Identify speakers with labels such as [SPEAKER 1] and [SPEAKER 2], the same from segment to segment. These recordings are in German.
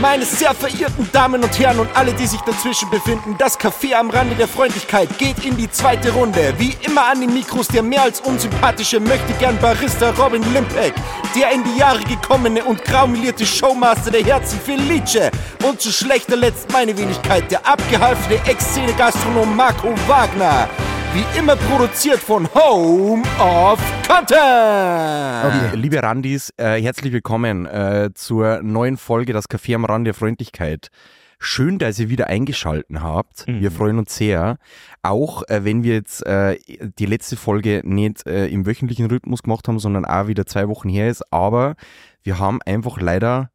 [SPEAKER 1] Meine sehr verehrten Damen und Herren und alle, die sich dazwischen befinden, das Café am Rande der Freundlichkeit geht in die zweite Runde. Wie immer an den Mikros der mehr als unsympathische möchte gern Barista Robin Limpeck, der in die Jahre gekommene und graumelierte Showmaster der Herzen Felice und zu schlechter Letzt meine Wenigkeit, der abgehalfene Ex-Szene-Gastronom Marco Wagner. Wie immer produziert von Home of Content.
[SPEAKER 2] Okay. Äh, Liebe Randis, äh, herzlich willkommen äh, zur neuen Folge Das Café am Rand der Freundlichkeit. Schön, dass ihr wieder eingeschalten habt.
[SPEAKER 3] Mhm.
[SPEAKER 2] Wir freuen uns sehr. Auch äh, wenn wir jetzt äh, die letzte Folge nicht äh, im wöchentlichen Rhythmus gemacht haben, sondern auch wieder zwei Wochen her ist. Aber wir haben einfach leider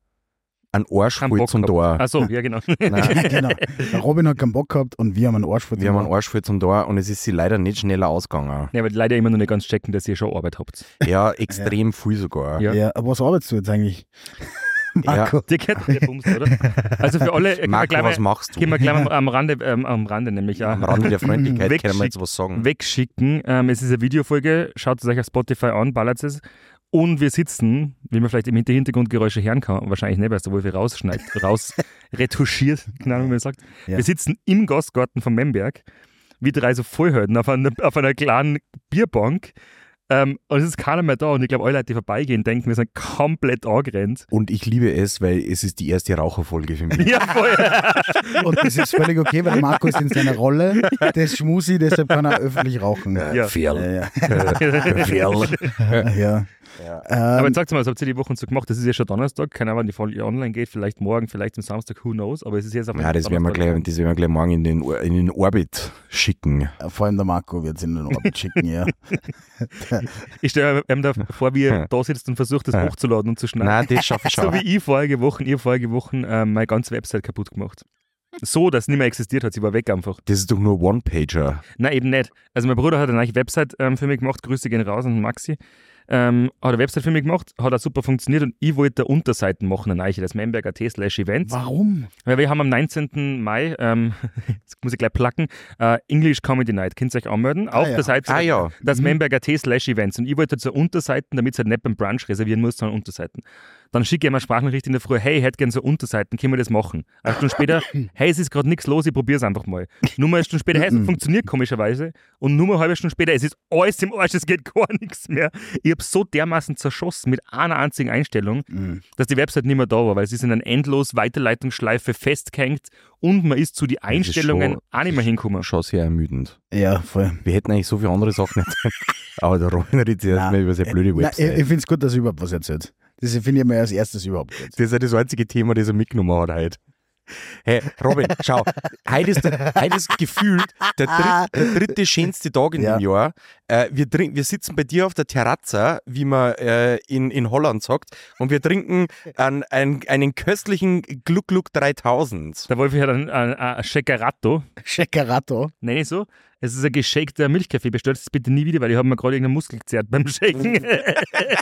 [SPEAKER 2] einen Arsch
[SPEAKER 3] Keinen
[SPEAKER 2] voll
[SPEAKER 3] Bock
[SPEAKER 2] zum
[SPEAKER 3] gehabt.
[SPEAKER 2] Tor.
[SPEAKER 3] Ach so, ja genau.
[SPEAKER 2] Nein,
[SPEAKER 4] genau. Der Robin hat keinen Bock gehabt und wir haben einen Arsch vor
[SPEAKER 2] wir haben einen Arsch voll zum Tor und es ist sie leider nicht schneller ausgegangen.
[SPEAKER 3] Ja, weil die Leute immer noch nicht ganz checken, dass ihr schon Arbeit habt.
[SPEAKER 2] Ja, extrem viel sogar.
[SPEAKER 3] Ja.
[SPEAKER 4] Ja, aber was arbeitest du jetzt eigentlich? Marco.
[SPEAKER 3] Die kennt ihr Bums, oder? Also für alle, können wir
[SPEAKER 2] Marco,
[SPEAKER 3] gleich mal,
[SPEAKER 2] was machst
[SPEAKER 3] können
[SPEAKER 2] du?
[SPEAKER 3] wir gleich mal am Rande, ähm, am Rande nämlich auch
[SPEAKER 2] Am Rande der Freundlichkeit können wir
[SPEAKER 3] Wegschickt-
[SPEAKER 2] jetzt was sagen.
[SPEAKER 3] wegschicken. Ähm, es ist eine Videofolge, schaut es euch auf Spotify an, ballert es. Und wir sitzen, wie man vielleicht im Hinter- Hintergrundgeräusche hören kann, wahrscheinlich nicht, weil es der Wolf rausschneidet, raus retuschiert, keine Ahnung, wie man sagt.
[SPEAKER 4] Ja.
[SPEAKER 3] Wir sitzen im Gastgarten von Memberg, wie drei so Vollhörden auf einer, auf einer kleinen Bierbank. Ähm, und es ist keiner mehr da. Und ich glaube, alle Leute, die vorbeigehen, denken, wir sind komplett angerannt.
[SPEAKER 2] Und ich liebe es, weil es ist die erste Raucherfolge für mich.
[SPEAKER 3] Ja, voll.
[SPEAKER 4] Und das ist völlig okay, weil Marco ist in seiner Rolle des Schmusi, deshalb kann er öffentlich rauchen. Ja,
[SPEAKER 3] Ja.
[SPEAKER 2] Ferl.
[SPEAKER 4] ja.
[SPEAKER 2] Ferl.
[SPEAKER 4] ja.
[SPEAKER 3] Aber
[SPEAKER 4] Ähm,
[SPEAKER 3] jetzt sagt mal, was habt ihr die Woche so gemacht? Das ist ja schon Donnerstag. Keine Ahnung, wann die Folge online geht. Vielleicht morgen, vielleicht am Samstag, who knows. Aber es ist jetzt auf
[SPEAKER 2] Ja, das werden, wir gleich, das werden wir gleich morgen in den, Or- in den Orbit schicken.
[SPEAKER 4] vor allem der Marco wird es in den Orbit schicken, ja.
[SPEAKER 3] Ich stelle mir da vor, wie ihr da sitzt und versucht, das
[SPEAKER 2] Ja.
[SPEAKER 3] hochzuladen und zu schneiden.
[SPEAKER 2] Nein, das schaffe ich
[SPEAKER 3] So
[SPEAKER 2] schon.
[SPEAKER 3] wie ich vorige Wochen, ihr vorige Wochen ähm, meine ganze Website kaputt gemacht. So, dass es nicht mehr existiert hat. Sie war weg einfach.
[SPEAKER 2] Das ist doch nur One-Pager.
[SPEAKER 3] Na eben nicht. Also mein Bruder hat eine neue Website ähm, für mich gemacht. Grüße gehen raus an Maxi. Ähm, hat eine Website für mich gemacht, hat auch super funktioniert und ich wollte da Unterseiten machen, eine neue, das memberg.at slash events.
[SPEAKER 4] Warum?
[SPEAKER 3] Weil wir haben am 19. Mai, ähm, jetzt muss ich gleich placken, äh, English Comedy Night. Könnt ihr euch anmelden? Auf
[SPEAKER 4] ja.
[SPEAKER 3] der Seite
[SPEAKER 2] Ah ja.
[SPEAKER 3] das Memberg.at slash Events. Und ich wollte zur Unterseiten, damit ihr halt nicht beim Brunch reservieren muss, sondern Unterseiten. Dann schicke ich mir Sprachnachricht in der Früh, hey, ich hätte gerne so Unterseiten, können wir das machen? Eine Stunde später, hey, es ist gerade nichts los, ich probiere es einfach mal. Nur mal eine Stunde später, hey, es funktioniert komischerweise. Und nur mal eine halbe Stunde später, es ist alles im Arsch, es geht gar nichts mehr. Ich habe so dermaßen zerschossen mit einer einzigen Einstellung, dass die Website nicht mehr da war, weil sie ist in einer endlos Weiterleitungsschleife festgehängt und man ist zu den
[SPEAKER 2] ist
[SPEAKER 3] Einstellungen
[SPEAKER 2] schon-
[SPEAKER 3] auch nicht mehr hingekommen.
[SPEAKER 2] Schon sehr ermüdend.
[SPEAKER 4] Ja, voll.
[SPEAKER 2] Wir hätten eigentlich so viele andere Sachen nicht. Aber der Robin redet jetzt erstmal über seine blöde
[SPEAKER 4] Nein, ich
[SPEAKER 2] Website.
[SPEAKER 4] ich finde es gut, dass er überhaupt was erzählt. Das finde ich mir als erstes überhaupt gut.
[SPEAKER 2] das ist ja das einzige Thema, das er mitgenommen hat heute. Hey, Robin, schau, heute ist, der, heute ist gefühlt der, dritt, der dritte schönste Tag in
[SPEAKER 4] Ja.
[SPEAKER 2] dem Jahr. Äh, wir, trink, wir sitzen bei dir auf der Terrazza, wie man äh, in, in Holland sagt, und wir trinken an, ein, einen köstlichen Gluck Gluck 3000.
[SPEAKER 3] Der Wolfi hat ein, ein, ein Scheckeratto,
[SPEAKER 4] Checkerato.
[SPEAKER 3] nenne ich so. Es ist ein geschenkter Milchkaffee. Bestellt es bitte nie wieder, weil ich habe mir gerade irgendeinen Muskel gezerrt beim Shaken.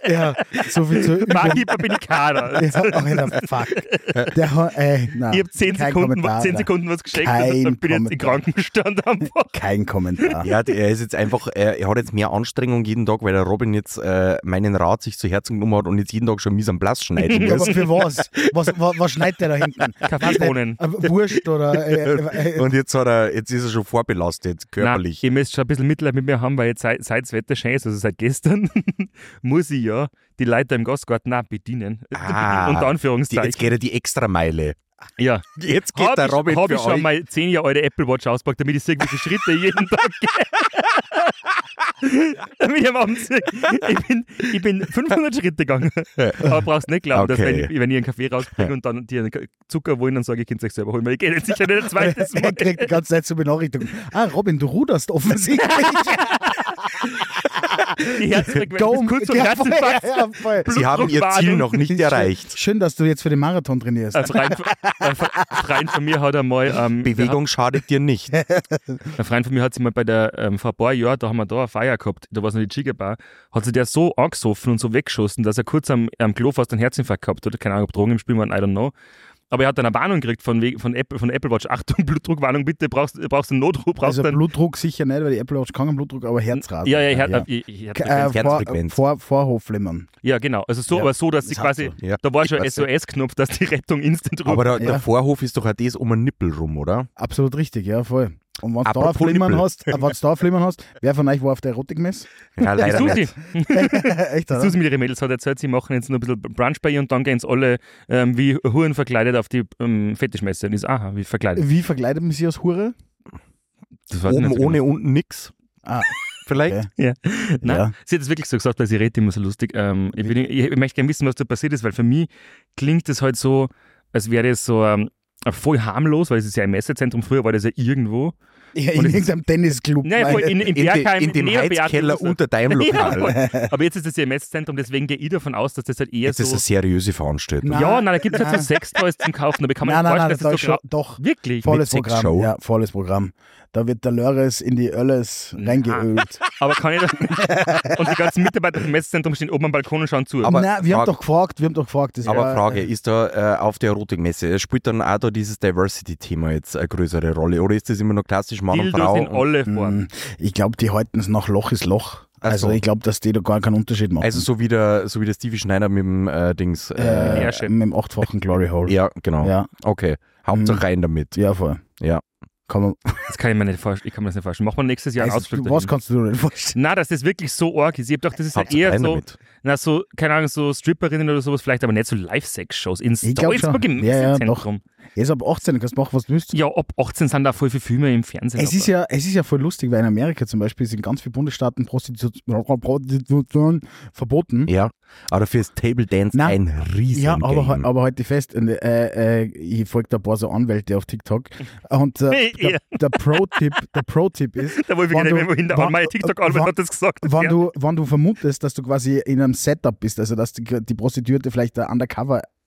[SPEAKER 4] Ja, so viel zu.
[SPEAKER 3] Barkeeper bin ich Kader.
[SPEAKER 4] Ja, Alter, fuck. Der, hat- ey, nein,
[SPEAKER 3] Ich habe 10
[SPEAKER 4] kein
[SPEAKER 3] Sekunden,
[SPEAKER 4] Kommentar,
[SPEAKER 3] 10
[SPEAKER 4] nein.
[SPEAKER 3] Sekunden was geschenkt
[SPEAKER 4] Kein
[SPEAKER 3] und dann bin ich jetzt im
[SPEAKER 4] Kommentar.
[SPEAKER 3] Krankenstand einfach.
[SPEAKER 4] Kein Kommentar.
[SPEAKER 2] Ja, der- er ist jetzt einfach, er, er hat jetzt mehr Anstrengung jeden Tag, weil der Robin jetzt äh, meinen Rat sich zu Herzen genommen hat und jetzt jeden Tag schon mies am Blass schneiden
[SPEAKER 4] Ja, aber
[SPEAKER 2] muss.
[SPEAKER 4] für was? Was, was, was schneidet der da hinten?
[SPEAKER 3] Kaffeebohnen.
[SPEAKER 4] Äh, Wurst oder äh, äh, äh,
[SPEAKER 2] Und jetzt, hat er, jetzt ist er schon vorbelastet, körperlich.
[SPEAKER 3] Nein, ihr müsst schon ein bisschen Mitleid mit mir haben, weil jetzt seit, seit das Wetter schön ist, also seit gestern, muss ich ja die Leute im Gastgarten auch bedienen.
[SPEAKER 2] Ah,
[SPEAKER 3] Unter
[SPEAKER 2] Die,
[SPEAKER 3] Anführungszeichen.
[SPEAKER 2] jetzt geht er die extra Meile.
[SPEAKER 3] ja.
[SPEAKER 2] Jetzt geht
[SPEAKER 3] Hab
[SPEAKER 2] der
[SPEAKER 3] ich-
[SPEAKER 2] Robin
[SPEAKER 3] hab
[SPEAKER 2] für
[SPEAKER 3] ich schon
[SPEAKER 2] euch.
[SPEAKER 3] mal 10 Jahre alte Apple Watch auspackt, damit ich sehe, wie viele Schritte ich jeden Tag gehe. damit ich am Abend sehe, ich bin, ich bin 500 Schritte gegangen. Aber brauchst nicht glauben, dass
[SPEAKER 2] Okay.
[SPEAKER 3] wenn, ich- wenn ich einen Kaffee rausbringe und dann dir einen Zucker wollen, dann sage ich, könnt ihr euch selber holen, weil ich gehe jetzt sicher nicht ein zweites Mal.
[SPEAKER 4] er kriegt die ganze Zeit so Benachrichtigungen. Ah, Robin, du ruderst offensichtlich.
[SPEAKER 3] Die Herzfrequenz
[SPEAKER 4] Go.
[SPEAKER 3] ist kurz vor
[SPEAKER 4] Ja, voll,
[SPEAKER 3] Herzinfarkt.
[SPEAKER 4] ja, voll.
[SPEAKER 2] Sie haben ihr Ziel
[SPEAKER 3] Blutdruckwarnung.
[SPEAKER 2] noch nicht erreicht.
[SPEAKER 4] Schön, dass du jetzt für den Marathon trainierst.
[SPEAKER 3] Ein Freund, ein Freund äh, von mir hat einmal ähm,
[SPEAKER 2] Bewegung schadet dir nicht.
[SPEAKER 3] Ein Freund von mir hat sie mal bei der, ähm, vor ein paar Jahren, da haben wir da eine Feier gehabt, da war es noch die Chiga-Bar, hat sie der so angesoffen und so weggeschossen, dass er kurz am, am Klo fast einen Herzinfarkt gehabt hat. Keine Ahnung, ob Drogen im Spiel waren, I don't know. Aber er hat dann eine Warnung gekriegt von, We- von, Apple, von Apple Watch. Achtung, Blutdruckwarnung, bitte, brauchst, brauchst einen Notruf, brauchst
[SPEAKER 4] Also
[SPEAKER 3] einen...
[SPEAKER 4] Blutdruck sicher nicht, weil die Apple Watch kann keinen Blutdruck, aber Herzrasen.
[SPEAKER 3] ja, ja, ich hatte,
[SPEAKER 4] ja.
[SPEAKER 3] Ich, ich hatte
[SPEAKER 4] Äh, vor,
[SPEAKER 2] Herzfrequenz.
[SPEAKER 4] vor, Vorhofflimmern.
[SPEAKER 3] Ja, genau. Also so,
[SPEAKER 4] Ja,
[SPEAKER 3] aber so, dass sie
[SPEAKER 4] das hat
[SPEAKER 3] quasi,
[SPEAKER 2] so. Ja,
[SPEAKER 3] da war
[SPEAKER 2] ich
[SPEAKER 3] schon ein
[SPEAKER 2] weiß nicht.
[SPEAKER 3] SOS-Knopf, dass die Rettung instant ruft.
[SPEAKER 2] Aber da,
[SPEAKER 4] Ja.
[SPEAKER 2] der Vorhof ist doch auch das um einen Nippel rum, oder?
[SPEAKER 4] Absolut richtig, ja, voll. Und wenn du da
[SPEAKER 2] Apropos
[SPEAKER 4] Flimmern
[SPEAKER 2] Nippel.
[SPEAKER 4] hast, äh, wenn's da Flimmern hast, wer von euch war auf der Erotikmesse?
[SPEAKER 2] Ja, leider
[SPEAKER 3] Susi,
[SPEAKER 2] nicht.
[SPEAKER 4] Echt, oder?
[SPEAKER 3] Susi mit ihren Mädels hat erzählt, sie machen jetzt nur ein bisschen Brunch bei ihr und dann gehen sie alle ähm, wie Huren verkleidet auf die ähm, Fetischmesse. Und ich so, aha, wie verkleidet.
[SPEAKER 4] Wie verkleidet man sich als Hure?
[SPEAKER 3] Das weiß ich
[SPEAKER 2] Oben
[SPEAKER 3] nicht so
[SPEAKER 2] ohne, unten nix.
[SPEAKER 4] Ah,
[SPEAKER 2] Vielleicht.
[SPEAKER 4] Okay.
[SPEAKER 3] Nein,
[SPEAKER 4] Ja.
[SPEAKER 3] Sie hat es wirklich so gesagt, weil sie redet immer so lustig. Ähm, ich, bin, ich, ich möchte gerne wissen, was da passiert ist, weil für mich klingt es halt so, als wäre es so ähm, voll harmlos, weil es ist ja ein Messezentrum. Früher war das ja irgendwo.
[SPEAKER 4] ja
[SPEAKER 3] Und
[SPEAKER 4] in
[SPEAKER 3] es-
[SPEAKER 4] irgendeinem Tennisclub.
[SPEAKER 3] Nein, voll in, in,
[SPEAKER 2] In,
[SPEAKER 3] Bergheim,
[SPEAKER 2] de, in dem
[SPEAKER 3] näher
[SPEAKER 2] Heizkeller
[SPEAKER 3] Beatrice-
[SPEAKER 2] unter deinem Lokal.
[SPEAKER 3] Ja, voll. aber jetzt ist das ja ein Messezentrum, deswegen gehe ich davon aus, dass das halt eher
[SPEAKER 2] Jetzt ist
[SPEAKER 3] so.
[SPEAKER 2] eine seriöse Veranstaltung.
[SPEAKER 4] Nein.
[SPEAKER 3] ja, nein, da gibt es halt so
[SPEAKER 4] Nein.
[SPEAKER 3] Sextoys zum Kaufen, aber ich kann mir
[SPEAKER 4] Nein, nein,
[SPEAKER 3] nicht vorstellen,
[SPEAKER 4] nein, da
[SPEAKER 3] dass das
[SPEAKER 4] ist
[SPEAKER 3] so
[SPEAKER 4] schon, doch.
[SPEAKER 3] gra- Wirklich.
[SPEAKER 4] Volles
[SPEAKER 2] Mit
[SPEAKER 4] Programm.
[SPEAKER 2] Sexshow?
[SPEAKER 4] Ja, volles Programm. Da wird der Lörres in die Ölles reingeölt.
[SPEAKER 3] Aber kann ich da, Und die ganzen Mitarbeiter vom Messezentrum stehen oben am Balkon und schauen zu.
[SPEAKER 2] Aber
[SPEAKER 4] nein, wir haben
[SPEAKER 2] frag-
[SPEAKER 4] doch gefragt, wir haben doch gefragt. Das
[SPEAKER 2] Aber
[SPEAKER 4] war-
[SPEAKER 2] Frage, ist da äh, auf der Erotikmesse, spielt dann auch da dieses Diversity-Thema jetzt eine größere Rolle? Oder ist das immer noch klassisch Mann und
[SPEAKER 3] Dildos
[SPEAKER 2] Frau?
[SPEAKER 3] in alle vor.
[SPEAKER 4] Mm, Ich glaube, die halten es nach Loch ist Loch.
[SPEAKER 2] Ach
[SPEAKER 4] Also
[SPEAKER 2] so.
[SPEAKER 4] ich glaube, dass die da gar keinen Unterschied machen.
[SPEAKER 2] also so wie, der, so wie der Stevie Schneider mit dem äh, Dings. Äh,
[SPEAKER 4] äh,
[SPEAKER 3] Airship.
[SPEAKER 4] mit dem achtfachen Glory Hole.
[SPEAKER 2] ja, genau.
[SPEAKER 4] ja,
[SPEAKER 2] Okay.
[SPEAKER 3] Mhm.
[SPEAKER 2] Hauptsache rein damit.
[SPEAKER 4] ja, voll.
[SPEAKER 2] Ja.
[SPEAKER 4] Kann man,
[SPEAKER 3] Das kann ich mir nicht vorstellen. Ich kann mir das nicht vorstellen. Machen wir nächstes Jahr einen
[SPEAKER 4] also,
[SPEAKER 3] Ausflug.
[SPEAKER 4] was
[SPEAKER 3] dahin.
[SPEAKER 4] kannst du dir nicht vorstellen?
[SPEAKER 3] Na, das ist wirklich so arg. ist. Ich hab gedacht, das ist halt
[SPEAKER 2] Hauptsache
[SPEAKER 3] eher
[SPEAKER 2] rein
[SPEAKER 3] so,
[SPEAKER 2] damit.
[SPEAKER 3] na, so, keine Ahnung, so Stripperinnen oder sowas vielleicht, aber nicht so Live-Sex-Shows. In
[SPEAKER 4] Ich glaub
[SPEAKER 3] Salzburg
[SPEAKER 4] schon.
[SPEAKER 3] im
[SPEAKER 4] Ja, ja,
[SPEAKER 3] Messezentrum.
[SPEAKER 4] Jetzt ab 18 kannst du machen, was du willst.
[SPEAKER 3] Ja, ab 18 sind da voll viele Filme im Fernsehen.
[SPEAKER 4] Es ist, ja, es ist ja voll lustig, weil in Amerika zum Beispiel sind ganz viele Bundesstaaten Prostitution, Prostitution verboten.
[SPEAKER 2] Ja. Aber fürs Table Dance
[SPEAKER 4] Nein.
[SPEAKER 2] ein riesen
[SPEAKER 4] Ja, aber,
[SPEAKER 2] Game.
[SPEAKER 4] he- aber heute fest, und, äh, äh, ich folge da ein paar so Anwälte auf TikTok und äh,
[SPEAKER 3] Ja.
[SPEAKER 4] der, der Pro-Tipp der Pro ist,
[SPEAKER 3] Da wollte ich
[SPEAKER 4] Wann
[SPEAKER 3] nicht
[SPEAKER 4] du-
[SPEAKER 3] mehr wohin.
[SPEAKER 4] wann-
[SPEAKER 3] Aber meine TikTok-Arbeit
[SPEAKER 4] wann-
[SPEAKER 3] hat das gesagt.
[SPEAKER 4] wenn
[SPEAKER 3] Ja.
[SPEAKER 4] du, wenn du vermutest, dass du quasi in einem Setup bist, also dass die, die Prostituierte vielleicht der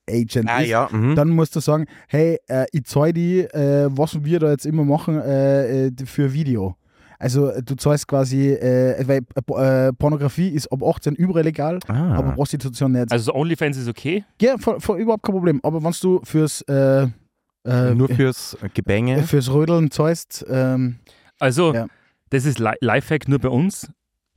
[SPEAKER 4] Undercover-Agent
[SPEAKER 2] ah,
[SPEAKER 4] ist,
[SPEAKER 2] ja, mhm.
[SPEAKER 4] dann musst du sagen, hey, äh, ich zahle die, äh, was wir da jetzt immer machen, äh, äh, für Video. Also äh, du zahlst quasi, äh, weil äh, Pornografie ist ab 18 überall legal,
[SPEAKER 2] Ah.
[SPEAKER 4] aber Prostitution nicht.
[SPEAKER 3] Also so OnlyFans ist okay.
[SPEAKER 4] ja, voll, voll, überhaupt kein Problem. Aber wenn du fürs, äh, äh,
[SPEAKER 2] Nur fürs
[SPEAKER 4] äh,
[SPEAKER 2] Gebänge.
[SPEAKER 4] fürs Rödeln zahlst, ähm,
[SPEAKER 3] Also,
[SPEAKER 4] Ja.
[SPEAKER 3] das ist Li- Lifehack nur bei uns.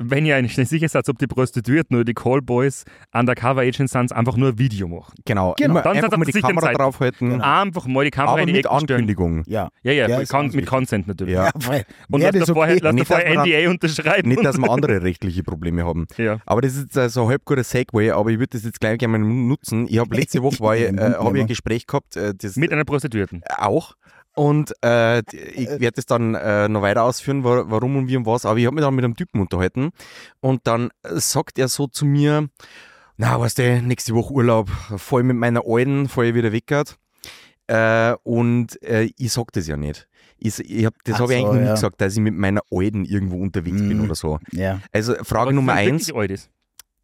[SPEAKER 3] Wenn ihr eigentlich nicht sicher seid, ob die Prostituierten oder die Callboys Undercover Agents sind, einfach nur ein Video machen.
[SPEAKER 2] Genau.
[SPEAKER 4] Genau.
[SPEAKER 2] Immer,
[SPEAKER 3] Dann
[SPEAKER 2] einfach
[SPEAKER 3] hat
[SPEAKER 2] mal die
[SPEAKER 3] sich den
[SPEAKER 2] Kamera
[SPEAKER 3] Zeit.
[SPEAKER 2] draufhalten.
[SPEAKER 3] Einfach mal die
[SPEAKER 2] Mhm.
[SPEAKER 3] Kamera
[SPEAKER 2] Aber
[SPEAKER 3] in die
[SPEAKER 2] mit
[SPEAKER 3] Ecke stellen.
[SPEAKER 2] Ankündigung.
[SPEAKER 4] ja.
[SPEAKER 3] Ja, ja,
[SPEAKER 4] Ja,
[SPEAKER 3] mit
[SPEAKER 4] ist
[SPEAKER 3] Con
[SPEAKER 4] ganz
[SPEAKER 3] mit Consent natürlich.
[SPEAKER 2] Ja.
[SPEAKER 4] weil
[SPEAKER 3] Und
[SPEAKER 4] wer
[SPEAKER 3] lasst
[SPEAKER 4] das
[SPEAKER 3] da vorher,
[SPEAKER 4] okay,
[SPEAKER 3] lasst da
[SPEAKER 2] Nicht, dass
[SPEAKER 3] vorher
[SPEAKER 2] man dann-
[SPEAKER 3] NDA unterschreiben.
[SPEAKER 2] Nicht, dass wir andere rechtliche Probleme haben.
[SPEAKER 3] ja.
[SPEAKER 2] Aber das ist also ein halb guter Segway, aber ich würde das jetzt gleich gerne mal nutzen. Ich habe letzte Woche war ich, äh, hab ich ein Gespräch gehabt, äh, das
[SPEAKER 3] Mit einer Prostituierten.
[SPEAKER 2] auch. Und äh, d- ich werde das dann äh, noch weiter ausführen, wa- warum und wie und was. Aber ich habe mich dann mit einem Typen unterhalten und dann äh, sagt er so zu mir, na, weißt du, nächste Woche Urlaub, voll mit meiner Alten, voll ich wieder weggehört. Äh, und äh, ich sag das ja nicht. Ich, s- ich hab, das
[SPEAKER 4] Ach
[SPEAKER 2] habe ich
[SPEAKER 4] so,
[SPEAKER 2] eigentlich noch nie
[SPEAKER 4] ja.
[SPEAKER 2] gesagt, dass ich mit meiner Alten irgendwo unterwegs bin
[SPEAKER 4] Mm.
[SPEAKER 2] oder so.
[SPEAKER 4] ja.
[SPEAKER 2] Also Frage Nummer eins,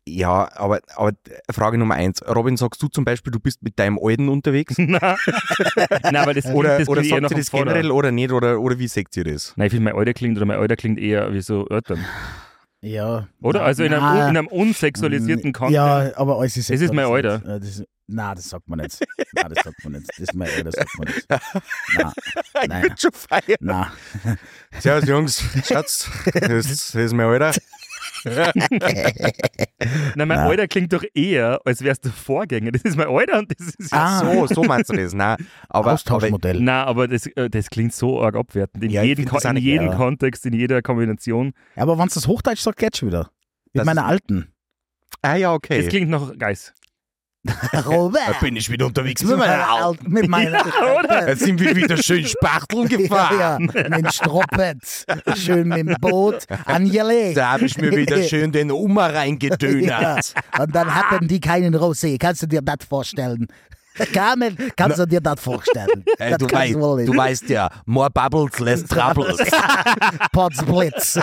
[SPEAKER 2] ja, aber, aber äh, Frage Nummer eins. Robin, sagst du zum Beispiel, du bist mit deinem Alten unterwegs?
[SPEAKER 3] Nein. Nein, aber das klingt-
[SPEAKER 2] Oder,
[SPEAKER 3] das eh
[SPEAKER 2] oder
[SPEAKER 3] klingt eher
[SPEAKER 2] sagt
[SPEAKER 3] nach
[SPEAKER 2] ihr das
[SPEAKER 3] vorne.
[SPEAKER 2] generell oder nicht? Oder, oder wie sagt ihr das?
[SPEAKER 3] Nein, ich finde, mein Alter klingt oder mein Alter klingt eher wie so Örtern.
[SPEAKER 4] ja.
[SPEAKER 3] Oder? Also in einem,
[SPEAKER 4] Na.
[SPEAKER 3] un- in einem unsexualisierten Content.
[SPEAKER 4] Mm, Ja, aber alles ist
[SPEAKER 3] Das ist mein Alter.
[SPEAKER 4] Äh, Das ist, nein, das sagt man nicht. Nein, das sagt man nicht. Das ist mein Alter, das sagt man nicht. Nein, nein,
[SPEAKER 2] Ich bin schon feiern.
[SPEAKER 4] nein.
[SPEAKER 2] Servus, Jungs. Schatz, das, das ist mein Alter.
[SPEAKER 3] Nein, mein
[SPEAKER 4] Nein.
[SPEAKER 3] Alter klingt doch eher, als wärst du Vorgänger. Das ist mein Alter und das ist ja
[SPEAKER 4] Ah.
[SPEAKER 2] So, so meinst du das. Nein, aber, aber
[SPEAKER 4] Austauschmodell.
[SPEAKER 3] Nein, aber das, äh, das klingt so arg abwertend. In
[SPEAKER 2] Ja, ich
[SPEAKER 3] jedem,
[SPEAKER 2] find
[SPEAKER 3] Ko
[SPEAKER 2] das auch
[SPEAKER 3] in
[SPEAKER 2] nicht,
[SPEAKER 3] jedem
[SPEAKER 4] ja.
[SPEAKER 3] Kontext, in jeder Kombination.
[SPEAKER 4] aber wenn es das Hochdeutsch sagt, geht schon wieder. Mit
[SPEAKER 2] Das-
[SPEAKER 4] meiner alten.
[SPEAKER 2] ah ja,
[SPEAKER 3] Das
[SPEAKER 2] okay.
[SPEAKER 3] klingt noch Geist.
[SPEAKER 4] Robert,
[SPEAKER 2] bin ich wieder unterwegs
[SPEAKER 4] alten. Mit meiner
[SPEAKER 3] oder?
[SPEAKER 2] Jetzt sind wir wieder schön Spachteln gefahren.
[SPEAKER 4] Ja, ja, mit dem Stroppet, schön mit dem Boot angelegt.
[SPEAKER 2] Da habe ich mir wieder schön den Oma reingedönert.
[SPEAKER 4] Ja, Und dann hatten die keinen Rosé. Kannst du dir das vorstellen? Carmen, kannst du dir das vorstellen?
[SPEAKER 2] Äh,
[SPEAKER 4] das
[SPEAKER 2] du,
[SPEAKER 4] kannst
[SPEAKER 2] weißt, du weißt ja, more bubbles, less troubles.
[SPEAKER 4] Potsblitz.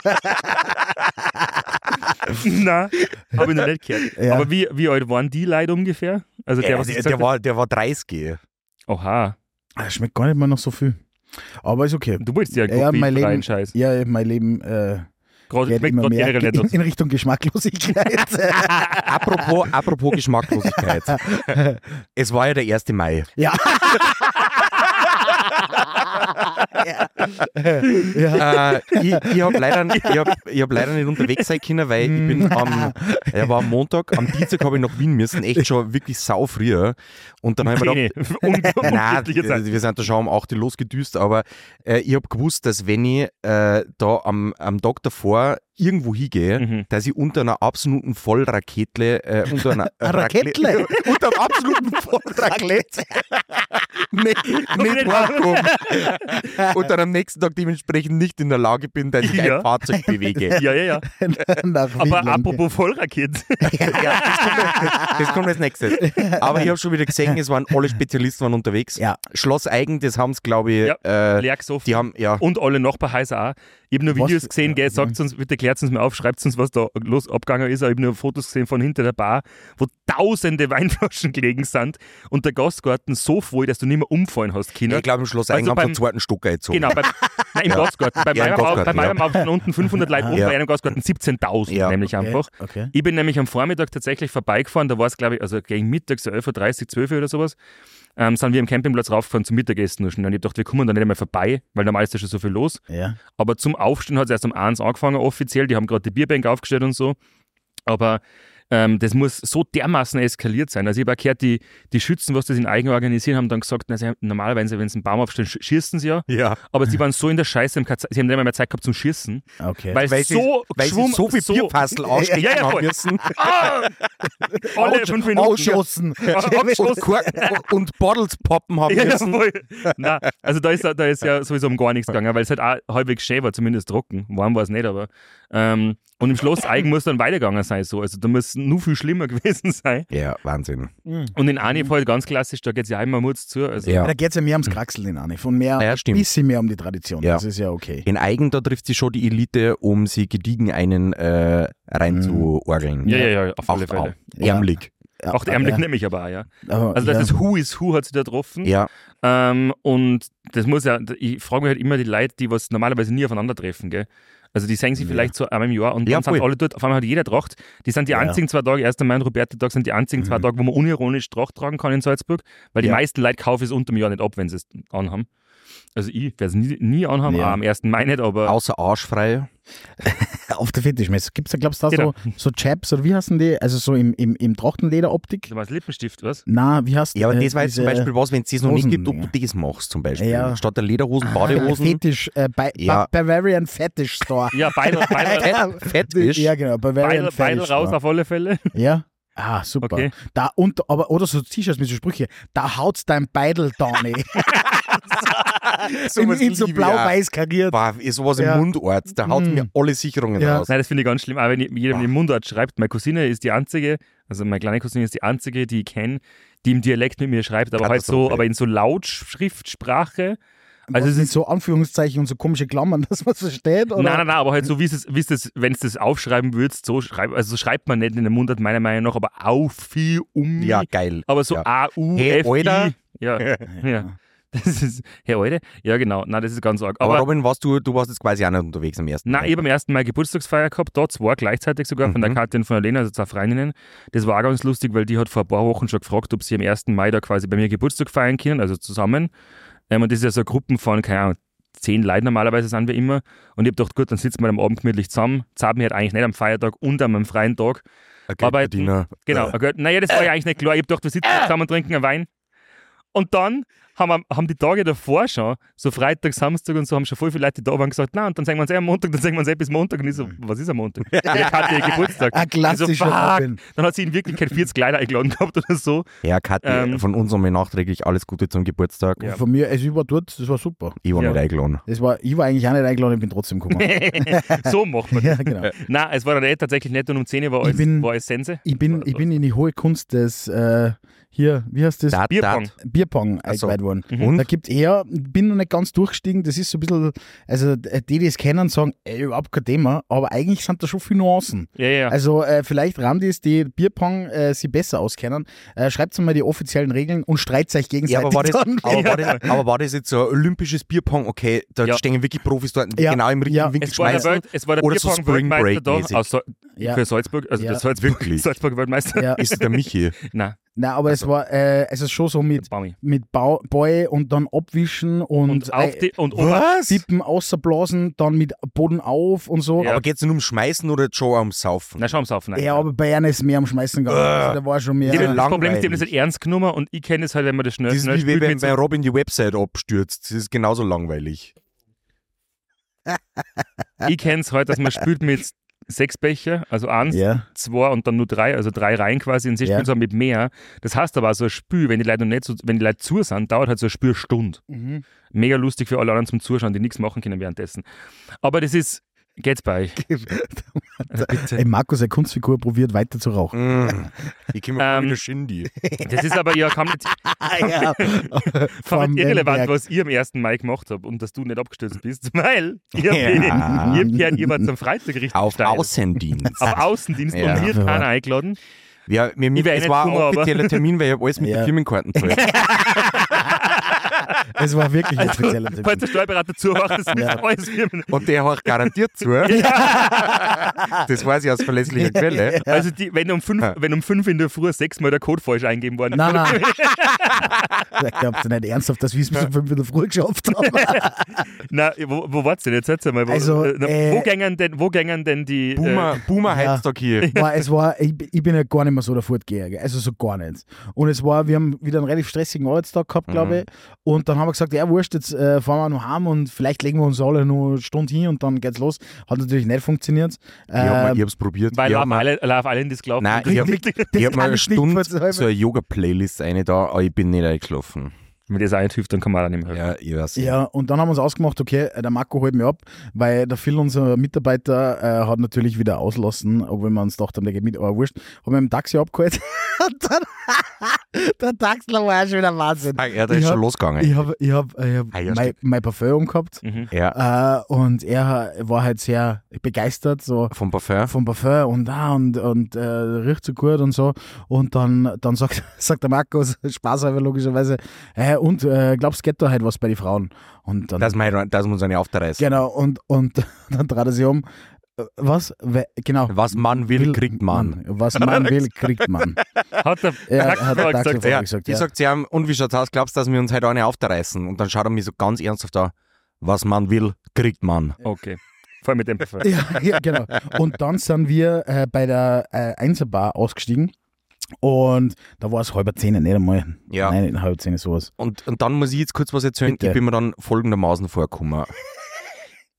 [SPEAKER 3] Nein, habe ich noch nicht gehört.
[SPEAKER 4] Ja.
[SPEAKER 3] Aber wie, wie alt waren die Leute ungefähr? Also der,
[SPEAKER 2] Der,
[SPEAKER 3] was ich
[SPEAKER 2] der,
[SPEAKER 3] gesagt
[SPEAKER 2] war, der war 30.
[SPEAKER 3] hab? Oha,
[SPEAKER 4] Ah, Schmeckt gar nicht mal noch so viel. Aber ist okay.
[SPEAKER 3] du wolltest ja,
[SPEAKER 4] Ja, ja,
[SPEAKER 3] Kopie
[SPEAKER 4] mein Leben-
[SPEAKER 3] rein, Scheiß.
[SPEAKER 4] Ja, mein Leben äh,
[SPEAKER 3] Gerade
[SPEAKER 4] geht
[SPEAKER 3] Also schmeckt
[SPEAKER 4] immer
[SPEAKER 3] gerade
[SPEAKER 4] mehr
[SPEAKER 3] generell
[SPEAKER 4] in,
[SPEAKER 3] nicht.
[SPEAKER 4] in Richtung Geschmacklosigkeit.
[SPEAKER 2] Apropos, apropos Geschmacklosigkeit. es war ja der 1. Mai.
[SPEAKER 4] ja.
[SPEAKER 2] Äh, ich ich habe leider, ich hab, ich hab leider nicht unterwegs sein können, weil ich bin am, ja, war am Montag, am Dienstag habe ich nach Wien müssen, echt schon wirklich sau früher. Und dann habe ich mir gedacht,
[SPEAKER 3] Pene. Un-
[SPEAKER 2] Nein,
[SPEAKER 3] unschätzliche um Zeit.
[SPEAKER 2] äh, wir sind da schon um 8 Uhr losgedüst, aber äh, ich habe gewusst, dass wenn ich äh, da am, am Tag davor irgendwo hingehe,
[SPEAKER 3] Mhm.
[SPEAKER 2] dass ich unter einer absoluten Vollraketle, äh, unter einer
[SPEAKER 4] Raketle?
[SPEAKER 2] unter einem absoluten Vollraketle nicht, nicht hochkomme und dann am nächsten Tag dementsprechend nicht in der Lage bin, dass ich
[SPEAKER 3] Ja.
[SPEAKER 2] ein Fahrzeug bewege.
[SPEAKER 3] Ja, ja, ja.
[SPEAKER 4] äh, Nach
[SPEAKER 3] Aber
[SPEAKER 4] Wien.
[SPEAKER 3] apropos Vollraketen.
[SPEAKER 2] Ja, das, kommt, das kommt als nächstes. Aber ich habe schon wieder gesehen, es waren alle Spezialisten waren unterwegs.
[SPEAKER 4] Ja.
[SPEAKER 2] Schloss Eigen, das haben sie, glaube ich, äh,
[SPEAKER 3] Lerg so
[SPEAKER 2] Die haben, ja.
[SPEAKER 3] Und alle Nachbarhäuser auch. Ich habe nur
[SPEAKER 4] Was?
[SPEAKER 3] Videos gesehen, gell,
[SPEAKER 4] Ja.
[SPEAKER 3] sagt uns, bitte klärt uns mal auf, schreibt uns, was da los abgegangen ist. Aber Ich habe nur Fotos gesehen von hinter der Bar, wo tausende Weinflaschen gelegen sind und der Gastgarten so voll, dass du nicht mehr umfallen hast, Kinder.
[SPEAKER 2] Ich glaube, im Schloss
[SPEAKER 3] Also
[SPEAKER 2] Eigen haben sie
[SPEAKER 3] beim-
[SPEAKER 2] einen zweiten Stock gezogen.
[SPEAKER 3] Genau, beim, nein, im
[SPEAKER 2] Ja.
[SPEAKER 3] Gastgarten.
[SPEAKER 2] Ja,
[SPEAKER 3] Bei
[SPEAKER 2] im
[SPEAKER 3] meinem Haus bei
[SPEAKER 2] Gastgarten,
[SPEAKER 3] meinem Haus sind unten 500 Leute und
[SPEAKER 2] Ja.
[SPEAKER 3] bei einem Gastgarten 17.000
[SPEAKER 2] Ja.
[SPEAKER 3] nämlich
[SPEAKER 4] Okay.
[SPEAKER 3] einfach.
[SPEAKER 4] Okay.
[SPEAKER 3] Ich bin nämlich am Vormittag tatsächlich vorbeigefahren, da war es, glaube ich, also gegen Mittag, so 11.30 Uhr, 12 Uhr oder sowas, ähm, sind wir am Campingplatz raufgefahren zum Mittagessen. nur schnell. Und ich dachte, wir kommen da nicht einmal vorbei, weil normal ist da schon so viel los.
[SPEAKER 4] Ja.
[SPEAKER 3] Aber zum Aufstehen hat es erst um 1 angefangen offiziell. Die haben gerade die Bierbänke aufgestellt und so. Aber ähm, das muss so dermaßen eskaliert sein. Also ich habe auch gehört, die, die Schützen, was das in Eigen organisieren, haben dann gesagt, na, sie haben, normalerweise, wenn sie einen Baum aufstellen, sch- schießen sie ja.
[SPEAKER 2] Ja.
[SPEAKER 3] Aber sie waren so in der Scheiße, sie haben keine Zeit- sie haben nicht mehr Zeit gehabt zum Schießen.
[SPEAKER 4] Okay.
[SPEAKER 3] Weil,
[SPEAKER 2] Weil,
[SPEAKER 3] so
[SPEAKER 2] sie, weil
[SPEAKER 3] geschwumm-
[SPEAKER 2] sie so viel
[SPEAKER 3] so-
[SPEAKER 2] Bierfassel ausstechen
[SPEAKER 3] Ja, ja, voll.
[SPEAKER 2] haben müssen
[SPEAKER 3] alle fünf Minuten.
[SPEAKER 4] Ausschossen.
[SPEAKER 2] und,
[SPEAKER 3] Abgeschossen.
[SPEAKER 2] Korken und Bottles poppen haben
[SPEAKER 3] Ja,
[SPEAKER 2] müssen.
[SPEAKER 3] voll. Nein, also da ist, da ist ja sowieso um gar nichts gegangen, weil es halt auch halbwegs schön war, zumindest trocken. Warm war es nicht, aber. Ähm, und im Schloss Eigen muss dann weitergegangen sein, so. Also da muss nur viel schlimmer gewesen sein.
[SPEAKER 2] Ja, Wahnsinn.
[SPEAKER 3] Und in einem Fall ganz klassisch, da geht es ja einmal Mutz zu. Also,
[SPEAKER 2] Ja.
[SPEAKER 4] Da geht es ja mehr ums Kraxeln in Anif und mehr,
[SPEAKER 2] Ja, stimmt.
[SPEAKER 4] bisschen mehr um die Tradition.
[SPEAKER 2] Ja.
[SPEAKER 4] Das ist ja okay.
[SPEAKER 2] In Eigen, da trifft sie schon die Elite, um sie gediegen einen äh, rein
[SPEAKER 4] Mhm.
[SPEAKER 2] zu orgeln.
[SPEAKER 3] ja, ja, ja, auf alle
[SPEAKER 2] Acht,
[SPEAKER 3] Fälle.
[SPEAKER 4] Ja.
[SPEAKER 2] Ärmlich.
[SPEAKER 4] Ja,
[SPEAKER 3] Auch ärmlich
[SPEAKER 4] ja.
[SPEAKER 3] nehme ich aber auch, ja.
[SPEAKER 4] Aber,
[SPEAKER 3] Also
[SPEAKER 4] ja.
[SPEAKER 3] das ist Who is Who hat sie da getroffen.
[SPEAKER 2] Ja.
[SPEAKER 3] Ähm, und das muss ja, ich frage mich halt immer die Leute, die was normalerweise nie aufeinandertreffen, gell? Also die sehen sich vielleicht so einmal im Jahr und
[SPEAKER 2] Ja,
[SPEAKER 3] dann sind
[SPEAKER 2] voll.
[SPEAKER 3] alle dort, auf einmal hat jeder Tracht. Die sind die
[SPEAKER 4] Ja.
[SPEAKER 3] einzigen zwei Tage, 1. Mai und Roberto-Tag sind die einzigen zwei Tage, wo man unironisch Tracht tragen kann in Salzburg, weil die
[SPEAKER 4] Ja.
[SPEAKER 3] meisten Leute kaufen es unter dem Jahr nicht ab, wenn sie es anhaben. Also ich werde es nie, nie anhaben,
[SPEAKER 4] Ja.
[SPEAKER 3] auch am 1. Mai nicht, aber
[SPEAKER 2] Außer arschfrei.
[SPEAKER 4] auf der Fetischmesse. Gibt es da, glaubst du, da
[SPEAKER 3] Genau.
[SPEAKER 4] so, so Chaps oder wie heißen die? Also so im, im, im Trachtenlederoptik?
[SPEAKER 3] du meinst Lippenstift, was?
[SPEAKER 4] Na, wie heißt
[SPEAKER 2] Ja, aber das war jetzt
[SPEAKER 4] Äh, diese-
[SPEAKER 2] zum Beispiel was, wenn es das noch nicht gibt, ob du
[SPEAKER 4] Hosen,
[SPEAKER 2] das machst zum Beispiel.
[SPEAKER 4] Ja.
[SPEAKER 2] Statt der Lederhosen, Badehosen,
[SPEAKER 4] Ah, Fetisch, äh, Ba-
[SPEAKER 2] Ja.
[SPEAKER 4] Ba- Bavarian Fetisch Store.
[SPEAKER 3] Ja, beide, beide,
[SPEAKER 2] Fettisch.
[SPEAKER 4] Ja, genau, Bavarian
[SPEAKER 3] beide, beide
[SPEAKER 4] Fetisch
[SPEAKER 3] raus
[SPEAKER 4] Store.
[SPEAKER 3] auf alle Fälle.
[SPEAKER 4] Ja. Ah, super.
[SPEAKER 3] Okay.
[SPEAKER 4] Da und, aber, oder so T-Shirts mit so Sprüche. Da haut's dein Beidel, Donny. in,
[SPEAKER 2] Sowas
[SPEAKER 4] in so
[SPEAKER 2] liebe ich auch.
[SPEAKER 4] blau-weiß kariert.
[SPEAKER 2] Boah, ist sowas im
[SPEAKER 4] Ja.
[SPEAKER 2] Mundort, da haut
[SPEAKER 4] Mhm.
[SPEAKER 2] mir alle Sicherungen
[SPEAKER 4] Ja.
[SPEAKER 2] raus.
[SPEAKER 3] Nein, das finde ich ganz schlimm. Aber wenn jeder mit dem Mundart schreibt, meine Cousine ist die einzige, also meine kleine Cousine ist die einzige, die ich kenne, die im Dialekt mit mir schreibt, aber halt so,
[SPEAKER 2] Katastrophe.
[SPEAKER 3] aber in so Lautschriftsprache. Also
[SPEAKER 4] Also
[SPEAKER 3] es
[SPEAKER 4] sind
[SPEAKER 3] ist
[SPEAKER 4] so Anführungszeichen und so komische Klammern, dass man es versteht? Oder?
[SPEAKER 3] Nein, nein, nein, aber halt so, wie es, wie es das, wenn es das aufschreiben würdest, so schreibt, also so schreibt man nicht in den Mundart meiner Meinung nach, aber auf, viel, um,
[SPEAKER 2] Ja, geil.
[SPEAKER 3] aber so
[SPEAKER 2] ja.
[SPEAKER 3] A, U,
[SPEAKER 2] Hey,
[SPEAKER 3] F, I.
[SPEAKER 2] Alter.
[SPEAKER 3] Ja, ja. Das ist, Herr Alter? Ja, genau. Nein, das ist ganz arg.
[SPEAKER 2] Aber,
[SPEAKER 3] Aber,
[SPEAKER 2] Robin, warst du, du warst jetzt quasi auch nicht unterwegs am ersten
[SPEAKER 3] Nein,
[SPEAKER 2] Tag.
[SPEAKER 3] ich habe am ersten Mal Geburtstagsfeier gehabt, da zwei gleichzeitig sogar von der Katja und von der Lena, also zwei Freundinnen. Das war auch ganz lustig, weil die hat vor ein paar Wochen schon gefragt, ob sie am 1. Mai da quasi bei mir Geburtstag feiern können, also zusammen. Ähm, und das ist ja so eine Gruppen von, keine Ahnung, zehn Leuten normalerweise sind wir immer. Und ich habe gedacht, gut, dann sitzen wir am Abend gemütlich zusammen. Zahlen wir halt eigentlich nicht am Feiertag und an meinem freien Tag.
[SPEAKER 2] Ein
[SPEAKER 3] arbeiten.
[SPEAKER 2] Geldverdiener.
[SPEAKER 3] Genau.
[SPEAKER 2] Äh,
[SPEAKER 3] Okay. Naja, das war ja eigentlich nicht klar. Ich habe gedacht, wir
[SPEAKER 4] Äh.
[SPEAKER 3] sitzen zusammen und trinken einen Wein. Und dann haben, wir, haben die Tage davor schon, so Freitag, Samstag und so, haben schon voll viele Leute, die da waren, gesagt, na, und dann sehen wir uns eh am Montag, dann sehen wir uns eh bis Montag. Und ich so, was ist am Montag? Ja, ich hatte ihr Geburtstag.
[SPEAKER 4] Ein
[SPEAKER 3] Ich so,
[SPEAKER 4] klassischer Robin.
[SPEAKER 3] Also, fuck. Dann hat sie in Wirklichkeit 40 Kleider eingeladen gehabt oder so.
[SPEAKER 2] Ja, Kathi,
[SPEAKER 3] Ähm.
[SPEAKER 2] von uns nochmal nachträglich alles Gute zum Geburtstag.
[SPEAKER 3] Ja.
[SPEAKER 4] Von mir, also ich war dort, das war super.
[SPEAKER 2] Ich war
[SPEAKER 3] Ja.
[SPEAKER 2] nicht eingeladen.
[SPEAKER 4] Das war, ich war eigentlich auch nicht eingeladen, ich bin trotzdem gekommen.
[SPEAKER 3] So macht man
[SPEAKER 4] ja,
[SPEAKER 3] das.
[SPEAKER 4] genau.
[SPEAKER 3] Nein, es war dann eh tatsächlich nett und um 10 Uhr war
[SPEAKER 4] Ich
[SPEAKER 3] alles,
[SPEAKER 4] bin-
[SPEAKER 3] war alles Sense.
[SPEAKER 4] Ich bin, ich bin in die hohe Kunst des, äh, hier, wie heißt das?
[SPEAKER 2] Dat,
[SPEAKER 3] Bierpong.
[SPEAKER 2] dat.
[SPEAKER 4] Bierpong
[SPEAKER 2] Ach so. Mhm.
[SPEAKER 4] eingeweiht worden.
[SPEAKER 2] Und?
[SPEAKER 4] Da gibt eher, bin noch nicht ganz durchgestiegen, das ist so ein bisschen, also die, die es kennen, sagen, ey, überhaupt kein Thema, aber eigentlich sind da schon viele Nuancen.
[SPEAKER 3] Ja, ja.
[SPEAKER 4] Also äh, vielleicht Ramdis, die Bierpong äh, sie besser auskennen, äh, schreibt mal die offiziellen Regeln und streitet euch gegenseitig
[SPEAKER 2] Ja, aber war, das,
[SPEAKER 4] dann.
[SPEAKER 2] aber, war das, aber war das jetzt so ein olympisches Bierpong? Okay, da
[SPEAKER 3] Ja.
[SPEAKER 2] stehen wirklich Profis dort, die
[SPEAKER 4] Ja.
[SPEAKER 2] genau im richtigen
[SPEAKER 4] Ja.
[SPEAKER 2] Winkel
[SPEAKER 3] es, war der
[SPEAKER 2] schmeißen.
[SPEAKER 3] Welt, es war der
[SPEAKER 2] Oder so
[SPEAKER 3] Bierpong-Weltmeister
[SPEAKER 2] Spring Break-mäßig.
[SPEAKER 3] da aus Sol
[SPEAKER 4] Ja.
[SPEAKER 3] für Salzburg, also
[SPEAKER 4] Ja.
[SPEAKER 3] der Salzburg,
[SPEAKER 2] Wirklich?
[SPEAKER 3] Salzburg-Weltmeister.
[SPEAKER 4] Ja.
[SPEAKER 2] Ist es der Michi?
[SPEAKER 3] Nein,
[SPEAKER 4] Nein, aber es war äh, es ist schon so mit,
[SPEAKER 3] Bami.
[SPEAKER 4] mit Bau, Bäue und dann abwischen und,
[SPEAKER 3] Und, auf
[SPEAKER 4] äh,
[SPEAKER 3] die, und oben,
[SPEAKER 2] Was?
[SPEAKER 4] Tippen, außerblasen, dann mit Boden auf und so.
[SPEAKER 3] Ja.
[SPEAKER 2] Aber geht es nur ums Schmeißen oder schon auch ums Saufen?
[SPEAKER 3] na, schau ums auf. Nein.
[SPEAKER 4] Ja, aber Bayern ist mehr am Schmeißen
[SPEAKER 2] Äh.
[SPEAKER 4] gegangen. Also, da war schon mehr.
[SPEAKER 3] Die- das
[SPEAKER 2] langweilig.
[SPEAKER 3] Problem ist, die haben das nicht ernst genommen und ich kenne es halt, wenn man das schnell,
[SPEAKER 2] das ist
[SPEAKER 3] schnell
[SPEAKER 2] wie wenn
[SPEAKER 3] spielt.
[SPEAKER 2] bei,
[SPEAKER 3] Mit so,
[SPEAKER 2] bei Robin die Website abstürzt. Das ist genauso langweilig.
[SPEAKER 3] ich kenne es halt, dass man spielt mit sechs Becher, also eins,
[SPEAKER 4] Ja.
[SPEAKER 3] zwei und dann nur drei, also drei Reihen quasi und sie
[SPEAKER 4] Ja.
[SPEAKER 3] spielen so mit mehr. Das heißt aber auch so ein Spiel, wenn die Leute noch nicht so, wenn die Leute zu sind, dauert halt so ein Spiel eine Stunde.
[SPEAKER 4] Mhm.
[SPEAKER 3] Mega lustig für alle anderen zum Zuschauen, die nichts machen können währenddessen. Aber das ist, geht's bei euch. Also bitte.
[SPEAKER 4] Ey, Markus, eine Kunstfigur probiert weiter zu rauchen.
[SPEAKER 2] Mm. Ich kenne mir
[SPEAKER 3] Ähm.
[SPEAKER 2] wieder Shindy.
[SPEAKER 3] Das ist aber ja kaum nicht,
[SPEAKER 4] Ah, ja.
[SPEAKER 3] kaum
[SPEAKER 4] Vom
[SPEAKER 3] nicht irrelevant,
[SPEAKER 4] Wendberg.
[SPEAKER 3] was ihr am ersten Mal gemacht habt und dass du nicht abgestürzt bist, weil ihr habt
[SPEAKER 2] Ja.
[SPEAKER 3] ihr habt gehört, ihr wart zum Freitag richtig
[SPEAKER 2] Auf
[SPEAKER 3] steil.
[SPEAKER 2] Außendienst.
[SPEAKER 3] auf Außendienst
[SPEAKER 2] Ja.
[SPEAKER 3] und wir sind keiner eingeladen.
[SPEAKER 2] Ja, mir,
[SPEAKER 3] Ich
[SPEAKER 2] mir,
[SPEAKER 3] wär eh
[SPEAKER 2] es
[SPEAKER 3] nicht
[SPEAKER 2] war ein
[SPEAKER 3] gekommen, aber-
[SPEAKER 2] offizieller Termin, weil ich hab alles mit
[SPEAKER 4] Ja.
[SPEAKER 2] den Firmenkarten zahlt.
[SPEAKER 4] Es war wirklich
[SPEAKER 2] Also,
[SPEAKER 4] ein spezieller
[SPEAKER 3] Falls
[SPEAKER 4] Tipp.
[SPEAKER 3] der Steuerberater zuhört, das müssen alles Firmen.
[SPEAKER 2] Und der hat garantiert zu. Das weiß ich aus verlässlicher Quelle.
[SPEAKER 3] Also die, wenn um fünf,
[SPEAKER 2] Ja.
[SPEAKER 3] wenn um fünf in der Früh sechsmal der Code falsch eingeben worden
[SPEAKER 4] Nein, nein. Ich glaube nicht ernsthaft, dass wir es bis um 5 in der Früh geschafft haben.
[SPEAKER 3] Na, wo, wo wart's denn jetzt? Jetzt mal, wo,
[SPEAKER 4] Also,
[SPEAKER 3] na,
[SPEAKER 4] äh,
[SPEAKER 3] wo gängen denn, wo gängen denn die äh,
[SPEAKER 2] Boomer, Boomer
[SPEAKER 4] Ja.
[SPEAKER 2] Heiztag hier.
[SPEAKER 4] War, es war, ich, bin- ich bin ja gar nicht mehr so der Fortgeher, gell. also so gar nicht. Und es war, wir haben wieder einen relativ stressigen Arbeitstag
[SPEAKER 2] Mhm.
[SPEAKER 4] gehabt, glaube ich. Und dann haben wir gesagt, ja wurscht, jetzt äh, fahren wir noch heim und vielleicht legen wir uns alle noch eine Stunde hin und dann geht's los. Hat natürlich nicht funktioniert.
[SPEAKER 2] Ich hab mal-
[SPEAKER 4] Ähm,
[SPEAKER 2] ich hab's probiert.
[SPEAKER 3] äh, bei
[SPEAKER 2] ich hab
[SPEAKER 3] Love
[SPEAKER 2] mal-
[SPEAKER 3] Island, Love Island ist gelaufen?
[SPEAKER 2] Nein, ich hab, ich hab
[SPEAKER 4] kann
[SPEAKER 2] mal eine
[SPEAKER 4] ich nicht
[SPEAKER 2] Stunde
[SPEAKER 4] verzeihen.
[SPEAKER 2] so eine Yoga-Playlist eine da, aber ich bin nicht eingeschlafen.
[SPEAKER 3] Wenn das eine hilft, dann kann man auch nicht mehr.
[SPEAKER 2] Ja, ich weiß.
[SPEAKER 4] Ja, und dann haben wir uns ausgemacht, okay, äh, der Marco holt mich ab, weil der Phil, unser Mitarbeiter, äh, hat natürlich wieder auslassen, obwohl wir uns dachten, der geht mit, aber wurscht. Haben wir im Taxi abgeholt und dann, der Taxler war auch schon wieder Wahnsinn.
[SPEAKER 2] Ah, ja, da ist
[SPEAKER 4] Ich
[SPEAKER 2] schon
[SPEAKER 4] hab-
[SPEAKER 2] losgegangen.
[SPEAKER 4] Ich habe ich hab, ich hab
[SPEAKER 2] Ah, ja,
[SPEAKER 4] mein,
[SPEAKER 2] stimmt.
[SPEAKER 4] mein Parfum umgehabt
[SPEAKER 3] Mhm.
[SPEAKER 2] ja,
[SPEAKER 4] äh, und er war halt sehr begeistert, so
[SPEAKER 2] vom Parfum.
[SPEAKER 4] vom Parfum und da und, und äh, riecht so gut und so. Und dann, dann sagt, sagt der Markus, spaßhalber logischerweise, äh, und äh, glaubst, geht da halt was bei den Frauen? Und dann,
[SPEAKER 2] Das, mein, das muss eine aufreißen.
[SPEAKER 4] genau, und, und dann dreht er sich um. äh, Was? We, genau.
[SPEAKER 2] Was man will, kriegt man.
[SPEAKER 4] Was man will, kriegt man.
[SPEAKER 3] Hat der
[SPEAKER 4] Ja, hat
[SPEAKER 3] Taxifahrer
[SPEAKER 4] der Taxifahrer
[SPEAKER 3] gesagt,
[SPEAKER 4] hab
[SPEAKER 2] Ja,
[SPEAKER 4] ich gesagt,
[SPEAKER 2] ich
[SPEAKER 4] ja.
[SPEAKER 2] sag zu ihm, und wie schaut's aus, glaubst du, dass wir uns heute eine aufreißen? Und dann schaut er mich so ganz ernsthaft an, was man will, kriegt man.
[SPEAKER 3] okay, vor allem mit dem Parfum.
[SPEAKER 4] ja, ja, genau. Und dann sind wir äh, bei der äh, Einserbar ausgestiegen. Und da war es halber zehn, nicht einmal.
[SPEAKER 2] Ja.
[SPEAKER 4] Nein, halb zehn sowas.
[SPEAKER 2] Und, und dann muss ich jetzt kurz was erzählen,
[SPEAKER 4] Bitte.
[SPEAKER 2] ich bin mir dann folgendermaßen vorgekommen.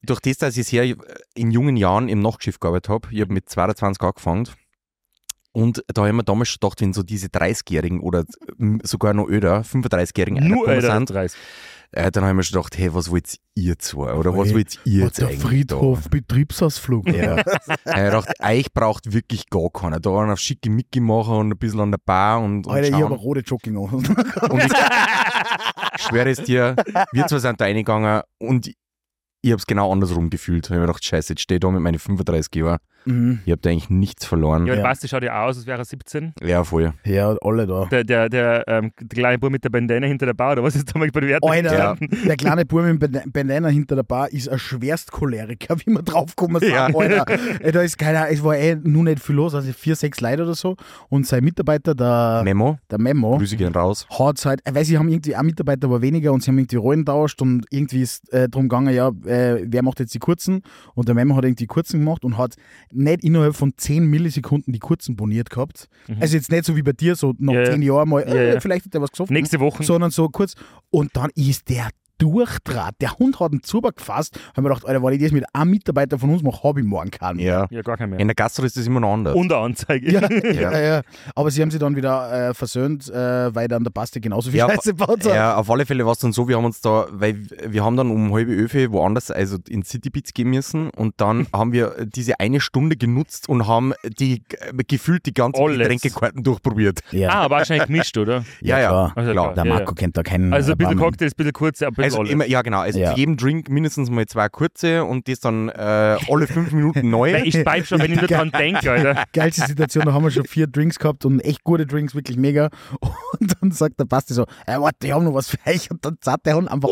[SPEAKER 2] Durch das, dass ich sehr in jungen Jahren im Nachtschiff gearbeitet habe, ich habe mit 22 angefangen und da habe ich mir damals schon gedacht, wenn so diese 30-Jährigen oder m, sogar noch öder, 35-Jährigen reingekommen
[SPEAKER 3] Nur älter als
[SPEAKER 2] sind,
[SPEAKER 3] 30.
[SPEAKER 2] äh, dann habe ich mir schon gedacht, hey, was wollt ihr zwei? Oder was
[SPEAKER 4] Ui,
[SPEAKER 2] wollt ihr jetzt
[SPEAKER 4] der
[SPEAKER 2] eigentlich
[SPEAKER 4] Friedhof Betriebsausflug. Ja.
[SPEAKER 2] Da? Äh, Ich dachte, euch braucht wirklich gar keiner. Da waren auf schicke Mickey machen und ein bisschen an der Bar und, und
[SPEAKER 4] Alter, ich
[SPEAKER 2] schauen.
[SPEAKER 4] habe eine rote Jogging an.
[SPEAKER 2] Und ich schwöre es dir, wir zwei sind da reingegangen und ich habe es genau andersrum gefühlt. Ich habe mir gedacht, scheiße, jetzt stehe ich da mit meinen 35 Jahren.
[SPEAKER 4] Mhm.
[SPEAKER 2] Ich habe da eigentlich nichts verloren.
[SPEAKER 3] Ja,
[SPEAKER 2] Ja,
[SPEAKER 3] der
[SPEAKER 4] Ja.
[SPEAKER 3] Basti schaut ja auch aus, als wäre er 17.
[SPEAKER 2] voll.
[SPEAKER 4] Ja, alle da.
[SPEAKER 3] Der, der, der, ähm, der kleine Bub mit der Bandana hinter der Bar, oder was ist damals bei den Werten?
[SPEAKER 4] Alter,
[SPEAKER 2] Ja.
[SPEAKER 4] der kleine Bub mit dem Bandana hinter der Bar ist ein Schwerstcholeriker, wie man draufgekommen ist.
[SPEAKER 2] Ja.
[SPEAKER 4] Alter, Ey, da ist keiner, es war eh nur nicht viel los, also vier, sechs Leute oder so. Und sein Mitarbeiter, der,
[SPEAKER 2] Memo,
[SPEAKER 4] der Memo,
[SPEAKER 2] Grüße gehen raus.
[SPEAKER 4] hat halt, weil sie haben irgendwie ein Mitarbeiter war weniger und sie haben irgendwie Rollen tauscht und irgendwie ist äh, drum gegangen, ja, äh, wer macht jetzt die kurzen? Und der Memo hat irgendwie die kurzen gemacht und hat nicht innerhalb von 10 Millisekunden die kurzen boniert gehabt. Also jetzt nicht so wie bei dir, so nach
[SPEAKER 3] Mhm. Ja, ja.
[SPEAKER 4] 10 Jahren mal, äh,
[SPEAKER 3] Ja, ja.
[SPEAKER 2] Hm.
[SPEAKER 4] vielleicht hat er was gesoffen,
[SPEAKER 3] Nächste Woche.
[SPEAKER 4] sondern so kurz und dann ist der durchtrat. Der Hund hat einen Zuber gefasst. Haben wir gedacht, Alter, wenn ich das mit einem Mitarbeiter von uns mache, habe ich morgen keinen. mehr.
[SPEAKER 2] Ja.
[SPEAKER 3] Ja, gar kein mehr.
[SPEAKER 2] In der Gastro ist das immer noch anders.
[SPEAKER 3] Unter Anzeige.
[SPEAKER 4] Ja, ja, ja. Aber sie haben sie dann wieder äh, versöhnt, äh, weil dann der Basti genauso viel
[SPEAKER 2] Ja,
[SPEAKER 4] Scheiße gebaut hat.
[SPEAKER 2] Ja, auf alle Fälle war es dann so, wir haben uns da, weil wir haben dann um halbe Öfe woanders, also in City Beats gehen müssen und dann haben wir diese eine Stunde genutzt und haben die äh, gefühlt die ganzen
[SPEAKER 3] Alles.
[SPEAKER 2] Getränkekarten durchprobiert.
[SPEAKER 4] Ja,
[SPEAKER 3] Ah, aber wahrscheinlich gemischt, oder?
[SPEAKER 2] Ja, ja,
[SPEAKER 4] klar.
[SPEAKER 3] Also
[SPEAKER 2] klar.
[SPEAKER 4] Der
[SPEAKER 3] Ja,
[SPEAKER 4] Marco
[SPEAKER 3] ja.
[SPEAKER 4] kennt da keinen.
[SPEAKER 3] Also
[SPEAKER 4] äh,
[SPEAKER 3] ein bisschen
[SPEAKER 4] Barmann.
[SPEAKER 3] Cocktail, ein bisschen kurz, ein bisschen
[SPEAKER 2] Also
[SPEAKER 3] alles.
[SPEAKER 2] immer, ja genau, also
[SPEAKER 4] Ja.
[SPEAKER 2] zu jedem Drink mindestens mal zwei kurze und das dann äh, alle fünf Minuten
[SPEAKER 3] Weil
[SPEAKER 2] neu.
[SPEAKER 3] ich bleib schon, wenn ich nur dran denke, Alter.
[SPEAKER 4] geilste Situation, da haben wir schon vier Drinks gehabt und echt gute Drinks, wirklich mega. Und dann sagt der Basti so, ey, warte, ich hab noch was für euch. Und dann zart der Hund einfach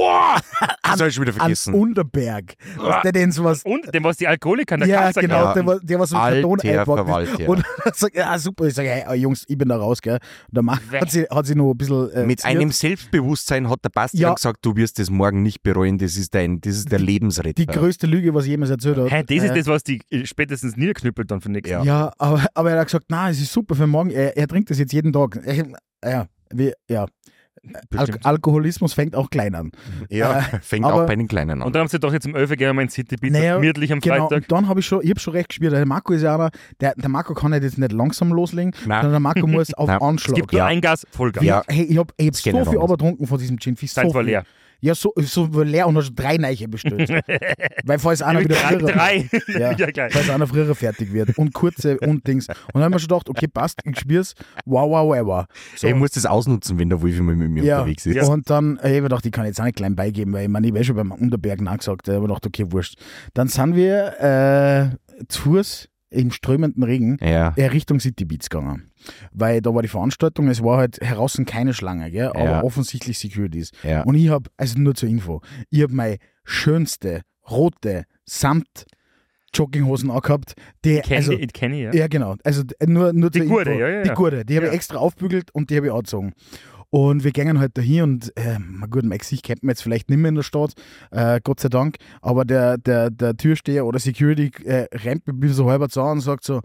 [SPEAKER 2] Das habe ich schon wieder
[SPEAKER 4] ans
[SPEAKER 2] vergessen.
[SPEAKER 4] Unterberg. Was der denn sowas...
[SPEAKER 3] Und dem, was die Alkoholiker in der
[SPEAKER 4] Ja,
[SPEAKER 3] Kasse
[SPEAKER 4] genau,
[SPEAKER 3] kaufen.
[SPEAKER 4] der, war- der war so ein
[SPEAKER 2] Alter
[SPEAKER 4] Karton eingepackt.
[SPEAKER 2] Verwalter.
[SPEAKER 4] ist. Und dann sagt, ja, super. Ich sage, hey, oh, Jungs, ich bin da raus, gell. Und der Marc
[SPEAKER 3] Weh.
[SPEAKER 4] hat sie, hat sie noch ein bisschen... Äh,
[SPEAKER 2] Mit
[SPEAKER 4] ziert.
[SPEAKER 2] einem Selbstbewusstsein hat der Bastian
[SPEAKER 4] Ja.
[SPEAKER 2] gesagt, du wirst das morgen nicht bereuen, das ist dein, das ist der Lebensretter.
[SPEAKER 4] Die größte Lüge, was jemals erzählt hat.
[SPEAKER 3] Hä, das ist
[SPEAKER 4] Äh,
[SPEAKER 3] das, was die äh, spätestens niederknüppelt dann für nichts.
[SPEAKER 2] Ja.
[SPEAKER 4] Ja, aber, aber er hat gesagt, na, es ist super für morgen. Er, er trinkt das jetzt jeden Tag. Er, ja, wie, ja. Al
[SPEAKER 3] Bestimmt.
[SPEAKER 4] Alkoholismus fängt auch klein an. Äh,
[SPEAKER 2] ja, fängt auch
[SPEAKER 4] aber-
[SPEAKER 2] bei den Kleinen an.
[SPEAKER 3] Und dann haben sie doch jetzt um 11 Uhr gerne mal in City Pizza,
[SPEAKER 4] Naja,
[SPEAKER 3] gemütlich am
[SPEAKER 4] Genau,
[SPEAKER 3] Freitag.
[SPEAKER 4] und dann habe ich schon, ich habe schon recht gespielt. Der Marco ist ja einer, der, der Marco kann halt jetzt nicht langsam loslegen,
[SPEAKER 2] Nein.
[SPEAKER 4] sondern der Marco muss auf
[SPEAKER 2] Nein.
[SPEAKER 4] Anschlag.
[SPEAKER 3] Gibt nur
[SPEAKER 2] Ja.
[SPEAKER 3] ein Gas, Vollgas.
[SPEAKER 2] Ja.
[SPEAKER 4] Hey, ich habe ich hab
[SPEAKER 2] geht
[SPEAKER 4] so
[SPEAKER 2] nicht
[SPEAKER 4] viel
[SPEAKER 2] anders.
[SPEAKER 4] abgetrunken von diesem Gin Fizz.
[SPEAKER 3] Seid
[SPEAKER 4] So
[SPEAKER 3] voll
[SPEAKER 4] viel.
[SPEAKER 3] leer.
[SPEAKER 4] Ja, so, so war leer und hast drei Neiche bestellt. weil falls einer wieder
[SPEAKER 3] Drei,
[SPEAKER 4] früher,
[SPEAKER 3] drei.
[SPEAKER 4] Ja,
[SPEAKER 3] Ja, gleich.
[SPEAKER 4] falls einer früher fertig wird und kurze und Dings. Und dann haben wir schon gedacht, okay, passt, ich spür's. Wow, wow, wow, wow. So.
[SPEAKER 2] Ich muss das ausnutzen, wenn der Wolf immer mit mir
[SPEAKER 4] Ja.
[SPEAKER 2] unterwegs ist.
[SPEAKER 4] Und dann, äh, ich hab mir gedacht, ich kann jetzt auch nicht klein beigeben, weil ich meine, ich wäre schon beim Unterberg nachgesagt. Ich hab mir gedacht, okay, wurscht. Dann sind wir äh, Tours im strömenden Regen
[SPEAKER 2] Ja.
[SPEAKER 4] äh, Richtung City Beats gegangen. Weil da war die Veranstaltung, es war halt heraußen keine Schlange, gell? aber
[SPEAKER 2] Ja.
[SPEAKER 4] offensichtlich Securities.
[SPEAKER 2] Ja.
[SPEAKER 4] Und ich hab also nur zur Info, ich hab meine schönste rote Samt Jogginghosen angehabt, die
[SPEAKER 3] Kenny,
[SPEAKER 4] also
[SPEAKER 3] ich kenn ich, ja.
[SPEAKER 4] ja, genau. Also d- nur, nur
[SPEAKER 3] Die
[SPEAKER 4] zur
[SPEAKER 3] Gurde,
[SPEAKER 4] Info.
[SPEAKER 3] ja, ja,
[SPEAKER 4] Die
[SPEAKER 3] ja.
[SPEAKER 4] Gurde, die habe ich
[SPEAKER 3] Ja.
[SPEAKER 4] extra aufbügelt und die habe ich angezogen. Und wir gingen halt da hier und, äh, mein gut, Max, ich kennt man jetzt vielleicht nicht mehr in der Stadt, äh, Gott sei Dank, aber der, der, der Türsteher oder Security äh, rennt mir ein bisschen so halber zu und sagt so,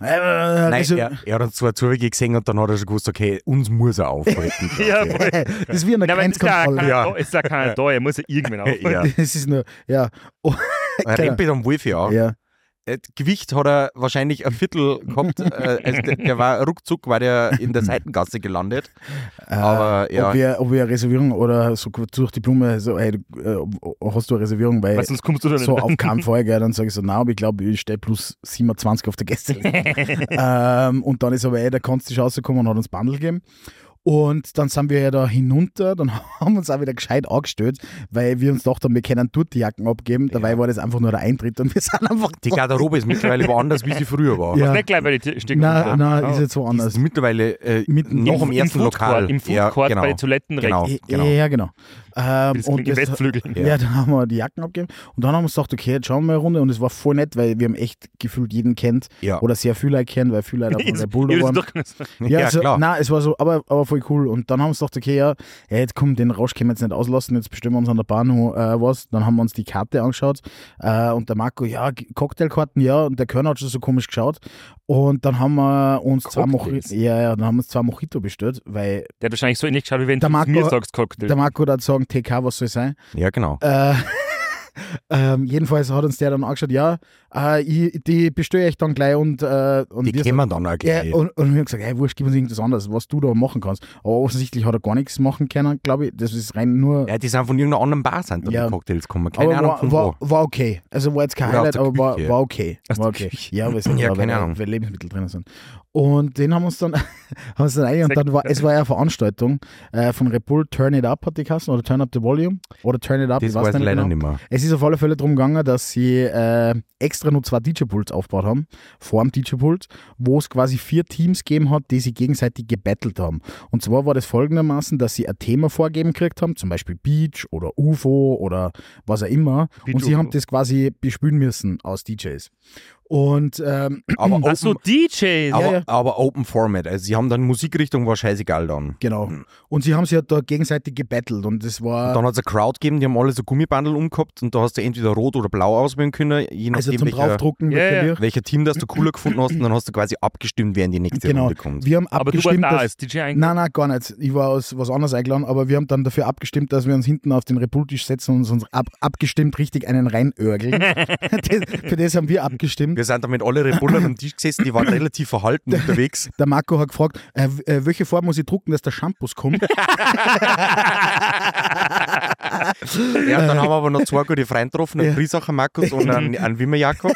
[SPEAKER 4] äh,
[SPEAKER 2] Nein,
[SPEAKER 4] also,
[SPEAKER 2] er, er hat uns zwei Zuwege gesehen und dann hat er schon gewusst, okay, uns muss er aufhalten.
[SPEAKER 3] Ja, voll.
[SPEAKER 4] das ist wie eine
[SPEAKER 3] Nein, aber es ist ja keiner
[SPEAKER 4] Grenzkontrolle.
[SPEAKER 2] Ja.
[SPEAKER 3] da, es ist ja keiner da, er muss ja irgendwann auf.
[SPEAKER 2] ja.
[SPEAKER 4] Das ist nur, ja. Oh,
[SPEAKER 2] Er rennt mit am Wolf ja.
[SPEAKER 4] ja.
[SPEAKER 2] Äh, Gewicht hat er wahrscheinlich ein Viertel gehabt. äh, also der, der war ruckzuck, war der in der Seitengasse gelandet. Aber
[SPEAKER 4] Äh, Ob,
[SPEAKER 2] ja,
[SPEAKER 4] wir, ob wir eine Reservierung oder so kurz durch die Blume, so, hey, du, äh, ob- hast du eine Reservierung? Weil
[SPEAKER 3] Weil sonst kommst du dann
[SPEAKER 4] so
[SPEAKER 3] nicht.
[SPEAKER 4] auf keinen Fall, gell. Dann sage ich so, nein, aber ich glaube, ich stehe plus 27 auf der Gäste. ähm, und dann ist aber eh der Konstisch rausgekommen und hat uns Bundle gegeben. Und dann sind wir ja da hinunter, dann haben wir uns auch wieder gescheit angestellt, weil wir uns dachten, wir können dort die Jacken abgeben. Dabei war das einfach nur der Eintritt und wir sind einfach
[SPEAKER 2] die Garderobe ist mittlerweile woanders, wie sie früher war.
[SPEAKER 4] Ja.
[SPEAKER 3] Nicht gleich bei den Stücken.
[SPEAKER 4] Nein, nein,
[SPEAKER 3] Oh,
[SPEAKER 4] ist jetzt
[SPEAKER 2] Die
[SPEAKER 4] woanders.
[SPEAKER 2] ist mittlerweile äh,
[SPEAKER 4] Mitten
[SPEAKER 2] noch
[SPEAKER 4] im-
[SPEAKER 2] im, ersten
[SPEAKER 3] Food Court,
[SPEAKER 2] Lokal.
[SPEAKER 3] Im
[SPEAKER 2] ja,
[SPEAKER 3] Food Court bei den Toiletten
[SPEAKER 2] Genau,
[SPEAKER 4] Ja,
[SPEAKER 2] genau.
[SPEAKER 4] Ja, genau. Ähm,
[SPEAKER 3] Das klingt im
[SPEAKER 4] das-
[SPEAKER 3] Westflügel.
[SPEAKER 4] Ja. dann haben wir die Jacken abgegeben und dann haben wir uns gedacht, okay, jetzt schauen wir mal eine Runde und es war voll nett, weil wir haben echt gefühlt jeden kennt
[SPEAKER 2] Ja.
[SPEAKER 4] oder sehr viele kennt, weil viele davon
[SPEAKER 3] Ist-
[SPEAKER 4] der Boulder
[SPEAKER 3] ist
[SPEAKER 4] waren.
[SPEAKER 3] doch-
[SPEAKER 2] Ja,
[SPEAKER 4] also,
[SPEAKER 2] klar.
[SPEAKER 4] Nein, es war so, aber, aber voll cool. Und dann haben wir uns gedacht, okay, ja, ja, jetzt komm, den Rausch können wir jetzt nicht auslassen, jetzt bestimmen wir uns an der Bahn äh, was. Dann haben wir uns die Karte angeschaut äh, und der Marco, ja, G- Cocktailkarten, ja, und der Körner hat schon so komisch geschaut. Und dann haben wir uns zwei
[SPEAKER 2] Cocktails?
[SPEAKER 4] Mojito, ja, ja, dann haben wir uns zwei Mojito bestellt, weil
[SPEAKER 3] Der hat wahrscheinlich so ähnlich geschaut, wie wenn
[SPEAKER 4] Der
[SPEAKER 3] du
[SPEAKER 4] Marco-
[SPEAKER 3] zu mir sagst, Cocktail.
[SPEAKER 4] der Marco hat sagen, TK, was soll sein?
[SPEAKER 2] ja, genau.
[SPEAKER 4] Äh, ähm, jedenfalls hat uns der dann angeschaut, ja, äh, ich, die bestelle ich dann gleich und, äh, und
[SPEAKER 2] Die
[SPEAKER 4] wir
[SPEAKER 2] kennen wir dann auch
[SPEAKER 4] ja,
[SPEAKER 2] gleich.
[SPEAKER 4] und, und wir haben gesagt, hey, wurscht, gib uns irgendwas anderes, was du da machen kannst. Aber offensichtlich hat er gar nichts machen können, glaube ich. Das ist rein nur.
[SPEAKER 2] Ja, die sind von irgendeiner anderen Bar, sind da
[SPEAKER 4] Ja.
[SPEAKER 2] die Cocktails gekommen. Keine
[SPEAKER 4] aber
[SPEAKER 2] Ahnung
[SPEAKER 4] war,
[SPEAKER 2] von wo.
[SPEAKER 4] war, war okay. Also war jetzt kein
[SPEAKER 2] Oder aus
[SPEAKER 4] Highlight,
[SPEAKER 2] der
[SPEAKER 4] aber war,
[SPEAKER 2] Küche.
[SPEAKER 4] war okay.
[SPEAKER 3] Aus
[SPEAKER 4] War
[SPEAKER 3] der
[SPEAKER 4] okay.
[SPEAKER 3] Küche.
[SPEAKER 4] Ja, weil, es-
[SPEAKER 2] Ja,
[SPEAKER 4] weil-
[SPEAKER 2] keine
[SPEAKER 4] weil-
[SPEAKER 2] Ahnung.
[SPEAKER 4] weil Lebensmittel drin sind. Und den haben wir uns dann, haben wir uns dann ein und dann war, es war ja eine Veranstaltung äh, von Red Bull Turn It Up hat die Kassen oder Turn Up the Volume oder Turn It Up,
[SPEAKER 2] Das weiß ich leider
[SPEAKER 4] genau.
[SPEAKER 2] nicht mehr.
[SPEAKER 4] Es ist auf alle Fälle darum gegangen, dass sie äh, extra nur zwei DJ-Pools aufgebaut haben, vor dem DJ-Pult, wo es quasi vier Teams gegeben hat, die sich gegenseitig gebettelt haben. Und zwar war das folgendermaßen, dass sie ein Thema vorgeben gekriegt haben, zum Beispiel Beach oder UFO oder was auch immer.
[SPEAKER 3] Beach
[SPEAKER 4] und sie
[SPEAKER 3] UFO.
[SPEAKER 4] haben das quasi bespielen müssen aus DJs. Und ähm,
[SPEAKER 2] Aber open,
[SPEAKER 3] Achso, DJs.
[SPEAKER 2] aber,
[SPEAKER 4] ja.
[SPEAKER 2] aber open Format. Also sie haben dann Musikrichtung, war scheißegal dann.
[SPEAKER 4] genau. Und sie haben sich ja da gegenseitig gebettelt und das war.
[SPEAKER 2] Dann hat es eine Crowd gegeben, die haben alle so Gummibandel umgehabt und da hast du entweder rot oder blau auswählen können, je
[SPEAKER 4] also
[SPEAKER 2] nachdem
[SPEAKER 4] zum
[SPEAKER 2] welcher,
[SPEAKER 4] Draufdrucken
[SPEAKER 3] Ja,
[SPEAKER 4] mit der
[SPEAKER 3] ja.
[SPEAKER 4] Licht.
[SPEAKER 2] welcher Team das du cooler gefunden hast und dann hast du quasi abgestimmt, wer in die nächste
[SPEAKER 4] Genau.
[SPEAKER 2] Runde kommt.
[SPEAKER 4] Wir haben
[SPEAKER 3] aber du warst
[SPEAKER 4] abgestimmt,
[SPEAKER 3] da
[SPEAKER 4] dass-
[SPEAKER 3] als DJ eingeladen.
[SPEAKER 4] Nein, nein, gar nicht. Ich war aus was anderes eingeladen, aber wir haben dann dafür abgestimmt, dass wir uns hinten auf den Repultisch setzen und uns ab, abgestimmt richtig einen reinörgeln. das, für das haben wir abgestimmt.
[SPEAKER 2] Wir sind da mit alle Rebullern am Tisch gesessen, die waren relativ verhalten unterwegs.
[SPEAKER 4] Der Marco hat gefragt, äh, w- äh, welche Form muss ich drucken, dass der Shampoos kommt?
[SPEAKER 2] Ja, dann haben wir aber noch zwei gute Freunde getroffen, einen Friesacher Markus und einen, einen Wimmer Jakob.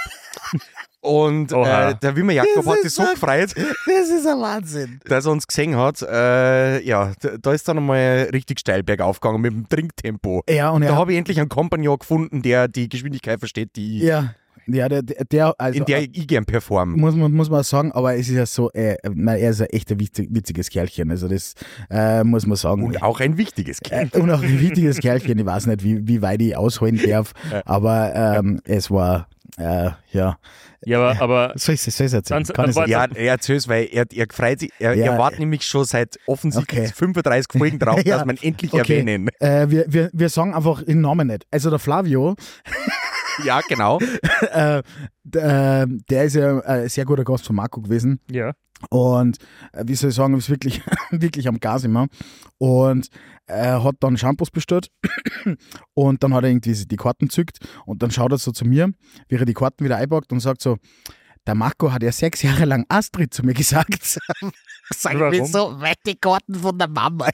[SPEAKER 2] Und
[SPEAKER 3] Oha.
[SPEAKER 2] äh, der Wimmer Jakob
[SPEAKER 4] Das
[SPEAKER 2] hat sich
[SPEAKER 4] ist
[SPEAKER 2] so
[SPEAKER 4] so-
[SPEAKER 2] gefreut,
[SPEAKER 4] das ist ein Wahnsinn.
[SPEAKER 2] dass er uns gesehen hat. Äh, ja, da, da ist dann einmal richtig steil bergauf gegangen mit dem Trinktempo.
[SPEAKER 4] Ja, und
[SPEAKER 2] Da
[SPEAKER 4] er
[SPEAKER 2] habe ich endlich einen Kompagnon gefunden, der die Geschwindigkeit versteht, die ich-
[SPEAKER 4] ja, ja, der, der- der also,
[SPEAKER 2] in der ich gern performe.
[SPEAKER 4] muss man, muss man auch sagen, aber es ist ja so, äh, nein, er ist ein echt ein witzig, witziges Kerlchen, also das äh, muss man sagen.
[SPEAKER 2] Und auch ein wichtiges Kind.
[SPEAKER 4] Äh, und auch ein wichtiges Kerlchen, ich weiß nicht, wie, wie weit ich ausholen darf, aber ähm, es war, äh, ja.
[SPEAKER 3] Ja, aber, aber
[SPEAKER 4] Soll ich es erzählen?
[SPEAKER 3] Dann-
[SPEAKER 4] Kann ich's
[SPEAKER 3] dann
[SPEAKER 4] erzählen?
[SPEAKER 2] Ja, er erzählt weil er, er freut sich, er,
[SPEAKER 4] also Ja.
[SPEAKER 2] er wartet nämlich schon seit offensichtlich
[SPEAKER 4] Okay.
[SPEAKER 2] 35 Folgen drauf,
[SPEAKER 4] Ja.
[SPEAKER 2] dass man endlich
[SPEAKER 4] Okay.
[SPEAKER 2] erwähnen.
[SPEAKER 4] Äh, wir, wir, wir sagen einfach den Namen nicht. Also der Flavio,
[SPEAKER 2] Ja, genau.
[SPEAKER 4] äh, d- äh, der ist ja ein sehr guter Gast von Marco gewesen.
[SPEAKER 3] ja.
[SPEAKER 4] Und äh, wie soll ich sagen, ist wirklich, wirklich am Gas immer. Und äh, hat dann Shampoos bestellt und dann hat er irgendwie die Karten zückt und dann schaut er so zu mir, wie er die Karten wieder einpackt und sagt so, der Marco hat ja sechs Jahre lang Astrid zu mir gesagt. Sag
[SPEAKER 3] Warum?
[SPEAKER 4] mir so, weg die Karten von der Mama.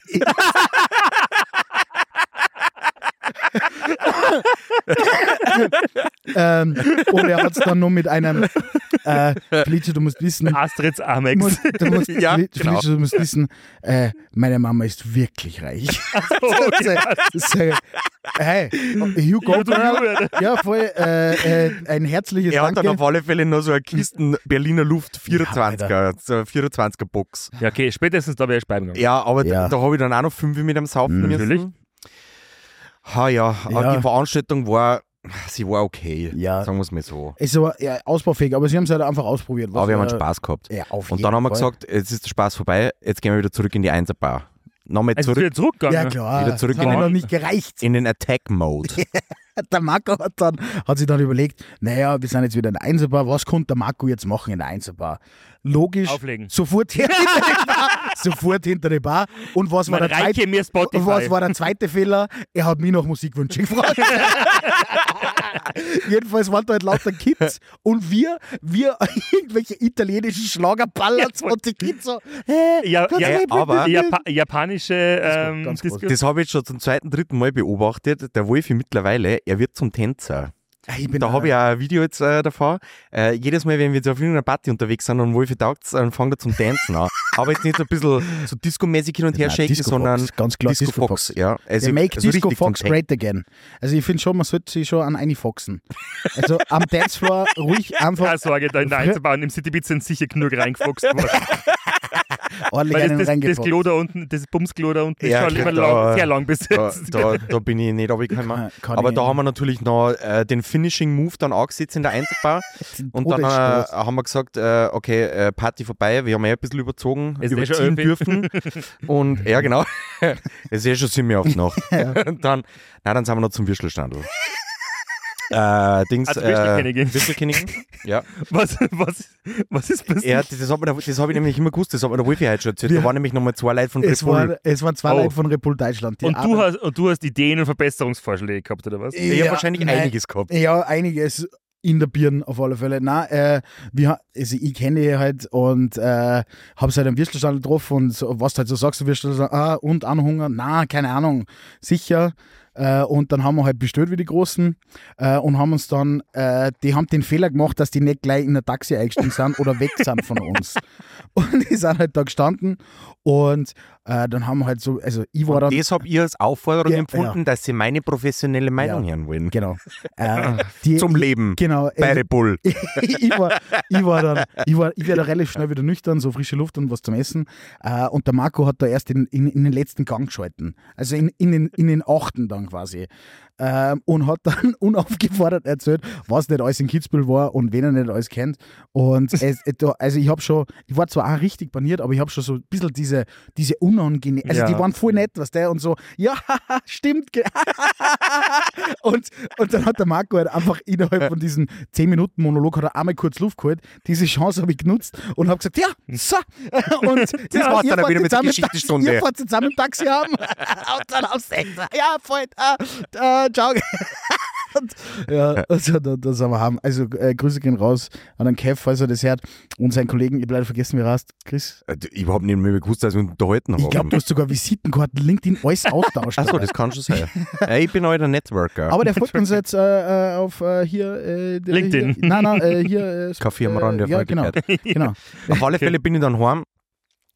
[SPEAKER 4] ähm, und er hat es dann nur mit einem, äh, Blitze, du musst wissen,
[SPEAKER 3] Astrids
[SPEAKER 4] Du
[SPEAKER 3] Amex.
[SPEAKER 4] musst, du musst,
[SPEAKER 2] Ja,
[SPEAKER 4] Felice,
[SPEAKER 2] genau.
[SPEAKER 4] du musst wissen, äh, meine Mama ist wirklich reich. so, hey, you go, girl. Ja, voll, äh, äh, ein herzliches
[SPEAKER 2] Er hat dann auf
[SPEAKER 4] Danke.
[SPEAKER 2] alle Fälle noch so eine Kisten Berliner Luft
[SPEAKER 4] Ja,
[SPEAKER 2] 24er, so eine 24er Box.
[SPEAKER 3] Ja, okay, spätestens da wäre ich bleiben gegangen.
[SPEAKER 2] Ja, aber
[SPEAKER 4] Ja.
[SPEAKER 2] da, da habe ich dann auch noch fünf mit am Saufen
[SPEAKER 3] Mhm.
[SPEAKER 2] müssen.
[SPEAKER 3] Natürlich.
[SPEAKER 2] Ha ja, aber
[SPEAKER 4] Ja.
[SPEAKER 2] die Veranstaltung war, sie war okay.
[SPEAKER 4] Ja.
[SPEAKER 2] Sagen wir es mal so.
[SPEAKER 4] Es war ja, ausbaufähig, aber sie haben es halt einfach ausprobiert. was,
[SPEAKER 2] Aber wir haben
[SPEAKER 4] äh,
[SPEAKER 2] einen Spaß gehabt.
[SPEAKER 4] Ja, auf
[SPEAKER 2] Und
[SPEAKER 4] jeden
[SPEAKER 2] dann haben wir
[SPEAKER 4] Fall.
[SPEAKER 2] gesagt, jetzt ist der Spaß vorbei, jetzt gehen wir wieder zurück in die Einserbar. Nochmal
[SPEAKER 3] Also
[SPEAKER 2] zurück
[SPEAKER 3] wieder zurückgegangen.
[SPEAKER 4] ja klar,
[SPEAKER 2] ne, wieder zurück
[SPEAKER 4] das hat
[SPEAKER 2] in
[SPEAKER 4] mir
[SPEAKER 2] den-
[SPEAKER 4] noch nicht gereicht.
[SPEAKER 2] in den Attack-Mode.
[SPEAKER 4] Der Marco hat, dann, hat sich dann überlegt, naja, wir sind jetzt wieder in der Einserbar, was konnte der Marco jetzt machen in der Einserbar? Logisch,
[SPEAKER 3] Auflegen.
[SPEAKER 4] sofort hinter die Bar, sofort hinter die Bar. Und was war
[SPEAKER 3] Man
[SPEAKER 4] der
[SPEAKER 3] reiche
[SPEAKER 4] zweite
[SPEAKER 3] mir Spotify.
[SPEAKER 4] Was war der zweite Fehler? Er hat mich nach Musikwünschen gefragt. Jedenfalls waren da halt lauter Kids und wir, wir irgendwelche italienischen Schlagerballerts und die Kids so, hä?
[SPEAKER 3] ja,
[SPEAKER 4] Kannst
[SPEAKER 3] ja,
[SPEAKER 4] du mir bitte
[SPEAKER 2] aber-
[SPEAKER 4] das-
[SPEAKER 3] Japa japanische ähm,
[SPEAKER 4] ganz groß.
[SPEAKER 3] Disco.
[SPEAKER 2] Das habe ich jetzt schon zum zweiten, dritten Mal beobachtet. Der Wolfi mittlerweile, er wird zum Tänzer.
[SPEAKER 4] Ich bin
[SPEAKER 2] Da habe ich auch ein Video jetzt äh, davon. Äh, jedes Mal, wenn wir jetzt auf irgendeiner Party unterwegs sind und Wolfi taugt dann fängt er zum Tanzen an. Aber jetzt nicht so ein bisschen so disco-mäßig hin und her
[SPEAKER 4] Nein,
[SPEAKER 2] shaken,
[SPEAKER 4] Disco
[SPEAKER 2] sondern
[SPEAKER 4] Fox, ganz klar
[SPEAKER 2] Disco
[SPEAKER 4] Disco
[SPEAKER 2] Fox.
[SPEAKER 4] Fox.
[SPEAKER 2] Ja. Also,
[SPEAKER 4] Wir make
[SPEAKER 2] also
[SPEAKER 4] Disco
[SPEAKER 2] richtig zum
[SPEAKER 4] Fox
[SPEAKER 2] Tanzen.
[SPEAKER 4] great again. Also ich finde schon, man sollte sich schon an einfoxen. Also am Dancefloor ruhig einfach
[SPEAKER 3] Keine Sorge, da in der Einzelbahn im City Beats sind sicher genug reingefuchst worden.
[SPEAKER 4] ordentlich
[SPEAKER 3] Weil
[SPEAKER 4] einen
[SPEAKER 3] das, das, das
[SPEAKER 4] reingefoxen.
[SPEAKER 3] Klo da unten, das Bumsklo da unten,
[SPEAKER 2] Ja,
[SPEAKER 3] ist schon
[SPEAKER 2] klar,
[SPEAKER 3] immer lang,
[SPEAKER 2] da-
[SPEAKER 3] sehr lang bis
[SPEAKER 2] Da,
[SPEAKER 3] jetzt.
[SPEAKER 2] da, da bin ich nicht runtergekommen.
[SPEAKER 4] Kann- kann
[SPEAKER 2] Aber
[SPEAKER 4] ich-
[SPEAKER 2] da haben wir natürlich noch äh, den Finishing Move dann angesetzt in der Einzelbar. Und dann äh,
[SPEAKER 4] Todesstoß.
[SPEAKER 2] haben wir gesagt, äh, okay, äh, Party vorbei, wir haben ja ein bisschen überzogen,
[SPEAKER 3] Ist eh schon
[SPEAKER 2] überziehen
[SPEAKER 3] elf.
[SPEAKER 2] dürfen. Und ja, genau. es ist eh schon ziemlich auf die Nacht. Und dann, nein, dann sind wir noch zum Würstelstandl. äh, Dings,
[SPEAKER 3] Also
[SPEAKER 2] äh,
[SPEAKER 3] Würstelkönigin.
[SPEAKER 2] Würstelkönigin. ja.
[SPEAKER 3] Was, was, was ist passiert?
[SPEAKER 2] ja, das, das habe das hab ich nämlich immer gewusst, das hat mir der Wolfi heute schon erzählt. Da waren nämlich nochmal zwei Leute von Red
[SPEAKER 4] es,
[SPEAKER 2] Bull.
[SPEAKER 4] war, es waren zwei
[SPEAKER 3] Oh.
[SPEAKER 4] Leute von Repul Deutschland. Die
[SPEAKER 3] und,
[SPEAKER 4] arbeiten-
[SPEAKER 3] du hast, und du hast Ideen und Verbesserungsvorschläge gehabt, oder was?
[SPEAKER 2] Ich
[SPEAKER 4] Ja,
[SPEAKER 2] habe wahrscheinlich
[SPEAKER 4] nein.
[SPEAKER 2] einiges gehabt.
[SPEAKER 4] Ja, einiges in der Birne auf alle Fälle. Nein, äh, wir, ha- also ich kenne die halt und äh, habe sie halt am Würstelstand getroffen und so, was du halt so sagst, du Würstelstand, ah, und Anhunger, na, keine Ahnung, sicher. Äh, und dann haben wir halt bestellt wie die Großen äh, und haben uns dann, äh, die haben den Fehler gemacht, dass die nicht gleich in ein Taxi eingestiegen sind oder weg sind von uns. Und die sind halt da gestanden und äh, dann haben wir halt so, also ich war dann.
[SPEAKER 2] Das habe ich als Aufforderung
[SPEAKER 4] Ja,
[SPEAKER 2] empfunden, dass sie meine professionelle Meinung hören wollen.
[SPEAKER 4] Genau. Äh, die,
[SPEAKER 2] Zum Leben.
[SPEAKER 4] Genau.
[SPEAKER 2] Bei
[SPEAKER 4] also-
[SPEAKER 2] Red Bull.
[SPEAKER 4] ich war, ich war dann, ich war, ich werde relativ schnell wieder nüchtern, so frische Luft und was zum Essen. Äh, und der Marco hat da erst in, in, in den letzten Gang geschalten. Also in, in, den, in den achten dann quasi. ähm, und hat dann unaufgefordert erzählt, was nicht alles in Kitzbühel war und wen er nicht alles kennt. Und es, äh, da- also ich habe schon, ich war zwar auch richtig baniert, aber ich habe schon so ein bisschen diese, diese unangenehm, also
[SPEAKER 3] Ja.
[SPEAKER 4] die waren voll nett, was der und so, ja, stimmt. ge- und, und dann hat der Marco halt einfach innerhalb von diesem 10-Minuten-Monolog hat er einmal kurz Luft geholt. Diese Chance habe ich genutzt und habe gesagt, ja, so. Und das
[SPEAKER 2] war's
[SPEAKER 4] ihr
[SPEAKER 2] dann
[SPEAKER 4] fahrt
[SPEAKER 2] wieder mit der
[SPEAKER 4] zusammen im
[SPEAKER 2] Geschichtenstunde.
[SPEAKER 4] Taxi- Ihr fahrt zusammen im Taxi haben. und dann aufs Ende. Ja, voll. Äh, äh, ciao. Und, ja, also, da, das haben wir haben. Also, äh, Grüße gehen raus an den Kev, falls er das hört. Und seinen Kollegen, ich habe leider vergessen, wie er heißt. Chris.
[SPEAKER 2] Äh, Ich habe nicht mehr gewusst, dass wir uns unterhalten haben.
[SPEAKER 4] Ich glaube, du hast sogar Visitenkarten, LinkedIn, alles austauscht.
[SPEAKER 2] Achso, das kann schon sein. Äh, ich bin euer Networker.
[SPEAKER 4] Aber der folgt uns jetzt äh, äh, auf äh, hier. Äh, der-
[SPEAKER 3] LinkedIn.
[SPEAKER 4] Hier, nein, nein, äh, hier. Äh,
[SPEAKER 2] Kaffee am Rand der
[SPEAKER 4] äh, Ja, genau. genau.
[SPEAKER 2] Auf alle Fälle bin ich dann heim.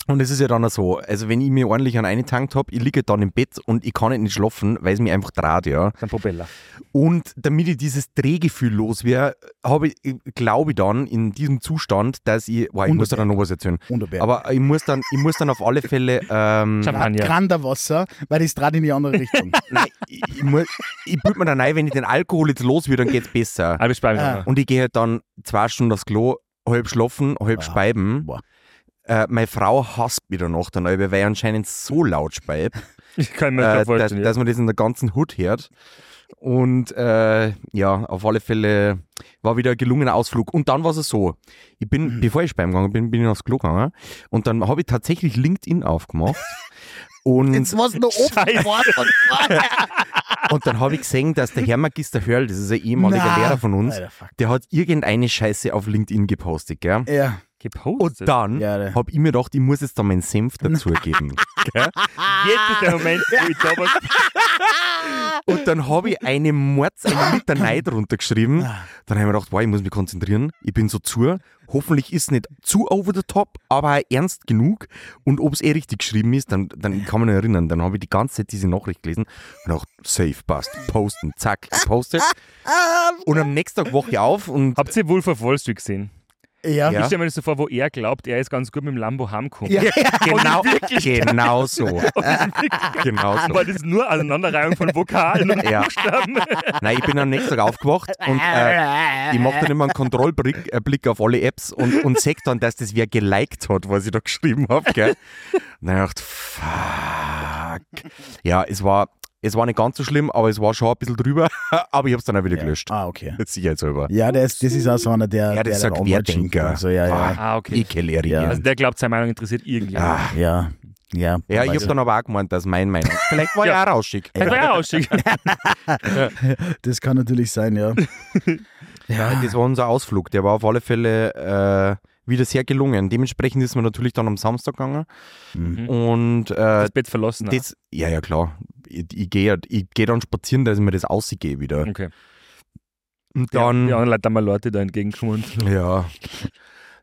[SPEAKER 2] Und es ist ja dann auch so, also wenn ich mir ordentlich an einen Tankt habe, ich liege halt dann im Bett und ich kann halt nicht schlafen, weil es mich einfach draht, ja.
[SPEAKER 3] Dann Propeller.
[SPEAKER 2] Und damit ich dieses Drehgefühl los wäre, habe ich, glaube ich dann in diesem Zustand, dass ich, wow, ich
[SPEAKER 4] Und-
[SPEAKER 2] muss da dann noch was erzählen.
[SPEAKER 4] Wunderbar.
[SPEAKER 2] Aber ich muss dann, ich muss dann auf alle Fälle, ähm,
[SPEAKER 3] Champagner.
[SPEAKER 4] Grander Wasser, weil das trat in die andere Richtung.
[SPEAKER 2] nein, ich, ich, muss- ich bild mir dann ein, wenn ich den Alkohol jetzt los will, dann geht's besser.
[SPEAKER 3] Aber ich spare mich
[SPEAKER 4] Ah.
[SPEAKER 3] noch.
[SPEAKER 2] Und ich gehe halt dann zwei Stunden aufs Klo, halb schlafen, halb
[SPEAKER 4] Ah,
[SPEAKER 2] speiben.
[SPEAKER 4] boah.
[SPEAKER 2] Äh, meine Frau hasst mich danach dann, weil ich anscheinend so laut speibe,
[SPEAKER 3] Ich kann mir
[SPEAKER 2] äh,
[SPEAKER 3] das
[SPEAKER 2] dass,
[SPEAKER 3] vorstellen. ja.
[SPEAKER 2] dass man das in der ganzen Hut hört. Und äh, ja, auf alle Fälle war wieder ein gelungener Ausflug. Und dann war es so, ich bin,
[SPEAKER 3] Mhm.
[SPEAKER 2] bevor ich speiben gegangen bin, bin ich aufs Klo gegangen und dann habe ich tatsächlich LinkedIn aufgemacht. Und
[SPEAKER 4] Jetzt was noch offen war von vorher.
[SPEAKER 2] Und dann habe ich gesehen, dass der Herr Magister Hörl, das ist ein ehemaliger
[SPEAKER 4] Na.
[SPEAKER 2] Lehrer von uns,
[SPEAKER 4] Alter, fuck.
[SPEAKER 2] der hat irgendeine Scheiße auf LinkedIn gepostet, gell?
[SPEAKER 4] Ja,
[SPEAKER 2] Und
[SPEAKER 3] Gepostet.
[SPEAKER 2] dann
[SPEAKER 4] Ja, der-
[SPEAKER 2] habe ich mir gedacht, ich muss jetzt da meinen Senf dazugeben.
[SPEAKER 3] Jetzt ist der Moment, wo ich da was
[SPEAKER 2] Und dann habe ich eine Mords, eine Mitterneid runtergeschrieben.
[SPEAKER 4] Ah.
[SPEAKER 2] Dann habe ich mir gedacht, wow, ich muss mich konzentrieren. Ich bin so zu. Hoffentlich ist es nicht zu over the top, aber auch ernst genug. Und ob es eh richtig geschrieben ist, dann, dann kann man mich erinnern. Dann habe ich die ganze Zeit diese Nachricht gelesen. Und auch safe, passt, posten, zack, gepostet. Und am nächsten Tag wache ich auf und
[SPEAKER 3] Habt ihr Wolf of Wall Street gesehen?
[SPEAKER 4] ja.
[SPEAKER 2] Ja.
[SPEAKER 3] Ich stelle mir das so vor, wo er glaubt, er ist ganz gut mit dem Lambo heimgekommen.
[SPEAKER 4] Ja.
[SPEAKER 2] genau, genau so. genau so.
[SPEAKER 3] Aber das ist nur Aneinanderreihung von Vokalen und
[SPEAKER 2] Ja.
[SPEAKER 3] Buchstaben.
[SPEAKER 2] Nein, ich bin am nächsten Tag aufgewacht und äh, ich mache dann immer einen Kontrollblick äh, Blick auf alle Apps und, und sehe dann, dass das wer geliked hat, was ich da geschrieben habe. Gell? Und dann dachte ich, fuck. Ja, es war, es war nicht ganz so schlimm, aber es war schon ein bisschen drüber. Aber ich habe es dann auch wieder gelöscht.
[SPEAKER 4] Ah, okay.
[SPEAKER 2] Sicherheitshalber.
[SPEAKER 4] Ja, der ist, das ist auch so einer, der.
[SPEAKER 2] Ja, das ist
[SPEAKER 4] der
[SPEAKER 2] ein
[SPEAKER 4] dann Anwalt schinkt.
[SPEAKER 2] Querdenker.
[SPEAKER 4] Also, ja, ja.
[SPEAKER 3] Ah,
[SPEAKER 2] Ich eh Ah, kenne
[SPEAKER 4] Ja.
[SPEAKER 2] ja.
[SPEAKER 3] Also der glaubt, seine Meinung interessiert irgendjemand.
[SPEAKER 4] Ja, ja.
[SPEAKER 2] ja, ich habe
[SPEAKER 4] Also,
[SPEAKER 2] dann aber auch gemeint, dass mein Meinung. Vielleicht war
[SPEAKER 3] Ja.
[SPEAKER 2] ja. ich auch rauschig.
[SPEAKER 3] Das war ja Ausstieg.
[SPEAKER 4] das kann natürlich sein, ja.
[SPEAKER 3] Ah.
[SPEAKER 2] Ja, das war unser Ausflug. Der war auf alle Fälle äh, wieder sehr gelungen. Dementsprechend ist man natürlich dann am Samstag gegangen. Und äh,
[SPEAKER 3] Mhm. Das Bett verlassen. ah.
[SPEAKER 2] das, ja, ja, klar. Ich, ich gehe ich geh dann spazieren, dass ich mir das aussehe wieder.
[SPEAKER 3] Okay.
[SPEAKER 2] Und dann,
[SPEAKER 3] Die
[SPEAKER 2] ja.
[SPEAKER 3] anderen Leute haben mir Leute da entgegengeschwunden.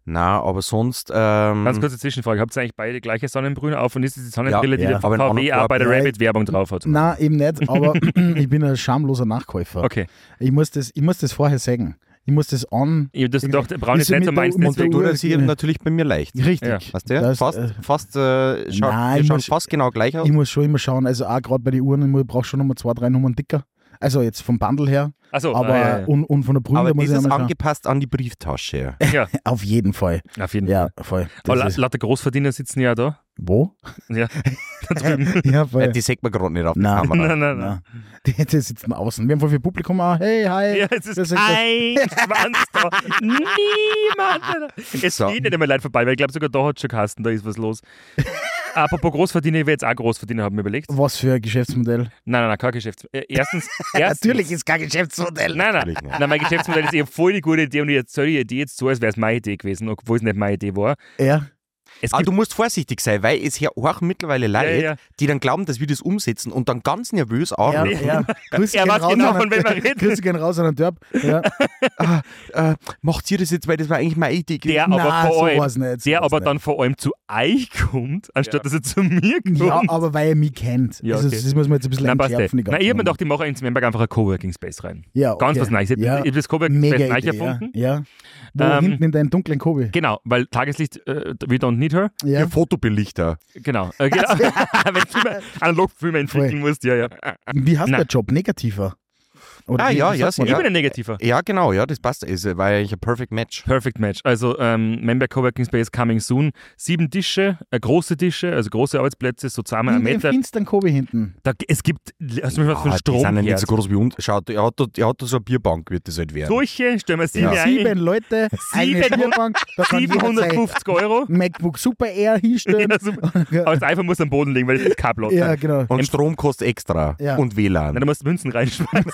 [SPEAKER 2] Na, aber sonst. Ähm,
[SPEAKER 3] Ganz kurze Zwischenfrage. Habt ihr eigentlich beide gleiche Sonnenbrühe auf und ist es die Sonnenbrille,
[SPEAKER 4] Mhm. Ja,
[SPEAKER 3] die
[SPEAKER 4] ja.
[SPEAKER 2] Aber in
[SPEAKER 3] der VW auch
[SPEAKER 2] anderen
[SPEAKER 3] bei der
[SPEAKER 4] Farben.
[SPEAKER 3] Rabbit-Werbung drauf hat?
[SPEAKER 4] Na, eben nicht, aber ich bin ein schamloser Nachkäufer.
[SPEAKER 3] Okay.
[SPEAKER 4] Ich, muss das, ich muss das vorher sagen. Ich muss das an.
[SPEAKER 3] Ich hab das gedacht, braun
[SPEAKER 4] Ist
[SPEAKER 3] ist
[SPEAKER 4] sie
[SPEAKER 3] nicht so
[SPEAKER 4] mit der-
[SPEAKER 3] meins,
[SPEAKER 4] mit der
[SPEAKER 3] deswegen.
[SPEAKER 2] du,
[SPEAKER 4] Uhr-
[SPEAKER 2] das hier natürlich bei mir leicht.
[SPEAKER 4] Richtig.
[SPEAKER 3] Ja.
[SPEAKER 2] Weißt du?
[SPEAKER 4] Das,
[SPEAKER 2] fast
[SPEAKER 4] äh,
[SPEAKER 2] fast äh, schaut,
[SPEAKER 4] nein,
[SPEAKER 2] wir
[SPEAKER 4] ich
[SPEAKER 2] schauen
[SPEAKER 4] muss-
[SPEAKER 2] fast genau gleich aus.
[SPEAKER 4] Ich muss schon immer schauen, also auch gerade bei den Uhren, ich brauche schon nochmal zwei, drei Nummern dicker. Also jetzt vom Bundle her,
[SPEAKER 3] Achso,
[SPEAKER 4] aber äh,
[SPEAKER 3] ah,
[SPEAKER 4] Und, und von der Brühe
[SPEAKER 2] aber
[SPEAKER 4] muss
[SPEAKER 2] das
[SPEAKER 4] ich
[SPEAKER 2] ist
[SPEAKER 4] einmal schauen.
[SPEAKER 2] angepasst an die Brieftasche.
[SPEAKER 3] ja, ja.
[SPEAKER 4] Auf jeden Fall.
[SPEAKER 3] ja, auf jeden Fall.
[SPEAKER 4] Ja, voll.
[SPEAKER 3] Aber
[SPEAKER 4] Das
[SPEAKER 3] la-
[SPEAKER 4] ist,
[SPEAKER 3] lauter Großverdiener sitzen ja da.
[SPEAKER 4] wo?
[SPEAKER 3] Ja.
[SPEAKER 4] ja,
[SPEAKER 2] Äh,
[SPEAKER 4] voll.
[SPEAKER 2] die sieht man gerade nicht auf der
[SPEAKER 4] Nein.
[SPEAKER 2] Kamera.
[SPEAKER 3] nein, nein, nein.
[SPEAKER 4] Na, die, die sitzen außen. Wir haben voll viel Publikum auch. Hey, hi.
[SPEAKER 3] Ja, es ist
[SPEAKER 4] Das ist-
[SPEAKER 3] kein Schwanz da. Niemand. Es
[SPEAKER 2] So.
[SPEAKER 3] geht nicht einmal Leute vorbei, weil ich glaube, sogar da hat schon Kasten, da ist was los. Apropos Großverdiener, ich werde jetzt auch Großverdiener, haben wir überlegt. Nein,
[SPEAKER 4] Was für ein Geschäftsmodell?
[SPEAKER 3] nein, nein, kein Geschäftsmodell. Erstens, erstens
[SPEAKER 4] Natürlich ist kein Geschäftsmodell.
[SPEAKER 3] Nein, nein,
[SPEAKER 2] Natürlich nicht.
[SPEAKER 3] nein, mein Geschäftsmodell ist eben voll die gute Idee und ich erzähle die Idee jetzt so, als wäre es meine Idee gewesen, obwohl es nicht meine Idee war.
[SPEAKER 4] Ja.
[SPEAKER 3] Es
[SPEAKER 2] Ah,
[SPEAKER 3] gibt
[SPEAKER 2] du musst vorsichtig sein, weil es hier auch mittlerweile Leute,
[SPEAKER 3] ja.
[SPEAKER 2] die dann glauben, dass wir das umsetzen und dann ganz nervös
[SPEAKER 4] Ja,
[SPEAKER 2] anrufen.
[SPEAKER 4] ja. Grüße
[SPEAKER 3] Er
[SPEAKER 4] gehen
[SPEAKER 3] weiß
[SPEAKER 4] raus
[SPEAKER 3] genau,
[SPEAKER 4] an den-
[SPEAKER 3] von wem er redet.
[SPEAKER 4] Grüße gehen raus an den Dörp. Ja.
[SPEAKER 2] Äh, macht ihr das jetzt, weil das war eigentlich meine Idee. gewesen.
[SPEAKER 3] der aber
[SPEAKER 4] Nein, so
[SPEAKER 3] vor allem,
[SPEAKER 4] war's nicht, so
[SPEAKER 3] der
[SPEAKER 4] war's
[SPEAKER 3] aber
[SPEAKER 4] nicht.
[SPEAKER 3] dann vor allem zu euch kommt, anstatt dass er zu mir kommt.
[SPEAKER 4] Ja, aber weil ihr mich kennt.
[SPEAKER 3] Ja,
[SPEAKER 4] also,
[SPEAKER 3] okay.
[SPEAKER 4] Das muss man jetzt ein bisschen
[SPEAKER 3] Nein, passt eh.
[SPEAKER 4] entschärfen. die ganze
[SPEAKER 3] Nein, ich habe mir
[SPEAKER 4] Nummer.
[SPEAKER 3] gedacht, ich mache in Nürnberg einfach ein Coworking Space rein.
[SPEAKER 4] Ja, okay.
[SPEAKER 3] Ganz was Neues. Ich habe
[SPEAKER 4] Ja.
[SPEAKER 3] ich hab das Coworking
[SPEAKER 4] Mega
[SPEAKER 3] Space neu
[SPEAKER 4] Idee, ja.
[SPEAKER 3] erfunden.
[SPEAKER 4] ja. Wo
[SPEAKER 3] Ähm,
[SPEAKER 4] hinten in deinem dunklen Kobi.
[SPEAKER 3] Genau, weil Tageslicht, äh, we don't need her.
[SPEAKER 4] Ja.
[SPEAKER 2] Ihr Fotobelichter.
[SPEAKER 3] Genau. Äh, genau. Wenn du Filme, analog Filme entwickeln musst, ja, ja.
[SPEAKER 4] Wie hast du
[SPEAKER 3] Nein.
[SPEAKER 4] der Job? Negativer. Oder
[SPEAKER 2] Ah,
[SPEAKER 4] wie-
[SPEAKER 2] ja,
[SPEAKER 4] wie
[SPEAKER 2] ja,
[SPEAKER 4] sagt man
[SPEAKER 2] sicher.
[SPEAKER 3] Ich bin ein Negativer.
[SPEAKER 2] Ja, genau, ja, das passt. Es war eigentlich ein perfect match.
[SPEAKER 3] Perfect Match. Also ähm, Member Coworking Space coming soon. Sieben Tische, äh, große Tische, also große Arbeitsplätze, so
[SPEAKER 4] da?
[SPEAKER 3] zusammen ein
[SPEAKER 4] Hinter dem
[SPEAKER 3] Meter.
[SPEAKER 4] finstern Kobe hinten.
[SPEAKER 3] Da, es gibt, hast du mich was für
[SPEAKER 2] Ah, die
[SPEAKER 3] einen
[SPEAKER 2] sind ja
[SPEAKER 3] Strom
[SPEAKER 2] nicht so groß wie uns. Schaut, er hat, da, er hat da so eine Bierbank, wird das halt werden.
[SPEAKER 3] Solche, stellen wir sieben
[SPEAKER 2] Ja.
[SPEAKER 4] Sieben
[SPEAKER 3] ein.
[SPEAKER 4] Leute, eine
[SPEAKER 3] 700
[SPEAKER 4] Bierbank, da kann jeder sein
[SPEAKER 3] 750 Euro.
[SPEAKER 4] MacBook Super Air hinstellen.
[SPEAKER 3] Ja, super. Aber das iPhone muss am Boden liegen, weil das ist kein Plot.
[SPEAKER 4] ja, genau.
[SPEAKER 2] Und Strom kostet extra.
[SPEAKER 4] Ja.
[SPEAKER 2] Und
[SPEAKER 3] Nein,
[SPEAKER 2] WLAN.
[SPEAKER 3] du musst Münzen reinschmeißen.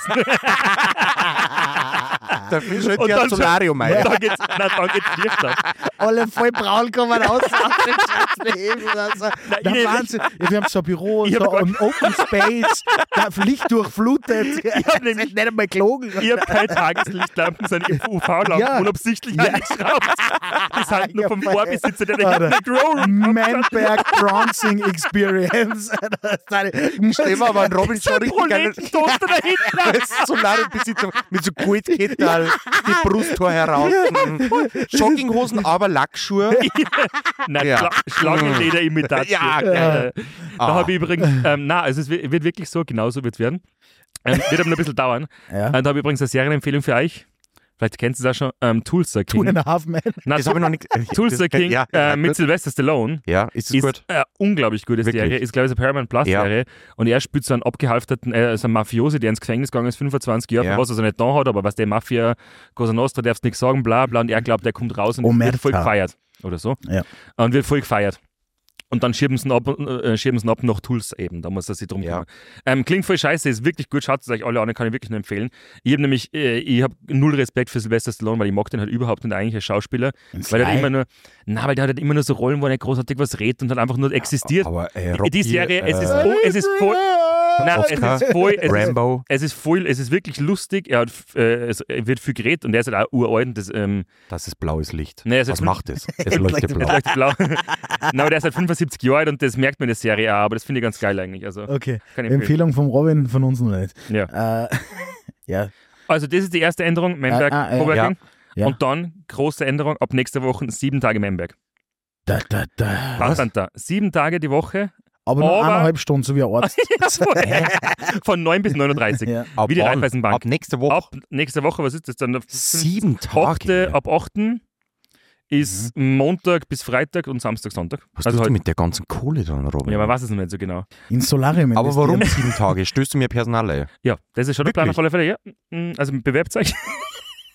[SPEAKER 2] Da findest du halt
[SPEAKER 3] Und
[SPEAKER 2] kein
[SPEAKER 3] dann-
[SPEAKER 2] Solarium ein.
[SPEAKER 3] dann geht's, nein, dann geht's leichter.
[SPEAKER 4] Alle voll braun kommen raus aus den schwarzen Hebel. Also, der
[SPEAKER 3] ich-
[SPEAKER 4] Wahnsinn. Ja, wir haben so ein Büro,
[SPEAKER 3] Ich hab
[SPEAKER 4] so
[SPEAKER 3] gar-
[SPEAKER 4] ein Open Space, da Licht durchflutet. Ich
[SPEAKER 3] hab nämlich-
[SPEAKER 4] nicht einmal gelogen.
[SPEAKER 3] Ich habe keine Tageslichtlampen, sondern UV-Lampen
[SPEAKER 4] Ja.
[SPEAKER 3] unabsichtlich
[SPEAKER 4] Ja.
[SPEAKER 3] eingeschraubt. Die sind nur
[SPEAKER 4] Ja,
[SPEAKER 3] vom
[SPEAKER 4] voll.
[SPEAKER 3] Vorbesitzer, der
[SPEAKER 4] Alter.
[SPEAKER 3] hat Grow
[SPEAKER 4] Manberg Bronzing Experience.
[SPEAKER 2] Stell mal, wenn Robin schon richtig einen
[SPEAKER 3] Planetentoaster da hinten.
[SPEAKER 2] Solariumbesitzer mit so Goldkettel, die Brusthaar heraus. hm, Jogginghosen, aber Lackschuhe.
[SPEAKER 3] Nein,
[SPEAKER 2] Ja.
[SPEAKER 3] Schla Schlangenlederimitation.
[SPEAKER 2] Ja, geil.
[SPEAKER 3] Äh, Da
[SPEAKER 2] Ah.
[SPEAKER 3] habe ich übrigens, ähm, na, also es wi- wird wirklich so, genauso wird es werden. Ähm, wird aber noch ein bisschen dauern.
[SPEAKER 4] Ja.
[SPEAKER 3] Äh, Da habe ich übrigens eine Serienempfehlung für euch. Vielleicht kennt ihr es auch schon, ähm, Tulsa
[SPEAKER 4] Two
[SPEAKER 3] King.
[SPEAKER 4] and a half man.
[SPEAKER 3] Na,
[SPEAKER 2] Das habe ich noch nicht.
[SPEAKER 3] Tulsa
[SPEAKER 2] das-
[SPEAKER 3] King
[SPEAKER 2] Ja,
[SPEAKER 3] äh,
[SPEAKER 2] ja,
[SPEAKER 3] mit
[SPEAKER 2] gut.
[SPEAKER 3] Sylvester Stallone.
[SPEAKER 2] ja ist das
[SPEAKER 3] ist
[SPEAKER 2] gut?
[SPEAKER 3] eine unglaublich gute
[SPEAKER 2] Wirklich?
[SPEAKER 3] Serie. Ist, glaube ich, eine Paramount Plus-Serie. Und er spielt so einen abgehalfterten, äh, so einen Mafiosi, der ins Gefängnis gegangen ist, 25 Jahre,
[SPEAKER 2] Ja.
[SPEAKER 3] was er so nicht da hat, aber was der Mafia, Cosa Nostra, darfst nichts sagen, bla bla. Und er glaubt, er kommt raus und
[SPEAKER 4] Omerta.
[SPEAKER 3] wird voll gefeiert. Oder so.
[SPEAKER 4] Ja.
[SPEAKER 3] Und wird voll gefeiert. Und dann schieben sie ihn ab, äh, schieben sie ihn ab nach Tools eben. Da muss er sich drum
[SPEAKER 2] Ja.
[SPEAKER 3] kümmern. Ähm, klingt voll scheiße, ist wirklich gut. Schaut es euch alle an, kann ich wirklich nur empfehlen. Ich habe nämlich, äh, ich habe null Respekt für Sylvester Stallone, weil ich mag den halt überhaupt nicht eigentlich als Schauspieler. Weil er hat immer nur, na, weil der hat halt immer nur so Rollen, wo er nicht großartig was redet und hat einfach nur existiert.
[SPEAKER 2] Aber äh,
[SPEAKER 3] Die
[SPEAKER 2] Rocky,
[SPEAKER 3] Serie, es ist,
[SPEAKER 2] äh,
[SPEAKER 3] oh, es ist voll, nein,
[SPEAKER 2] Oscar,
[SPEAKER 3] es ist voll, es ist,
[SPEAKER 2] Rambo.
[SPEAKER 3] es ist voll, es ist wirklich lustig. Er hat, f- äh, es wird viel geredet und er ist halt auch uralt und das, ähm,
[SPEAKER 2] Das ist blaues Licht.
[SPEAKER 3] Nee, es ist
[SPEAKER 2] Was
[SPEAKER 3] fünf-
[SPEAKER 2] macht es? Es leuchtet
[SPEAKER 3] das
[SPEAKER 2] blau.
[SPEAKER 3] leuchtet blau. na, aber der ist halt 75 Jahre alt und das merkt man in der Serie auch, aber das finde ich ganz geil eigentlich. Also,
[SPEAKER 4] Okay,
[SPEAKER 3] Kann ich empfehlen.
[SPEAKER 4] Empfehlung vom Robin, von uns noch nicht.
[SPEAKER 3] Ja.
[SPEAKER 4] Äh, ja,
[SPEAKER 3] Also das ist die erste Änderung, Memberg,
[SPEAKER 4] Ah, ah, ja.
[SPEAKER 3] Coworking.
[SPEAKER 4] Ja.
[SPEAKER 3] Und dann große Änderung, ab nächster Woche sieben Tage Memberg.
[SPEAKER 4] da, da, da.
[SPEAKER 3] Was stand da? Sieben Tage die Woche
[SPEAKER 4] Aber nur
[SPEAKER 3] Aber-
[SPEAKER 4] eineinhalb Stunden, so wie ein Arzt.
[SPEAKER 3] von 9 bis 39.
[SPEAKER 4] Ja.
[SPEAKER 2] Ab
[SPEAKER 3] Wie die
[SPEAKER 2] wann?
[SPEAKER 3] Raiffeisenbank.
[SPEAKER 2] Ab nächste Woche.
[SPEAKER 3] Ab nächste Woche, was ist das dann?
[SPEAKER 2] Sieben
[SPEAKER 3] Achte,
[SPEAKER 2] Tage. Mhm.
[SPEAKER 3] ab 8. ist Montag bis Freitag und Samstag, Sonntag.
[SPEAKER 2] Was
[SPEAKER 3] also
[SPEAKER 2] tust
[SPEAKER 3] halt,
[SPEAKER 2] du mit der ganzen Kohle dann, Robin?
[SPEAKER 3] ja, man weiß es noch nicht so genau.
[SPEAKER 4] In Solarium.
[SPEAKER 2] Aber warum
[SPEAKER 4] investieren.
[SPEAKER 2] sieben Tage? Stößt du mir Personal ein?
[SPEAKER 3] Ja, das ist schon der Plan auf
[SPEAKER 2] Wirklich?
[SPEAKER 3] alle Fälle. Ja. Mm, Also bewerbt euch.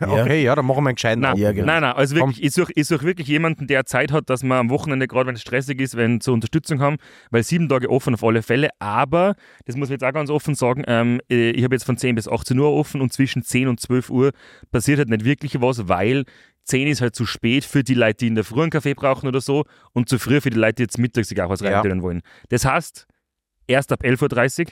[SPEAKER 4] Ja.
[SPEAKER 2] Okay, ja, dann machen wir einen gescheiten
[SPEAKER 3] Nein,
[SPEAKER 2] Abend.
[SPEAKER 4] Ja, genau.
[SPEAKER 3] nein, nein. Also wirklich, ich suche ich such wirklich jemanden, der Zeit hat, dass man am Wochenende, gerade wenn es stressig ist, wenn zur Unterstützung haben, weil sieben Tage offen auf alle Fälle. Aber, das muss man jetzt auch ganz offen sagen, ähm, äh, ich habe jetzt von 10 bis 18 Uhr offen und zwischen 10 und 12 Uhr passiert halt nicht wirklich was, weil 10 ist halt zu spät für die Leute, die in der Früh einen Kaffee brauchen oder so und zu früh für die Leute, die jetzt mittags sich auch was
[SPEAKER 2] Ja.
[SPEAKER 3] reinstellen wollen. Das heißt, erst ab 11.30 Uhr,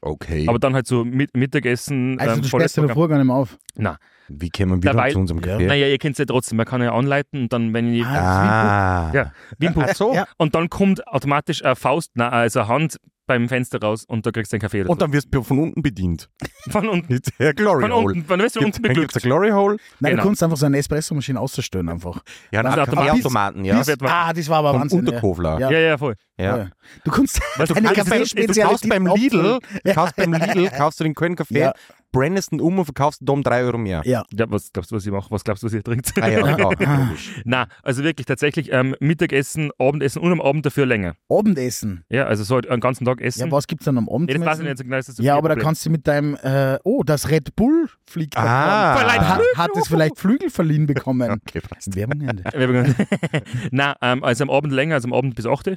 [SPEAKER 2] Okay.
[SPEAKER 3] aber dann halt so mit Mittagessen.
[SPEAKER 4] Also
[SPEAKER 3] ähm,
[SPEAKER 4] du
[SPEAKER 3] volles
[SPEAKER 4] sperrst dir
[SPEAKER 3] Programm.
[SPEAKER 4] davor gar nicht mehr auf.
[SPEAKER 2] Wie kämen wir
[SPEAKER 3] Dabei-
[SPEAKER 2] dann zu unserem
[SPEAKER 4] Ja.
[SPEAKER 2] Café?
[SPEAKER 3] Naja, ihr kennt es ja trotzdem, man kann ja anleiten und dann, wenn ihr.
[SPEAKER 4] Ah,
[SPEAKER 2] Ah.
[SPEAKER 3] Ja, wie ein Buch.
[SPEAKER 2] so.
[SPEAKER 4] Ja.
[SPEAKER 3] Und dann kommt automatisch eine Faust, nein, also eine Hand beim Fenster raus und da kriegst du einen Kaffee. Oder
[SPEAKER 2] Und dann wirst du von unten bedient.
[SPEAKER 3] so. Von unten.
[SPEAKER 2] Mit der Glory
[SPEAKER 3] Von
[SPEAKER 2] Hole.
[SPEAKER 3] unten. Von wirst du
[SPEAKER 2] Gibt's-
[SPEAKER 3] unten
[SPEAKER 2] dann
[SPEAKER 3] beglückt.
[SPEAKER 2] gibt's eine Glory Hole.
[SPEAKER 4] Nein,
[SPEAKER 3] Genau.
[SPEAKER 4] du kannst einfach so eine Espresso-Maschine auszustellen einfach.
[SPEAKER 2] Ja,
[SPEAKER 3] Also
[SPEAKER 2] einen
[SPEAKER 3] Automat-
[SPEAKER 2] Kaffeeautomaten, ja.
[SPEAKER 3] Bis-
[SPEAKER 4] Ah, das war aber
[SPEAKER 2] Vom
[SPEAKER 4] Wahnsinn.
[SPEAKER 2] Unterkofler.
[SPEAKER 4] Ja.
[SPEAKER 3] Ja, ja, voll.
[SPEAKER 4] Ja.
[SPEAKER 2] Ja. Also
[SPEAKER 4] Ja. Du kannst
[SPEAKER 2] Du
[SPEAKER 3] eh
[SPEAKER 4] eine
[SPEAKER 2] kaufst beim- du kaufst
[SPEAKER 4] Kaffeespezialität
[SPEAKER 2] beim Lidl, du kaufst beim Lidl, kaufst du den Köln Kaffee,
[SPEAKER 4] Ja.
[SPEAKER 2] brennest ihn um und verkaufst ihn da um 3 Euro mehr.
[SPEAKER 4] Ja.
[SPEAKER 3] Ja, was glaubst du, was ich mache? Was glaubst du, was ihr trinkt?
[SPEAKER 2] Ah, ja, klar, logisch.
[SPEAKER 3] Na, also wirklich tatsächlich ähm, Mittagessen, Abendessen und am Abend dafür länger.
[SPEAKER 4] Abendessen.
[SPEAKER 3] Ja, also so halt einen ganzen Tag essen.
[SPEAKER 4] Ja, was gibt's dann am Abend?
[SPEAKER 3] Ja, das
[SPEAKER 4] zum
[SPEAKER 3] weiß ich
[SPEAKER 4] Essen?
[SPEAKER 3] nicht so genau. Ist das so
[SPEAKER 4] Ja,
[SPEAKER 3] viel
[SPEAKER 4] aber da
[SPEAKER 3] Problem.
[SPEAKER 4] kannst du mit deinem, äh, oh, das Red Bull fliegt. da
[SPEAKER 2] Ah.
[SPEAKER 4] vorne.
[SPEAKER 2] Verleiht
[SPEAKER 4] Hat, hat es vielleicht Flügel verliehen bekommen?
[SPEAKER 2] Okay, passt.
[SPEAKER 4] Werbung Ende.
[SPEAKER 3] Na, ähm, also am Abend länger, also am Abend bis 8 Uhr,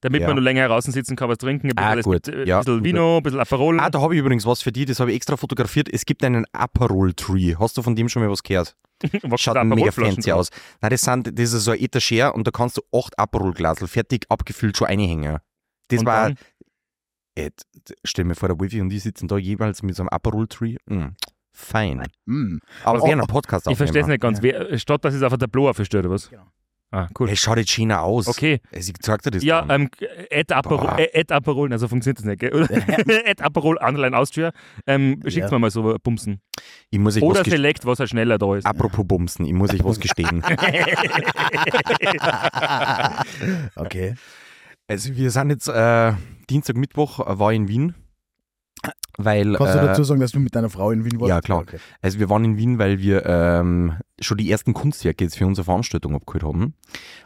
[SPEAKER 3] damit
[SPEAKER 2] Ja.
[SPEAKER 3] man nur länger draußen sitzen kann, was trinken, ein bisschen,
[SPEAKER 2] Ah,
[SPEAKER 3] alles
[SPEAKER 2] gut.
[SPEAKER 3] mit, äh,
[SPEAKER 2] Ja,
[SPEAKER 3] bisschen
[SPEAKER 2] gut.
[SPEAKER 3] Vino, ein bisschen Aperol.
[SPEAKER 2] Ah, da habe ich übrigens was für dich, das habe ich extra fotografiert. Es gibt einen Aperol-Tree. Hast du von dem schon mal was gehört?
[SPEAKER 3] Was
[SPEAKER 2] Schaut
[SPEAKER 3] für
[SPEAKER 2] mega
[SPEAKER 3] Aperolflaschen
[SPEAKER 2] fancy
[SPEAKER 3] drauf?
[SPEAKER 2] aus. Nein, das, sind, das ist so ein Etagere und da kannst du acht Aperol-Glasel fertig abgefüllt schon einhängen. Das
[SPEAKER 3] Und
[SPEAKER 2] war,
[SPEAKER 3] dann?
[SPEAKER 2] äh, d- stell mir vor, der Wifi und die sitzen da jeweils mit so einem Aperol-Tree. Mm, fein.
[SPEAKER 4] Mm.
[SPEAKER 2] Aber
[SPEAKER 4] Oh,
[SPEAKER 2] wir haben
[SPEAKER 4] oh,
[SPEAKER 2] einen Podcast
[SPEAKER 3] Ich verstehe es nicht ganz.
[SPEAKER 4] Ja.
[SPEAKER 3] Wer, äh, statt dass es auf ein Tableau aufgestellt oder was?
[SPEAKER 4] Genau.
[SPEAKER 3] Ah, cool.
[SPEAKER 2] Es schaut jetzt schöner aus.
[SPEAKER 3] Okay.
[SPEAKER 2] Äh, Sie sagt dir das
[SPEAKER 3] Ja,
[SPEAKER 2] dann.
[SPEAKER 3] ähm, Ad Aperol,
[SPEAKER 2] Boah.
[SPEAKER 3] äh, Ad Aperol, also funktioniert das nicht, gell? Ad Aperol, Underline Austria. Ähm, schickt
[SPEAKER 4] Ja.
[SPEAKER 3] mir mal so Bumsen.
[SPEAKER 2] ich muss Ah, euch
[SPEAKER 3] Oder
[SPEAKER 2] was gestehen.
[SPEAKER 3] Select, was halt schneller da ist.
[SPEAKER 2] Apropos Bumsen, ich muss euch was gestehen.
[SPEAKER 4] Okay.
[SPEAKER 2] Also wir sind jetzt äh, Dienstag, Mittwoch äh, war ich in Wien. weil.
[SPEAKER 4] Kannst du
[SPEAKER 2] äh,
[SPEAKER 4] dazu sagen, dass du mit deiner Frau in Wien warst?
[SPEAKER 2] Ja, klar.
[SPEAKER 4] Okay.
[SPEAKER 2] Also wir waren in Wien, weil wir ähm, schon die ersten Kunstwerke jetzt für unsere Veranstaltung abgeholt haben.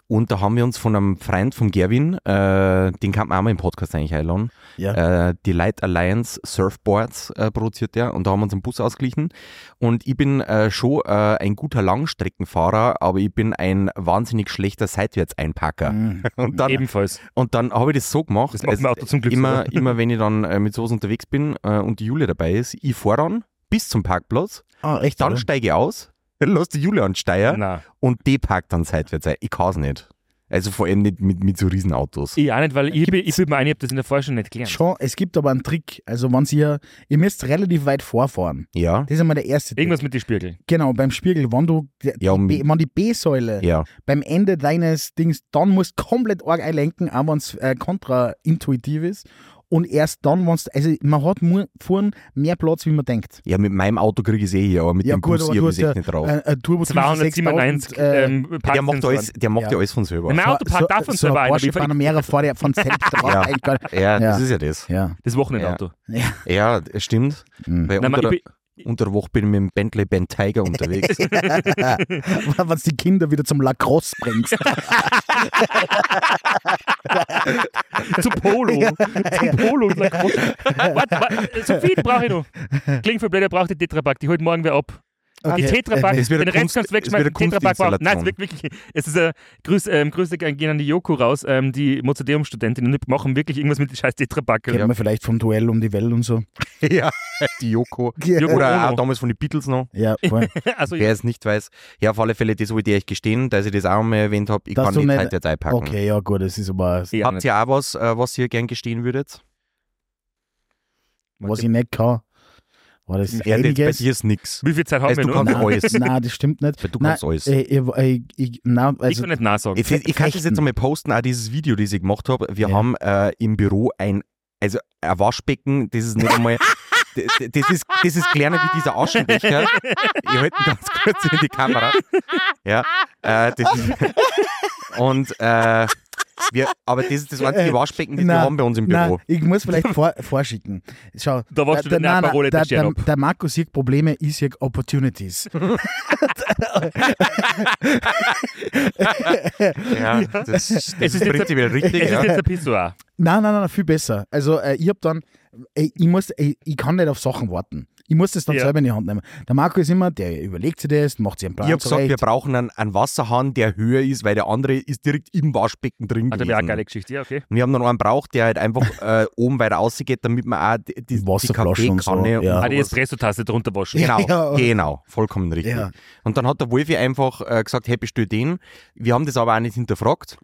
[SPEAKER 2] Und da haben wir uns von einem Freund von Gerwin, äh, den kann man auch mal im Podcast eigentlich einladen,
[SPEAKER 4] Ja.
[SPEAKER 2] äh, die Light Alliance Surfboards äh, produziert der und da haben wir uns einen Bus ausgeglichen. Und ich bin äh, schon äh, ein guter Langstreckenfahrer, aber ich bin ein wahnsinnig schlechter Seitwärtseinpacker.
[SPEAKER 4] Hm.
[SPEAKER 2] Und dann
[SPEAKER 3] Ebenfalls.
[SPEAKER 2] und dann habe ich das so gemacht.
[SPEAKER 3] Mhm. Das macht mein Auto zum Glück
[SPEAKER 2] immer,
[SPEAKER 3] so.
[SPEAKER 2] immer wenn ich dann äh, mit sowas unterwegs bin äh, und die Julia dabei ist, ich fahre dann bis zum Parkplatz,
[SPEAKER 4] Ah, echt?
[SPEAKER 2] dann
[SPEAKER 4] oder?
[SPEAKER 2] steige ich aus, lass die Julia ansteigen
[SPEAKER 3] Nein.
[SPEAKER 2] und die parkt dann seitwärts ein. Ich kann es nicht. Also vor allem nicht mit, mit so Riesenautos.
[SPEAKER 3] Ich auch nicht, weil ich, bin- ich bin mir ein, ich habe das in der Forschung nicht gelernt.
[SPEAKER 4] Schon, es gibt aber einen Trick. Also, wenn Sie ja, ihr müsst relativ weit vorfahren.
[SPEAKER 2] Ja,
[SPEAKER 4] Das ist einmal der erste Trick.
[SPEAKER 3] Irgendwas mit den Spiegel.
[SPEAKER 4] Genau, beim Spiegel, wenn du
[SPEAKER 2] Ja, um-
[SPEAKER 4] die, wenn die B-Säule
[SPEAKER 2] ja.
[SPEAKER 4] beim Ende deines Dings, dann musst du komplett arg einlenken, auch wenn es äh, kontraintuitiv ist. Und erst dann, wenn also man hat mu- vorn mehr Platz, wie man denkt.
[SPEAKER 2] Ja, mit meinem Auto kriege ich es eh hier, aber mit dem Bus hier ist echt nicht drauf.
[SPEAKER 4] Äh, äh, Turbo
[SPEAKER 3] 297
[SPEAKER 4] 6000, äh,
[SPEAKER 3] ähm,
[SPEAKER 2] der macht alles, der macht ja.
[SPEAKER 4] Ja.
[SPEAKER 2] alles von selber.
[SPEAKER 3] Mein Auto
[SPEAKER 4] so,
[SPEAKER 3] parkt auch von
[SPEAKER 4] so ein
[SPEAKER 3] selber ein. aber
[SPEAKER 4] Porsche
[SPEAKER 3] ich-
[SPEAKER 4] Panamera vor der von selbst drauf.
[SPEAKER 2] Ja.
[SPEAKER 4] ein-
[SPEAKER 2] Ja, das
[SPEAKER 4] Ja.
[SPEAKER 2] ist ja das.
[SPEAKER 4] ja.
[SPEAKER 3] Das Wochenendauto.
[SPEAKER 2] Ja, das stimmt.
[SPEAKER 4] Mhm.
[SPEAKER 2] Weil
[SPEAKER 3] Nein, man,
[SPEAKER 2] unter,
[SPEAKER 3] ich
[SPEAKER 2] der,
[SPEAKER 3] bin,
[SPEAKER 2] unter der Woche bin ich mit dem Bentley Ben Tiger unterwegs.
[SPEAKER 4] Wenn du die Kinder wieder zum Lacrosse bringst.
[SPEAKER 3] zu Polo. Zum Polo. und Lacrosse. Warte, warte, so viel brauche ich noch. Klingt für blöd, er braucht die Tetrapack. Die holt morgen wer ab. Die Tetrapack,
[SPEAKER 2] Es wird
[SPEAKER 3] den
[SPEAKER 2] eine
[SPEAKER 3] Rest
[SPEAKER 2] Kunst-
[SPEAKER 3] kannst du
[SPEAKER 2] es
[SPEAKER 3] wegschmeißen.
[SPEAKER 2] wird eine
[SPEAKER 3] Tetrapack braucht. Nein, es
[SPEAKER 2] Kunstinstallation.
[SPEAKER 3] ist wirklich, wirklich- es ist ein Grüß, ähm, Grüße gehen an die Joko raus, ähm, die Mozarteum-Studentinnen die machen wirklich irgendwas mit den scheiß Tetrapack.
[SPEAKER 4] Kennt
[SPEAKER 3] Ja.
[SPEAKER 4] man vielleicht vom Duell um die Welt und so.
[SPEAKER 2] ja, die Joko.
[SPEAKER 3] Joko
[SPEAKER 2] Oder auch
[SPEAKER 3] Ono.
[SPEAKER 2] damals von den Beatles noch.
[SPEAKER 4] Ja, voll.
[SPEAKER 3] Also,
[SPEAKER 2] Wer es nicht weiß, ja, auf alle Fälle, das wollte ich euch gestehen, dass ich das auch mal erwähnt habe. Ich
[SPEAKER 4] Dass
[SPEAKER 2] kann
[SPEAKER 4] du
[SPEAKER 2] nicht
[SPEAKER 4] nicht-
[SPEAKER 2] heute einpacken.
[SPEAKER 4] okay, ja gut, das ist aber,
[SPEAKER 3] ja,
[SPEAKER 2] Habt ihr auch was, äh, was ihr gern gestehen würdet?
[SPEAKER 4] was ich nicht kann. War das
[SPEAKER 2] Ja, das, bei
[SPEAKER 4] einiges?
[SPEAKER 2] dir ist nix.
[SPEAKER 3] Wie viel Zeit haben
[SPEAKER 2] Also
[SPEAKER 3] wir
[SPEAKER 2] du
[SPEAKER 3] noch?
[SPEAKER 2] kannst-
[SPEAKER 4] Nein,
[SPEAKER 2] alles.
[SPEAKER 4] nein, das stimmt nicht.
[SPEAKER 2] Weil du
[SPEAKER 4] Nein,
[SPEAKER 2] kannst alles.
[SPEAKER 4] äh, Ich, ich, ich, nein,
[SPEAKER 3] Ich
[SPEAKER 4] also,
[SPEAKER 3] kann nicht Nein sagen.
[SPEAKER 2] Ich, ich kann das jetzt
[SPEAKER 4] Fechten.
[SPEAKER 2] einmal posten, auch dieses Video, das ich gemacht habe. Wir
[SPEAKER 4] Ja.
[SPEAKER 2] haben äh, im Büro ein, also ein Waschbecken, das ist nicht einmal. d- d- Das ist, das ist kleiner wie dieser Aschenbecher. Ich halte ihn ganz kurz in die Kamera. Ja, äh, das ist, und äh, wir, aber das ist das einzige
[SPEAKER 4] Äh,
[SPEAKER 2] Waschbecken, das wir
[SPEAKER 4] nein,
[SPEAKER 2] haben bei uns im Büro.
[SPEAKER 4] nein, ich muss vielleicht vor, vorschicken. Schau,
[SPEAKER 3] Da warst du
[SPEAKER 4] der,
[SPEAKER 3] dann auch
[SPEAKER 4] nein,
[SPEAKER 3] Parole
[SPEAKER 4] nein, der,
[SPEAKER 3] der
[SPEAKER 4] der, der Marco sieht Probleme, ich sehe Opportunities.
[SPEAKER 2] Ja, das, das
[SPEAKER 3] ist
[SPEAKER 2] ist
[SPEAKER 3] jetzt-
[SPEAKER 2] prinzipiell richtig.
[SPEAKER 3] Es ist
[SPEAKER 2] Ja.
[SPEAKER 3] jetzt ein Pissoir.
[SPEAKER 4] Nein, nein, nein, viel besser. Also äh, ich hab dann, äh, ich muss, äh, ich kann nicht auf Sachen warten. Ich muss das dann
[SPEAKER 3] Ja.
[SPEAKER 4] selber in die Hand nehmen. Der Marco ist immer, der überlegt sich das, macht sich einen
[SPEAKER 2] Ich
[SPEAKER 4] Plan
[SPEAKER 2] habe gesagt, wir
[SPEAKER 4] zurecht.
[SPEAKER 2] brauchen einen, einen Wasserhahn, der höher ist, weil der andere ist direkt im Waschbecken drin
[SPEAKER 3] Hat er mir auch Ah, eine
[SPEAKER 2] gewesen.
[SPEAKER 3] geile Geschichte. Ja, okay.
[SPEAKER 2] Und wir haben dann einen braucht, der halt einfach äh, oben weiter rausgeht, damit man auch die, die, die
[SPEAKER 4] Wasserflaschen und so,
[SPEAKER 2] Kaffeekanne
[SPEAKER 4] ja.
[SPEAKER 3] Ah, die
[SPEAKER 2] sowas-
[SPEAKER 3] Espresso-Tasse drunter waschen.
[SPEAKER 2] Genau,
[SPEAKER 4] Ja.
[SPEAKER 2] genau, vollkommen richtig.
[SPEAKER 4] Ja.
[SPEAKER 2] Und dann hat der Wolfi einfach äh, gesagt, hey, bestell den. Wir haben das aber auch nicht hinterfragt.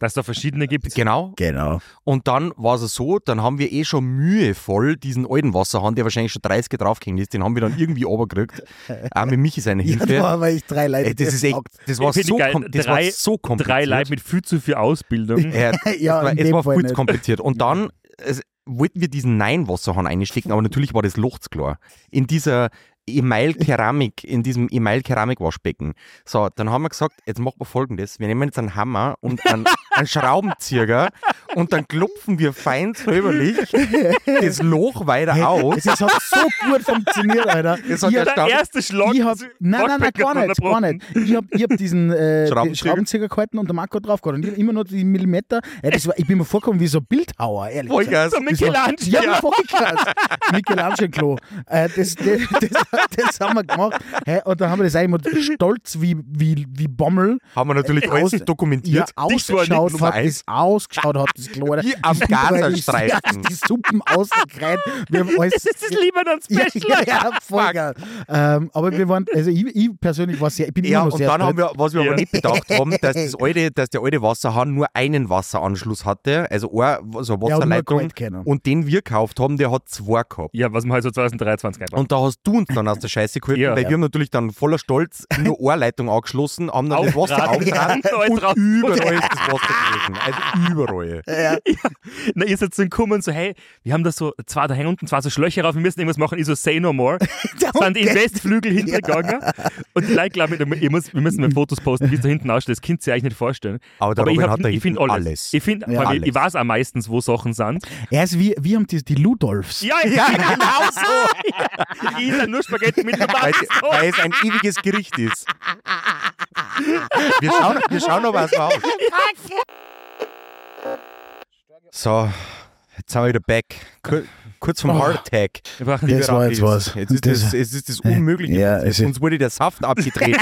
[SPEAKER 3] Dass es da verschiedene gibt.
[SPEAKER 2] Genau.
[SPEAKER 4] Genau.
[SPEAKER 2] Und dann war es so, dann haben wir eh schon mühevoll diesen alten Wasserhahn, der wahrscheinlich schon 30 draufgehängt ist, den haben wir dann irgendwie runtergekriegt. Auch mit Michi seine
[SPEAKER 4] Ja,
[SPEAKER 2] Hilfe.
[SPEAKER 4] da war aber ich drei Leute.
[SPEAKER 2] Ey, das ist echt, das war,
[SPEAKER 3] Find ich
[SPEAKER 2] so,
[SPEAKER 3] geil.
[SPEAKER 2] kom das
[SPEAKER 3] Drei-
[SPEAKER 2] war so kompliziert.
[SPEAKER 3] Drei Leute mit viel zu viel Ausbildung.
[SPEAKER 2] Ja,
[SPEAKER 4] Ja, in
[SPEAKER 2] es
[SPEAKER 4] dem
[SPEAKER 2] war, es war
[SPEAKER 4] Fall
[SPEAKER 2] viel zu
[SPEAKER 4] nicht.
[SPEAKER 2] kompliziert. Und dann es, wollten wir diesen Nein-Wasserhahn einstecken, aber natürlich war das Loch zu klar. In dieser Email-Keramik, in diesem Email-Keramik-Waschbecken. So, dann haben wir gesagt, jetzt machen wir folgendes. Wir nehmen jetzt einen Hammer und einen, einen Schraubenzieher und dann klopfen wir fein säuberlich das Loch weiter
[SPEAKER 4] Es
[SPEAKER 2] aus.
[SPEAKER 4] ist- hat so gut funktioniert, Alter.
[SPEAKER 2] Das hat
[SPEAKER 4] Ich
[SPEAKER 2] ja
[SPEAKER 4] hab-
[SPEAKER 3] Der
[SPEAKER 2] Stamm-
[SPEAKER 3] erste Schlag.
[SPEAKER 4] ich hab, nein, nein, nein, gar nicht, gar nicht. Ich hab, ich hab diesen äh,
[SPEAKER 2] Schraubenzieher?
[SPEAKER 4] den Schraubenzieher gehalten und der Marco hat drauf gehabt. Und ich hab immer nur die Millimeter. Äh, das war, ich bin mir vorgekommen wie so ein Bildhauer, ehrlich
[SPEAKER 2] Vollgas.
[SPEAKER 4] gesagt.
[SPEAKER 3] So Michelangelo.
[SPEAKER 4] Ja, ja. voll krass. Michelangelo. Äh, das, das, das, das haben wir gemacht. Hä, und dann haben wir das einmal stolz wie, wie, wie Bommel.
[SPEAKER 2] Haben wir natürlich
[SPEAKER 4] Äh,
[SPEAKER 2] alles
[SPEAKER 4] aus- Ja,
[SPEAKER 2] dokumentiert.
[SPEAKER 3] Dicht war
[SPEAKER 4] ausgeschaut
[SPEAKER 2] nicht Nummer
[SPEAKER 4] hat das,
[SPEAKER 2] eins.
[SPEAKER 4] ausgeschaut hat das Kleine.
[SPEAKER 2] Wie am Gazastreifen.
[SPEAKER 4] Die Suppen ausgekreidet. Wir haben alles
[SPEAKER 3] Das ist das Libanon-Special.
[SPEAKER 4] ja, ja, voll geil. Ähm, aber wir waren, also ich, ich persönlich war sehr, ich bin
[SPEAKER 2] Ja,
[SPEAKER 4] immer noch
[SPEAKER 2] und
[SPEAKER 4] sehr
[SPEAKER 2] dann haben wir, was wir
[SPEAKER 3] Ja.
[SPEAKER 2] aber nicht bedacht haben, dass, das alte, dass der alte Wasserhahn nur einen Wasseranschluss hatte, also ein, so eine
[SPEAKER 4] Ja, und nur
[SPEAKER 2] Wasserleitung.
[SPEAKER 4] kalt keiner.
[SPEAKER 2] und den wir gekauft haben, der hat zwei gehabt.
[SPEAKER 3] Ja, was man halt so 2023 einfach.
[SPEAKER 2] Und da hast du uns dann aus der Scheiße geholfen,
[SPEAKER 3] Ja.
[SPEAKER 2] weil
[SPEAKER 3] Ja.
[SPEAKER 2] wir haben natürlich dann voller Stolz nur eine Leitung angeschlossen, haben dann das Wasser
[SPEAKER 3] Auftragen,
[SPEAKER 2] aufgetragen
[SPEAKER 3] neu
[SPEAKER 2] und
[SPEAKER 3] drauf-
[SPEAKER 2] überall ist das Wasser gewesen. Also überall.
[SPEAKER 4] ja.
[SPEAKER 3] Na, ihr seid so gekommen und so, hey, wir haben da so, zwei, da hängen unten zwei so Schlöcher drauf, wir müssen irgendwas machen. Ich so, say no more. Sind in den Westflügel hintergegangen. Und die Leute glauben, mir, ich muss, wir müssen mal Fotos posten, wie es da hinten ausschaut. Das Kind sich eigentlich nicht vorstellen.
[SPEAKER 2] Aber der
[SPEAKER 3] ich,
[SPEAKER 2] Robin
[SPEAKER 3] hab-
[SPEAKER 2] hat da
[SPEAKER 3] ich finde
[SPEAKER 2] hinten
[SPEAKER 3] alles.
[SPEAKER 2] alles.
[SPEAKER 3] Ich, find,
[SPEAKER 4] Ja.
[SPEAKER 3] vor allem, ich
[SPEAKER 2] Alles.
[SPEAKER 3] weiß auch meistens, wo Sachen sind.
[SPEAKER 4] Er ist wie, wie haben die, die Ludolfs.
[SPEAKER 3] Ja, ja genau so. ich esse nur Spaghetti mit
[SPEAKER 2] Weil,
[SPEAKER 3] Tomaten.
[SPEAKER 2] weil es ein ewiges Gericht ist. Wir schauen, wir schauen aber erstmal auf. So, jetzt sind wir wieder back. Kur kurz vom Hardtack.
[SPEAKER 3] Wir brauchen
[SPEAKER 4] Ah. Das war jetzt was.
[SPEAKER 2] Jetzt ist das, es ist das Unmögliche.
[SPEAKER 4] Ja, es
[SPEAKER 2] passiert.
[SPEAKER 4] ist-
[SPEAKER 2] Uns wurde der Saft abgedreht,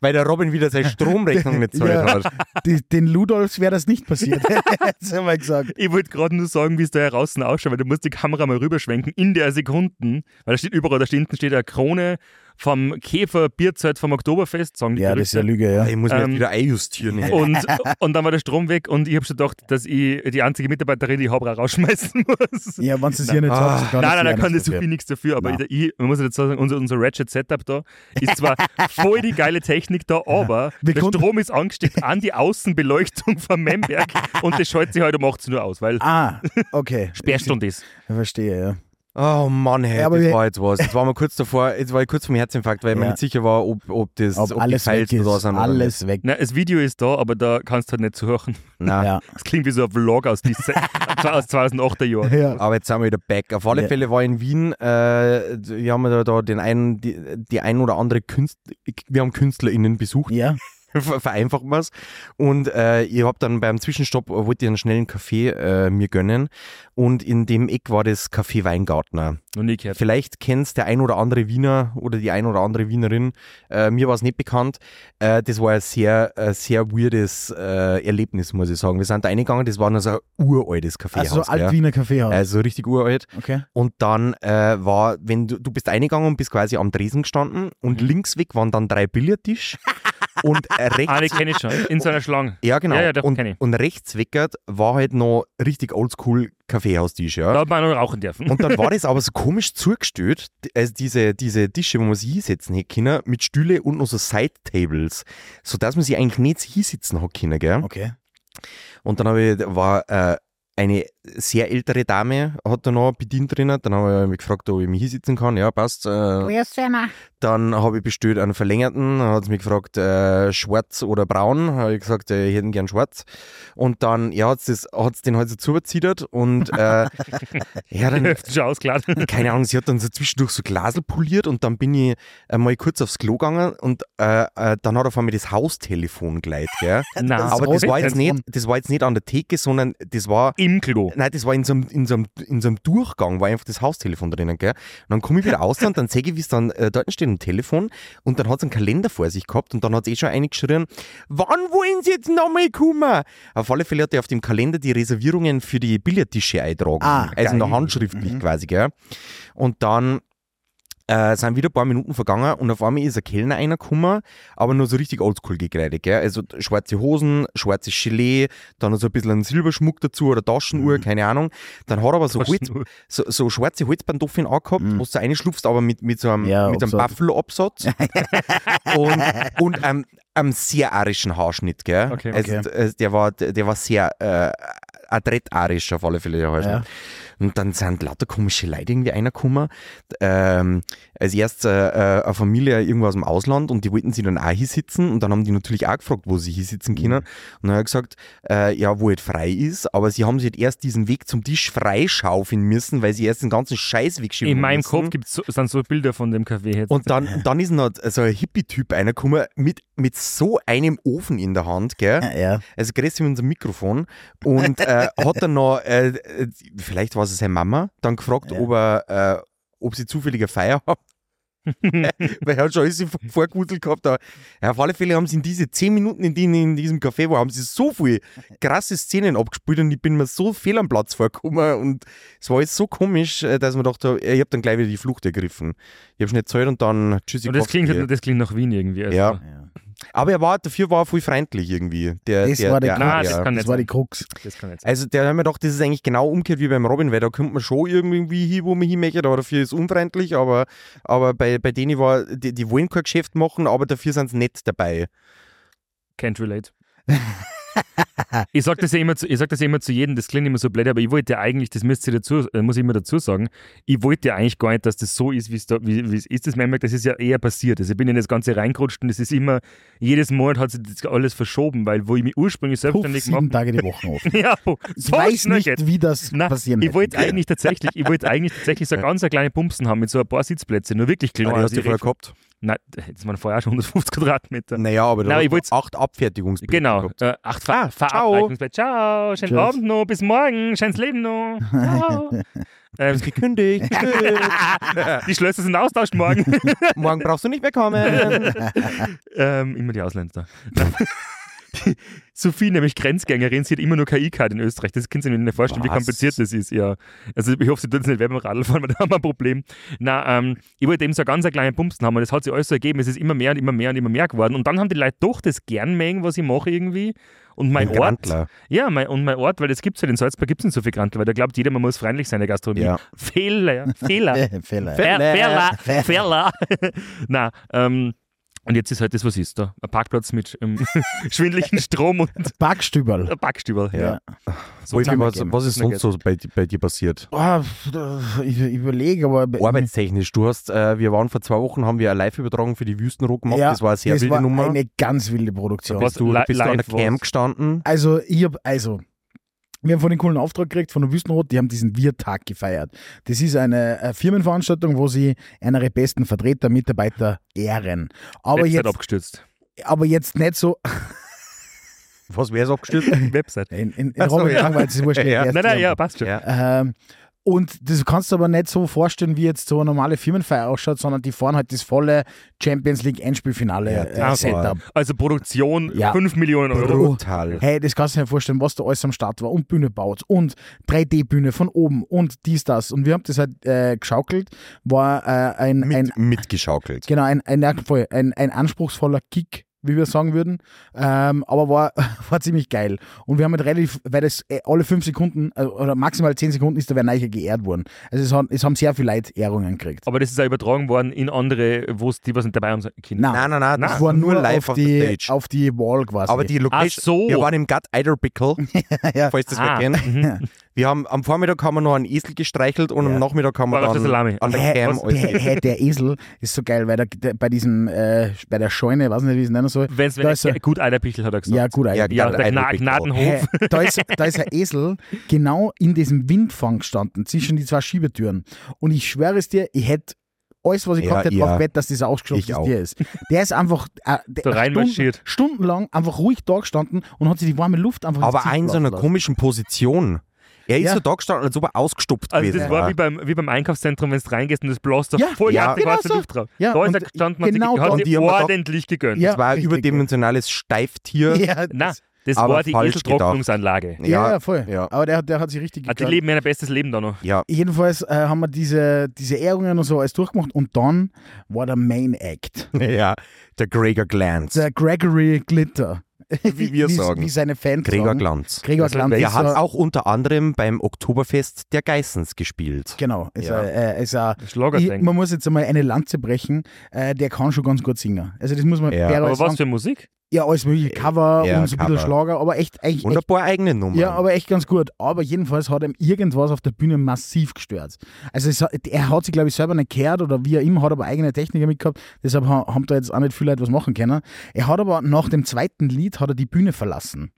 [SPEAKER 2] weil der Robin wieder seine Stromrechnung nicht zahlt
[SPEAKER 4] Ja.
[SPEAKER 2] hat.
[SPEAKER 4] Die, den Ludolfs wäre das nicht passiert. das haben wir gesagt.
[SPEAKER 3] Ich wollte gerade nur sagen, wie es da draußen ausschaut, weil du musst die Kamera mal rüberschwenken in der Sekunden, weil da steht überall, da hinten steht eine Krone vom Käfer Bierzeit vom Oktoberfest, sagen die
[SPEAKER 4] Ja, das ist
[SPEAKER 3] Gerüchte.
[SPEAKER 4] ja Lüge, ja.
[SPEAKER 2] Ah, Ich muss mich
[SPEAKER 3] Ähm,
[SPEAKER 2] wieder einjustieren. ey.
[SPEAKER 3] und, und dann war der Strom weg und ich habe schon gedacht, dass ich die einzige Mitarbeiterin, die ich habe, rausschmeißen muss.
[SPEAKER 4] Ja, wenn es hier nicht
[SPEAKER 2] Ah.
[SPEAKER 4] sagt, kann
[SPEAKER 3] Nein, nein, da
[SPEAKER 4] das
[SPEAKER 3] kann
[SPEAKER 4] ja
[SPEAKER 3] das
[SPEAKER 4] nicht
[SPEAKER 3] Sophie
[SPEAKER 4] passieren.
[SPEAKER 3] nichts dafür, aber
[SPEAKER 4] Nein.
[SPEAKER 3] ich, man muss jetzt sagen, unser, unser Ratchet-Setup da ist zwar voll die geile Technik da, aber
[SPEAKER 4] Wir
[SPEAKER 3] der
[SPEAKER 4] konnten-
[SPEAKER 3] Strom ist angesteckt an die Außenbeleuchtung von Memberg und das schaltet sich heute um 18 Uhr aus, weil
[SPEAKER 4] Ah, okay.
[SPEAKER 3] Sperrstunde ist.
[SPEAKER 4] Ich verstehe, ja.
[SPEAKER 2] Oh Mann, hey,
[SPEAKER 4] Ja, aber
[SPEAKER 2] das
[SPEAKER 4] wir-
[SPEAKER 2] war jetzt was. Jetzt waren wir kurz davor, jetzt war ich kurz vom Herzinfarkt, weil ich mir
[SPEAKER 4] Ja.
[SPEAKER 2] nicht sicher war, ob, ob das
[SPEAKER 4] Ob,
[SPEAKER 2] ob
[SPEAKER 4] alles
[SPEAKER 2] die Files
[SPEAKER 4] weg ist.
[SPEAKER 2] da sind oder
[SPEAKER 4] Alles weg.
[SPEAKER 3] Nein, das Video ist da, aber da kannst du halt nicht zuhören.
[SPEAKER 2] nicht. Nein.
[SPEAKER 4] Ja.
[SPEAKER 3] Das klingt wie so ein Vlog aus, die Se- aus 2008er Jahren.
[SPEAKER 4] ja.
[SPEAKER 2] Aber jetzt sind wir wieder back. Auf alle
[SPEAKER 4] Ja.
[SPEAKER 2] Fälle war ich in Wien, äh, wir haben da, da den einen, die, die ein oder andere Künstler, wir haben KünstlerInnen besucht,
[SPEAKER 4] Ja,
[SPEAKER 2] ver- vereinfacht wir es. Und äh, ich habe dann beim Zwischenstopp, äh, wollte ich einen schnellen Kaffee äh, mir gönnen und in dem Eck war das Café Weingartner.
[SPEAKER 3] Noch nie gehört.
[SPEAKER 2] Vielleicht kennst der ein oder andere Wiener oder die ein oder andere Wienerin. Äh, mir war es nicht bekannt. Äh, das war ein sehr, äh, sehr weirdes äh, Erlebnis, muss ich sagen. Wir sind da reingegangen, das war noch so ein uraltes Kaffeehaus.
[SPEAKER 4] also
[SPEAKER 2] gell?
[SPEAKER 4] Alt-Wiener Kaffeehaus.
[SPEAKER 2] Also richtig uralt.
[SPEAKER 4] okay.
[SPEAKER 2] Und dann äh, war, wenn du, du bist eingegangen und bist quasi am Tresen gestanden
[SPEAKER 3] Mhm.
[SPEAKER 2] und links weg waren dann drei Billardtisch und äh, rechts.
[SPEAKER 3] Ah, die kenne ich schon. In so einer Schlange.
[SPEAKER 2] Ja, genau.
[SPEAKER 3] Ja, ja, doch,
[SPEAKER 2] und,
[SPEAKER 3] kenn ich.
[SPEAKER 2] und rechts weckert war halt noch richtig oldschool Kaffeehaustisch, ja.
[SPEAKER 3] Da hat man auch noch rauchen dürfen.
[SPEAKER 2] Und dann war das aber so komisch zugestellt, d- also diese, diese Tische, wo man sich hinsetzen hätte können, mit Stühle und noch so Side-Tables, sodass man sich eigentlich nicht hinsitzen hat können, gell?
[SPEAKER 4] Okay.
[SPEAKER 2] Und dann hab ich, war äh, eine sehr ältere Dame, hat da noch bedient drinnen, dann habe ich mich gefragt, ob ich mich hinsitzen kann, ja, passt. Äh, dann habe ich bestellt einen verlängerten, dann hat sie mich gefragt, äh, schwarz oder braun, habe ich gesagt, äh, ich hätte gern schwarz. Und dann, ja, hat sie den halt so zugeziedert und äh, ja,
[SPEAKER 3] Die
[SPEAKER 2] dann
[SPEAKER 3] Hälfte schon ausgeladen.
[SPEAKER 2] keine Ahnung, sie hat dann so zwischendurch so Glasel poliert und dann bin ich äh, mal kurz aufs Klo gegangen und äh, äh, dann hat auf einmal das Haustelefon geleitet, gell?
[SPEAKER 3] Nein,
[SPEAKER 2] Ah, Aber das war, jetzt
[SPEAKER 4] Haustelefon.
[SPEAKER 2] nicht, das war jetzt nicht an der Theke, sondern das war,
[SPEAKER 3] Im Klo.
[SPEAKER 2] nein, das war in so einem, in so einem, in so einem Durchgang, war einfach das Haustelefon drinnen, gell? Und dann komme ich wieder raus und dann sehe ich, wie es dann äh, dort steht am Telefon und dann hat es einen Kalender vor sich gehabt und dann hat es eh schon eingeschrien, wann wollen sie jetzt nochmal kommen? Auf alle Fälle hat er auf dem Kalender die Reservierungen für die Billardtische eintragen.
[SPEAKER 4] Ah,
[SPEAKER 2] also
[SPEAKER 3] geil.
[SPEAKER 2] noch handschriftlich quasi, gell? Und dann äh, sind wieder ein paar Minuten vergangen und auf einmal ist ein Kellner einer gekommen, aber nur so richtig oldschool gekleidet, gell? Also schwarze Hosen, schwarzes Gilet, dann so ein bisschen einen Silberschmuck dazu oder Taschenuhr, keine Ahnung. Dann hat er aber so, Holz,
[SPEAKER 3] Taschenuhr.
[SPEAKER 2] so, so schwarze Holzpantoffeln angehabt, wo du reinschlupfst, aber mit, mit so einem,
[SPEAKER 4] Ja,
[SPEAKER 2] mit einem
[SPEAKER 4] Absatz.
[SPEAKER 2] Buffalo-Absatz und, und einem, einem sehr arischen Haarschnitt, gell?
[SPEAKER 3] Okay,
[SPEAKER 2] Also, d- also der, war, der war sehr äh, adrettarisch auf alle Fälle, also. der Haarschnitt.
[SPEAKER 4] Ja.
[SPEAKER 2] Und dann sind lauter komische Leute irgendwie reingekommen. Ähm, als erst äh, äh, eine Familie irgendwo aus dem Ausland und die wollten sie dann auch hier sitzen und dann haben die natürlich auch gefragt, wo sie hier sitzen
[SPEAKER 3] Mhm.
[SPEAKER 2] können. Und dann hat er gesagt, äh, ja, wo halt frei ist, aber sie haben sich halt erst diesen Weg zum Tisch freischaufeln müssen, weil sie erst den ganzen Scheiß wegschieben
[SPEAKER 3] In meinem
[SPEAKER 2] müssen.
[SPEAKER 3] Kopf gibt's so, sind so Bilder von dem Café jetzt.
[SPEAKER 2] Und dann, und dann ist noch so ein Hippie-Typ einer gekommen mit, mit so einem Ofen in der Hand, gell?
[SPEAKER 4] Ja.
[SPEAKER 2] Also grüß ihm unser Mikrofon. Und äh, hat dann noch, äh, äh, vielleicht war es seine Mama, dann gefragt,
[SPEAKER 4] Ja.
[SPEAKER 2] ob, er, äh, ob sie zufällige Feier haben. Weil er hat schon alles vor- vorgewuselt gehabt. Aber ja, auf alle Fälle haben sie in diese zehn Minuten, in denen ich in diesem Café war, haben sie so viele krasse Szenen abgespielt und ich bin mir so fehl am Platz vorgekommen. Und es war jetzt so komisch, äh, dass man dachte, ich habe dann gleich wieder die Flucht ergriffen. Ich habe schnell gezahlt und dann tschüss, ich
[SPEAKER 3] und das
[SPEAKER 2] kauf's dir.
[SPEAKER 3] klingt, halt das klingt nach Wien irgendwie. Also.
[SPEAKER 2] Ja. Aber er war, dafür war er voll freundlich irgendwie. Der,
[SPEAKER 4] Das
[SPEAKER 2] der,
[SPEAKER 4] war der
[SPEAKER 2] der,
[SPEAKER 4] Knall.
[SPEAKER 3] Nein, das
[SPEAKER 2] ja. Ah,
[SPEAKER 3] kann
[SPEAKER 4] Das
[SPEAKER 3] nicht
[SPEAKER 4] war
[SPEAKER 3] sein.
[SPEAKER 4] die Krux.
[SPEAKER 3] Das kann nicht sein.
[SPEAKER 2] Also der hat mir gedacht, das ist eigentlich genau umgekehrt wie beim Robin, weil da könnte man schon irgendwie hin, wo man hinmachen, aber dafür ist unfreundlich, aber, aber bei, bei denen war, die, die wollen kein Geschäft machen, aber dafür sind sie nett dabei.
[SPEAKER 3] Can't relate. Ich sage das, ja immer zu- ich sag das ja immer zu jedem, das klingt immer so blöd, aber ich wollte ja eigentlich, das müsst ihr dazu, äh, muss ich immer dazu sagen, ich wollte ja eigentlich gar nicht, dass das so ist, wie's da, wie wie es ist. Das merkt, das ist ja eher passiert. Also ich bin in das Ganze reingerutscht und es ist immer, jedes Monat hat sich das alles verschoben, weil wo ich mich ursprünglich
[SPEAKER 4] Puff,
[SPEAKER 3] selbstständig
[SPEAKER 4] sieben
[SPEAKER 3] gemacht
[SPEAKER 4] Tage die Woche auf.
[SPEAKER 3] ja, puh,
[SPEAKER 4] Ich weiß
[SPEAKER 3] schnell
[SPEAKER 4] nicht,
[SPEAKER 3] geht's.
[SPEAKER 4] wie das
[SPEAKER 3] Nein,
[SPEAKER 4] passieren
[SPEAKER 3] ich wollte
[SPEAKER 4] hätte.
[SPEAKER 3] eigentlich tatsächlich, ich wollte eigentlich tatsächlich so eine ganz eine kleine Pumpsen haben mit so ein paar Sitzplätze, nur wirklich
[SPEAKER 4] Ah,
[SPEAKER 3] klein.
[SPEAKER 2] Die hast
[SPEAKER 3] Also
[SPEAKER 2] du
[SPEAKER 3] ich
[SPEAKER 2] vorher
[SPEAKER 3] rede-
[SPEAKER 2] gehabt?
[SPEAKER 3] Nein, jetzt waren vorher schon 150 Quadratmeter.
[SPEAKER 2] Naja, aber du
[SPEAKER 3] Nein, ich
[SPEAKER 2] hast
[SPEAKER 3] wollt's-
[SPEAKER 2] acht Abfertigungspunkte
[SPEAKER 3] Genau.
[SPEAKER 2] gehabt.
[SPEAKER 3] Äh, acht
[SPEAKER 2] Ah,
[SPEAKER 3] Fahr Fahrabweichungsplätze. Ciao. Schönen
[SPEAKER 4] Tschüss.
[SPEAKER 3] Abend noch. Bis morgen. Schönes Leben noch. Ciao. ähm,
[SPEAKER 2] Gekündigt. Tschüss.
[SPEAKER 3] die Schlösser sind austauscht morgen.
[SPEAKER 2] Morgen brauchst du nicht mehr kommen.
[SPEAKER 3] ähm, immer die Ausländer. Die Sophie, nämlich Grenzgängerin, sie hat immer nur KI-Card in Österreich. Das können Sie mir nicht vorstellen, wie
[SPEAKER 2] Was?
[SPEAKER 3] kompliziert das ist. Ja. Also ich hoffe, sie tut es nicht beim Radl fahren, weil da haben wir ein Problem. Na, ähm, ich wollte eben so eine ganz eine kleine Pumpsen haben und das hat sich alles so ergeben. Es ist immer mehr und immer mehr und immer mehr geworden. Und dann haben die Leute doch das gern mengen, was ich mache irgendwie. Und mein
[SPEAKER 2] Ein
[SPEAKER 3] Ort,
[SPEAKER 2] Grantler.
[SPEAKER 3] Ja, mein, und mein Ort, weil das gibt es halt in Salzburg, gibt es nicht so viel Grantl, weil da glaubt jeder, man muss freundlich sein in der Gastronomie.
[SPEAKER 2] Ja.
[SPEAKER 3] Fehler, Fehler.
[SPEAKER 4] Fehler.
[SPEAKER 3] Fehler, Fehler. Fehler. Na, ähm, und jetzt ist halt das, was ist da? Ein Parkplatz mit ähm, schwindlichen Strom und
[SPEAKER 4] Backstüberl.
[SPEAKER 3] ein Backstüberl.
[SPEAKER 4] Ja.
[SPEAKER 2] Wolfi, was, was ist
[SPEAKER 3] Zusammen
[SPEAKER 2] sonst so bei, bei dir passiert?
[SPEAKER 3] Ah,
[SPEAKER 4] Oh, pff, ich überlege, aber
[SPEAKER 2] Arbeitstechnisch, du hast, äh, wir waren vor zwei Wochen, haben wir eine Live-Übertragung für die Wüstenrock gemacht, das war eine sehr
[SPEAKER 4] das
[SPEAKER 2] wilde
[SPEAKER 4] war
[SPEAKER 2] Nummer.
[SPEAKER 4] Eine ganz wilde Produktion.
[SPEAKER 3] Was-
[SPEAKER 2] Bist du,
[SPEAKER 3] Li-
[SPEAKER 2] bist du an der
[SPEAKER 3] live
[SPEAKER 2] Cam
[SPEAKER 3] was?
[SPEAKER 2] gestanden?
[SPEAKER 4] Also, ich hab, also, wir haben von den coolen Auftrag gekriegt, von der Wüstenrot, die haben diesen Wir-Tag gefeiert. Das ist eine äh, Firmenveranstaltung, wo sie ihre besten Vertreter, Mitarbeiter ehren. Aber
[SPEAKER 3] Website
[SPEAKER 4] jetzt,
[SPEAKER 3] abgestürzt.
[SPEAKER 4] aber jetzt nicht so.
[SPEAKER 2] Was wäre es abgestürzt?
[SPEAKER 3] Website.
[SPEAKER 4] In, in, in
[SPEAKER 2] Ach so,
[SPEAKER 4] Robin
[SPEAKER 2] ja.
[SPEAKER 4] Langweiz ist wurscht.
[SPEAKER 2] Ja.
[SPEAKER 4] erst
[SPEAKER 3] Nein, nein,
[SPEAKER 4] erklären.
[SPEAKER 3] ja, passt schon.
[SPEAKER 2] Ja.
[SPEAKER 4] Ähm, und das kannst du aber nicht so vorstellen, wie jetzt so eine normale Firmenfeier ausschaut, sondern die fahren halt das volle Champions League Endspielfinale
[SPEAKER 2] Ja,
[SPEAKER 4] äh,
[SPEAKER 2] das war-
[SPEAKER 4] Setup.
[SPEAKER 3] Also Produktion
[SPEAKER 4] Ja.
[SPEAKER 3] 5 Millionen Euro.
[SPEAKER 2] Brutal.
[SPEAKER 4] Hey, das kannst du dir nicht vorstellen, was da alles am Start war und Bühne baut und 3D-Bühne von oben und dies, das. Und wir haben das halt äh, geschaukelt, war äh, ein, ein,
[SPEAKER 2] Mit, mitgeschaukelt.
[SPEAKER 4] genau, ein, ein, ja, voll, ein, ein anspruchsvoller Kick, wie wir sagen würden, ähm, aber war, war ziemlich geil. Und wir haben halt relativ, weil das äh, alle fünf Sekunden äh, oder maximal zehn Sekunden ist, da werden Eiche geehrt worden. Also es haben, es haben sehr viele Leute Ehrungen gekriegt.
[SPEAKER 3] Aber das ist auch übertragen worden in andere, wo es die was nicht dabei haben. Kinder.
[SPEAKER 2] Nein,
[SPEAKER 4] Nein,
[SPEAKER 2] nein, nein, das
[SPEAKER 4] das
[SPEAKER 2] war
[SPEAKER 4] war
[SPEAKER 2] Ah, nur live
[SPEAKER 4] auf
[SPEAKER 2] auf the
[SPEAKER 4] die,
[SPEAKER 2] stage.
[SPEAKER 4] auf die Wall quasi.
[SPEAKER 2] Aber die Location,
[SPEAKER 3] Ach so.
[SPEAKER 2] wir waren im Gut Eider Pickle,
[SPEAKER 4] Ja. Mhm.
[SPEAKER 2] falls das
[SPEAKER 3] Ah,
[SPEAKER 2] wer kennt. Wir haben, am Vormittag haben wir noch einen Esel gestreichelt und am Nachmittag haben wir
[SPEAKER 3] War das
[SPEAKER 2] dann
[SPEAKER 3] Salami?
[SPEAKER 2] an der
[SPEAKER 3] Hä,
[SPEAKER 2] Cam
[SPEAKER 3] was-
[SPEAKER 2] alles
[SPEAKER 4] Hä, hä, der Esel ist so geil, weil der, der, bei diesem, äh, bei der Scheune, weiß nicht, wie ich es nennen soll.
[SPEAKER 3] Wenn's, wenn
[SPEAKER 4] da ist so,
[SPEAKER 3] gut einer Pichel hat er gesagt.
[SPEAKER 4] ja, gut,
[SPEAKER 2] Ja,
[SPEAKER 4] eigentlich.
[SPEAKER 3] Ja,
[SPEAKER 2] Gna-
[SPEAKER 3] der Gna
[SPEAKER 2] Eidelpichel.
[SPEAKER 3] Gnadenhof.
[SPEAKER 4] Hä, da, ist, da ist ein Esel genau in diesem Windfang gestanden, zwischen die zwei Schiebetüren. Und ich schwöre es dir, ich hätte alles, was ich
[SPEAKER 2] Ja,
[SPEAKER 4] gehabt hätte,
[SPEAKER 2] ja.
[SPEAKER 4] drauf gewettet, dass dieser
[SPEAKER 2] Ich
[SPEAKER 4] ausgeschlupftes
[SPEAKER 2] auch.
[SPEAKER 4] Tier ist. Der ist einfach äh, der
[SPEAKER 3] So reinmarschiert.
[SPEAKER 4] Stunden, stundenlang einfach ruhig da gestanden und hat sich die warme Luft einfach ins
[SPEAKER 2] Aber
[SPEAKER 4] Gesicht
[SPEAKER 2] auch in so einer
[SPEAKER 4] blasen lassen.
[SPEAKER 2] komischen Position. Er ist
[SPEAKER 4] Ja.
[SPEAKER 2] so da gestanden, als ob er ausgestopft
[SPEAKER 3] Also
[SPEAKER 2] gewesen
[SPEAKER 3] das war
[SPEAKER 2] wäre.
[SPEAKER 3] wie beim, wie beim Einkaufszentrum, wenn du reingehst und das blast doch
[SPEAKER 4] Ja,
[SPEAKER 3] voll
[SPEAKER 2] ja,
[SPEAKER 3] ja, die
[SPEAKER 4] genau
[SPEAKER 3] ganze
[SPEAKER 4] so.
[SPEAKER 3] Luft drauf.
[SPEAKER 4] Ja,
[SPEAKER 3] da ist er
[SPEAKER 4] und
[SPEAKER 3] gestanden und hat
[SPEAKER 4] genau da.
[SPEAKER 3] sich-
[SPEAKER 2] Und
[SPEAKER 3] hat
[SPEAKER 2] die
[SPEAKER 3] sich
[SPEAKER 2] haben mir gedacht-
[SPEAKER 3] ordentlich gegönnt.
[SPEAKER 4] Ja,
[SPEAKER 2] das war ein
[SPEAKER 4] richtig,
[SPEAKER 2] überdimensionales Steiftier.
[SPEAKER 4] Ja,
[SPEAKER 3] Nein,
[SPEAKER 4] das-
[SPEAKER 3] das
[SPEAKER 2] Aber
[SPEAKER 3] war die
[SPEAKER 2] falsch
[SPEAKER 3] Eseltrocknungsanlage.
[SPEAKER 4] ja, ja, voll.
[SPEAKER 2] Ja.
[SPEAKER 4] Aber der, hat- der hat sich richtig
[SPEAKER 3] Ah, Die
[SPEAKER 4] gegönnt.
[SPEAKER 3] leben ihr bestes Leben da noch.
[SPEAKER 2] ja.
[SPEAKER 4] Jedenfalls äh, haben wir diese, diese Ehrungen und so alles durchgemacht und dann war der Main Act.
[SPEAKER 2] Ja, der Gregor Glanz.
[SPEAKER 4] Der Gregory Glitter.
[SPEAKER 2] Wie wir sagen.
[SPEAKER 4] Wie seine Fans
[SPEAKER 2] Gregor
[SPEAKER 4] sagen.
[SPEAKER 2] Glanz.
[SPEAKER 4] Gregor Glanz.
[SPEAKER 2] Der
[SPEAKER 4] ist
[SPEAKER 2] Also, hat
[SPEAKER 4] so-
[SPEAKER 2] auch unter anderem beim Oktoberfest der Geissens gespielt.
[SPEAKER 4] Genau. Ist
[SPEAKER 2] Ja.
[SPEAKER 4] ein, äh, ist ein, ich,
[SPEAKER 3] Schlagersänger.
[SPEAKER 4] man muss jetzt einmal eine Lanze brechen. Äh, der kann schon ganz gut singen. Also das muss man
[SPEAKER 2] Ja.
[SPEAKER 4] fairerweise
[SPEAKER 3] Aber was
[SPEAKER 4] sagen.
[SPEAKER 3] für Musik?
[SPEAKER 4] Ja, alles mögliche. Cover
[SPEAKER 2] Ja,
[SPEAKER 4] und so ein
[SPEAKER 2] Cover.
[SPEAKER 4] bisschen Schlager, aber echt, eigentlich
[SPEAKER 2] Und
[SPEAKER 4] echt
[SPEAKER 2] ein paar eigene Nummern.
[SPEAKER 4] Ja, aber echt ganz gut. Aber jedenfalls hat ihm irgendwas auf der Bühne massiv gestört. Also es, hat- er hat sich, glaube ich, selber nicht gehört oder wie er immer, hat aber eigene Techniker mitgehabt. Deshalb ha- haben da jetzt auch nicht viele Leute was machen können. Er hat aber nach dem zweiten Lied hat er die Bühne verlassen.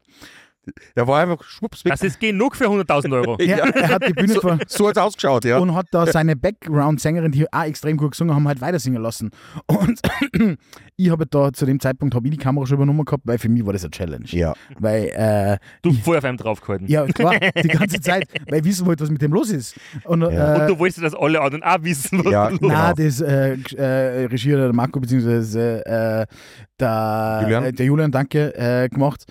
[SPEAKER 2] der war einfach schwupps weg.
[SPEAKER 3] Das ist genug für 100.000 Euro.
[SPEAKER 4] Er, er hat die Bühne ver
[SPEAKER 2] So hat es ausgeschaut, ja.
[SPEAKER 4] und hat da seine Background-Sängerin, die auch extrem gut gesungen haben, halt weiter singen lassen. Und ich habe da zu dem Zeitpunkt habe ich die Kamera schon übernommen gehabt, weil für mich war das eine Challenge.
[SPEAKER 2] ja.
[SPEAKER 4] Weil äh,
[SPEAKER 3] Du vorher auf einem draufgehalten.
[SPEAKER 4] ja klar, die ganze Zeit, weil ich wissen wollte, was mit dem los ist. Und,
[SPEAKER 2] Ja.
[SPEAKER 4] äh,
[SPEAKER 3] Und du wolltest, dass alle anderen auch wissen, was
[SPEAKER 2] Ja,
[SPEAKER 3] da los
[SPEAKER 2] genau.
[SPEAKER 4] Nein, das äh, g- äh, Regie hat der Marco beziehungsweise äh, der,
[SPEAKER 2] Julian.
[SPEAKER 4] äh, der Julian, danke, äh, gemacht.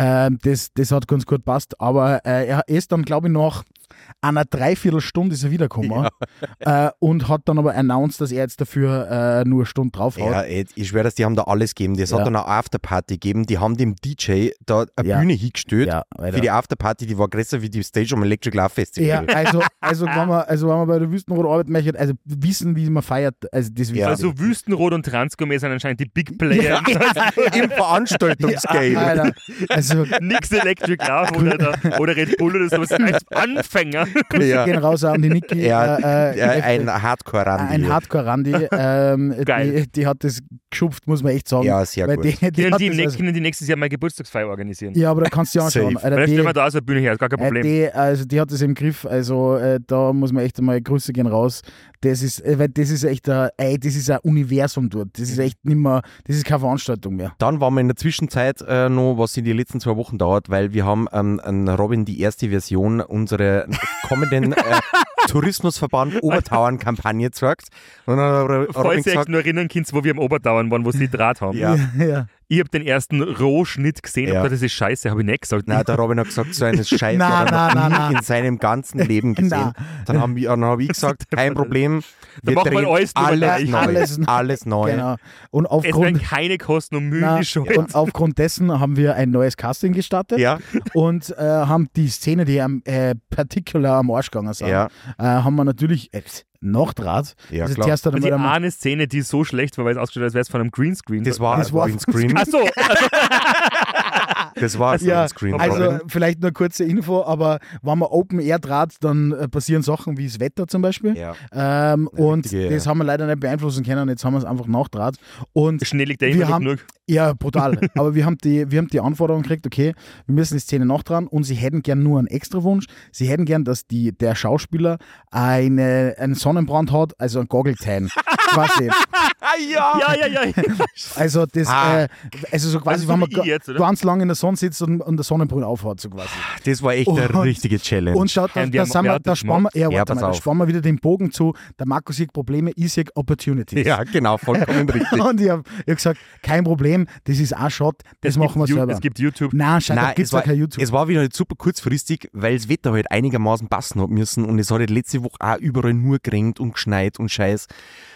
[SPEAKER 4] Ähm, das, das hat ganz gut passt. Aber äh, er ist dann, glaube ich, noch an einer Dreiviertelstunde ist er wiedergekommen äh, und hat dann aber announced, dass er jetzt dafür äh, nur eine Stunde drauf hat.
[SPEAKER 2] Ja, ey, ich schwöre, dass die haben da alles gegeben. Das
[SPEAKER 4] Ja.
[SPEAKER 2] hat dann eine Afterparty gegeben. Die haben dem DJ da eine
[SPEAKER 4] Ja.
[SPEAKER 2] Bühne hingestellt.
[SPEAKER 4] Ja, Alter.
[SPEAKER 2] für die Afterparty, die war größer wie die Stage am Electric Love
[SPEAKER 4] Ja,
[SPEAKER 2] Festival.
[SPEAKER 4] also, also, wenn man, also wenn man bei der Wüstenrot arbeiten möchte, also wissen, wie man feiert, also das
[SPEAKER 2] Ja.
[SPEAKER 4] wissen
[SPEAKER 3] Also Wüstenrot und Transgourmet sind anscheinend die Big Player.
[SPEAKER 2] Im Veranstaltungsgame.
[SPEAKER 4] wir. Alter, also
[SPEAKER 3] Nix Electric Love oder, oder Red Bull oder sowas. Als Anfänger.
[SPEAKER 4] ah,
[SPEAKER 2] Ja.
[SPEAKER 4] gehen raus an die Niki.
[SPEAKER 2] Ja,
[SPEAKER 4] äh,
[SPEAKER 2] äh,
[SPEAKER 4] äh,
[SPEAKER 2] ein Hardcore-Rand.
[SPEAKER 4] ein Hardcore-Randi. Ähm,
[SPEAKER 3] Geil.
[SPEAKER 4] die, die hat das geschupft, muss man echt sagen.
[SPEAKER 2] Ja, sehr
[SPEAKER 4] Weil
[SPEAKER 2] gut.
[SPEAKER 4] Die, die
[SPEAKER 3] Können
[SPEAKER 4] hat
[SPEAKER 3] die, im
[SPEAKER 4] das
[SPEAKER 3] nächsten-
[SPEAKER 4] also,
[SPEAKER 3] können die nächstes Jahr meine Geburtstagsfeier organisieren?
[SPEAKER 4] ja, aber da kannst du ja anschauen.
[SPEAKER 2] Safe.
[SPEAKER 3] Weil
[SPEAKER 4] Alter,
[SPEAKER 3] dann stellen
[SPEAKER 4] die,
[SPEAKER 3] wir da aus der Bühne her, ist gar kein
[SPEAKER 4] äh,
[SPEAKER 3] Problem.
[SPEAKER 4] die, also die hat das im Griff. Also äh, da muss man echt einmal Grüße gehen raus. Das ist, äh, weil das ist echt ein, ey, das ist ein Universum dort. Das ist echt nimmer, das ist keine Veranstaltung mehr.
[SPEAKER 2] Dann waren wir in der Zwischenzeit äh, noch, was in die letzten zwei Wochen dauert, weil wir haben ähm, an Robin die erste Version unserer kommenden äh, Tourismusverband Obertauern-Kampagne gezeigt. Und dann hat Ro- Robin
[SPEAKER 3] Falls ihr euch
[SPEAKER 2] gesagt,
[SPEAKER 3] nur erinnern könnt, wo wir im Oberdauern waren, wo sie die Draht haben.
[SPEAKER 2] ja.
[SPEAKER 4] ja.
[SPEAKER 3] Ich habe den ersten Rohschnitt gesehen und
[SPEAKER 2] Ja.
[SPEAKER 3] gesagt, das ist scheiße, habe ich nicht gesagt.
[SPEAKER 2] Nein, der Robin hat gesagt, so eine Scheiße
[SPEAKER 4] Nein,
[SPEAKER 2] hat er noch
[SPEAKER 4] nein, nein,
[SPEAKER 2] nie
[SPEAKER 4] nein.
[SPEAKER 2] in seinem ganzen Leben gesehen. Dann haben wir- dann habe ich gesagt, kein Problem, wir
[SPEAKER 3] machen wir
[SPEAKER 2] drehen
[SPEAKER 3] alles nur
[SPEAKER 2] alles
[SPEAKER 3] gleich.
[SPEAKER 2] neu,
[SPEAKER 4] Alles
[SPEAKER 2] alles,
[SPEAKER 4] neu.
[SPEAKER 2] neu.
[SPEAKER 4] Genau. Und
[SPEAKER 3] Oh es werden
[SPEAKER 4] aufgrund,
[SPEAKER 3] keine Kosten und Mühen
[SPEAKER 4] na,
[SPEAKER 3] gescheut.
[SPEAKER 4] und aufgrund dessen haben wir ein neues Casting gestartet
[SPEAKER 2] Ja,
[SPEAKER 4] und äh, haben die Szene, die am äh, particular am Arsch gegangen sind,
[SPEAKER 2] ja,
[SPEAKER 4] äh, haben wir natürlich äh, noch draht.
[SPEAKER 2] ja,
[SPEAKER 4] also
[SPEAKER 2] klar.
[SPEAKER 4] zuerst hat
[SPEAKER 3] Und die
[SPEAKER 4] einmal der-
[SPEAKER 3] eine Szene, die so schlecht war, weil es ausgeschaut hat, als wäre es von einem Greenscreen.
[SPEAKER 2] Das war
[SPEAKER 4] Das war-
[SPEAKER 2] Robin Screen.
[SPEAKER 3] Ach so,
[SPEAKER 2] Das war
[SPEAKER 4] ja,
[SPEAKER 2] Robin Screen.
[SPEAKER 4] also
[SPEAKER 2] Robin.
[SPEAKER 4] vielleicht nur kurze Info, aber wenn man Open Air draht, dann äh, passieren Sachen wie das Wetter zum Beispiel.
[SPEAKER 2] Ja.
[SPEAKER 4] Ähm, und
[SPEAKER 2] richtige-
[SPEAKER 4] das haben wir leider nicht beeinflussen können, jetzt haben wir es einfach nachdraht. Und
[SPEAKER 3] schnell liegt der
[SPEAKER 4] Wir
[SPEAKER 3] immer
[SPEAKER 4] haben-
[SPEAKER 3] genug.
[SPEAKER 4] Ja, brutal. Aber wir haben, die, wir haben die Anforderung gekriegt, okay, wir müssen die Szene noch dran und sie hätten gern nur einen Extrawunsch. Sie hätten gern, dass die, der Schauspieler eine, einen Sonnenbrand hat, also einen Goggle-Tan. Quasi.
[SPEAKER 3] Ja, ja, ja.
[SPEAKER 4] Also, das,
[SPEAKER 2] Ah.
[SPEAKER 4] äh, also so quasi,
[SPEAKER 3] Also so
[SPEAKER 4] wenn man
[SPEAKER 3] wie ich
[SPEAKER 4] ga-
[SPEAKER 3] jetzt, oder?
[SPEAKER 4] ganz lang in der Sonne sitzt und, und der Sonnenbrille aufhat, so quasi.
[SPEAKER 2] Das war echt eine
[SPEAKER 4] Und-
[SPEAKER 2] richtige Challenge.
[SPEAKER 4] Und schaut, da,
[SPEAKER 3] Haben die
[SPEAKER 4] da,
[SPEAKER 3] am- wer
[SPEAKER 4] sind wir,
[SPEAKER 3] hat
[SPEAKER 4] da
[SPEAKER 3] das
[SPEAKER 4] spannen wir, ja,
[SPEAKER 2] Ja,
[SPEAKER 4] warte
[SPEAKER 2] pass
[SPEAKER 4] mal, da
[SPEAKER 2] auf.
[SPEAKER 4] spannen wir wieder den Bogen zu. Der Markus sieht Probleme, ich sehe Opportunities.
[SPEAKER 2] ja, genau, vollkommen richtig.
[SPEAKER 4] Und ich habe hab gesagt, kein Problem, das ist ein Shot, das, machen wir
[SPEAKER 3] Ju-
[SPEAKER 4] selber.
[SPEAKER 3] Es gibt YouTube.
[SPEAKER 4] Nein, scheiße, da
[SPEAKER 2] Nein,
[SPEAKER 4] gibt's
[SPEAKER 2] es
[SPEAKER 4] ja
[SPEAKER 2] war,
[SPEAKER 4] kein YouTube.
[SPEAKER 2] es war wieder halt super kurzfristig, weil das Wetter halt einigermaßen passen hat müssen und es hat halt letzte Woche auch überall nur geregnet und geschneit und scheiß.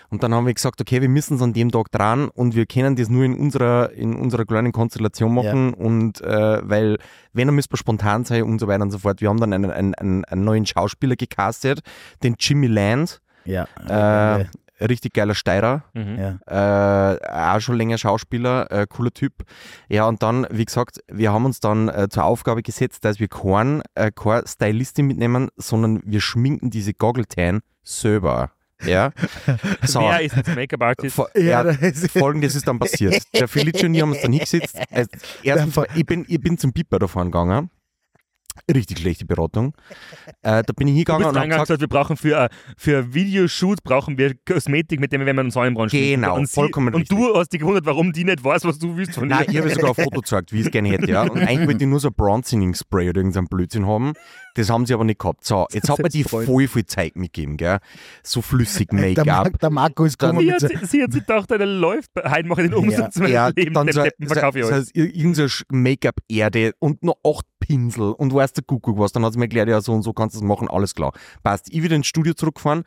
[SPEAKER 2] Und dann haben wir gesagt, okay, wir müssen es an dem Tag dran und wir können das nur in unserer, in unserer kleinen Konstellation machen und äh, weil, wenn, dann müssen wir spontan sein und so weiter und so fort. Wir haben dann einen, einen, einen, einen neuen Schauspieler gecastet, den Jimmy Land,
[SPEAKER 4] Ja.
[SPEAKER 2] äh, richtig geiler Steirer.
[SPEAKER 4] ja.
[SPEAKER 2] äh, auch schon länger Schauspieler, äh, cooler Typ. Ja, und dann, wie gesagt, wir haben uns dann äh, zur Aufgabe gesetzt, dass wir keinen äh, keine Stylistin mitnehmen, sondern wir schminken diese Goggle-Tan selber. Ja. So.
[SPEAKER 3] Wer ist jetzt Make-up-Artist?
[SPEAKER 2] Fo-
[SPEAKER 4] Ja,
[SPEAKER 2] ja,
[SPEAKER 4] das ist-
[SPEAKER 2] folgendes ist dann passiert. Der Felice und ich haben uns dann hingesetzt. Als erstens, mal, ich, bin, ich bin zum Piper da fahren gegangen. Richtig schlechte Beratung. Äh, da bin ich
[SPEAKER 3] Du
[SPEAKER 2] hingegangen
[SPEAKER 3] bist
[SPEAKER 2] und habe
[SPEAKER 3] reingegangen und
[SPEAKER 2] gesagt,
[SPEAKER 3] gesagt, wir brauchen für, äh, für Videoshoot brauchen wir Kosmetik, mit dem wir einen Sonnenbrand schminken.
[SPEAKER 2] Genau,
[SPEAKER 3] und sie,
[SPEAKER 2] vollkommen
[SPEAKER 3] Und
[SPEAKER 2] richtig.
[SPEAKER 3] du hast dich gewundert, warum die nicht weiß, was du willst von
[SPEAKER 2] Nein,
[SPEAKER 3] ihr.
[SPEAKER 2] ich habe sogar ein Foto gezeigt, wie ich es gerne hätte. Ja. Und eigentlich wollte ich nur so ein Bronzening-Spray oder irgendeinen Blödsinn haben. Das haben sie aber nicht gehabt. So, jetzt hat mir die voll viel Zeit mitgegeben, gell? So flüssig
[SPEAKER 4] Der, Mar
[SPEAKER 2] Make-up.
[SPEAKER 4] der Marco ist gekommen
[SPEAKER 3] Sie
[SPEAKER 4] mit
[SPEAKER 3] hat,
[SPEAKER 4] so,
[SPEAKER 3] sie hat sich gedacht, der läuft, heute mache ich den Umsatz ja,
[SPEAKER 2] Ja,
[SPEAKER 3] Leben,
[SPEAKER 2] dann
[SPEAKER 3] den
[SPEAKER 2] so,
[SPEAKER 3] Deppen
[SPEAKER 2] so,
[SPEAKER 3] verkaufe ich
[SPEAKER 2] so,
[SPEAKER 3] euch.
[SPEAKER 2] so irgendeine Sch- Make-up-Erde und noch acht Pinsel und weißt der Kuckuck was. Dann hat sie mir erklärt, ja, so und so kannst du das machen, alles klar. Passt. Ich wieder ins Studio zurückgefahren.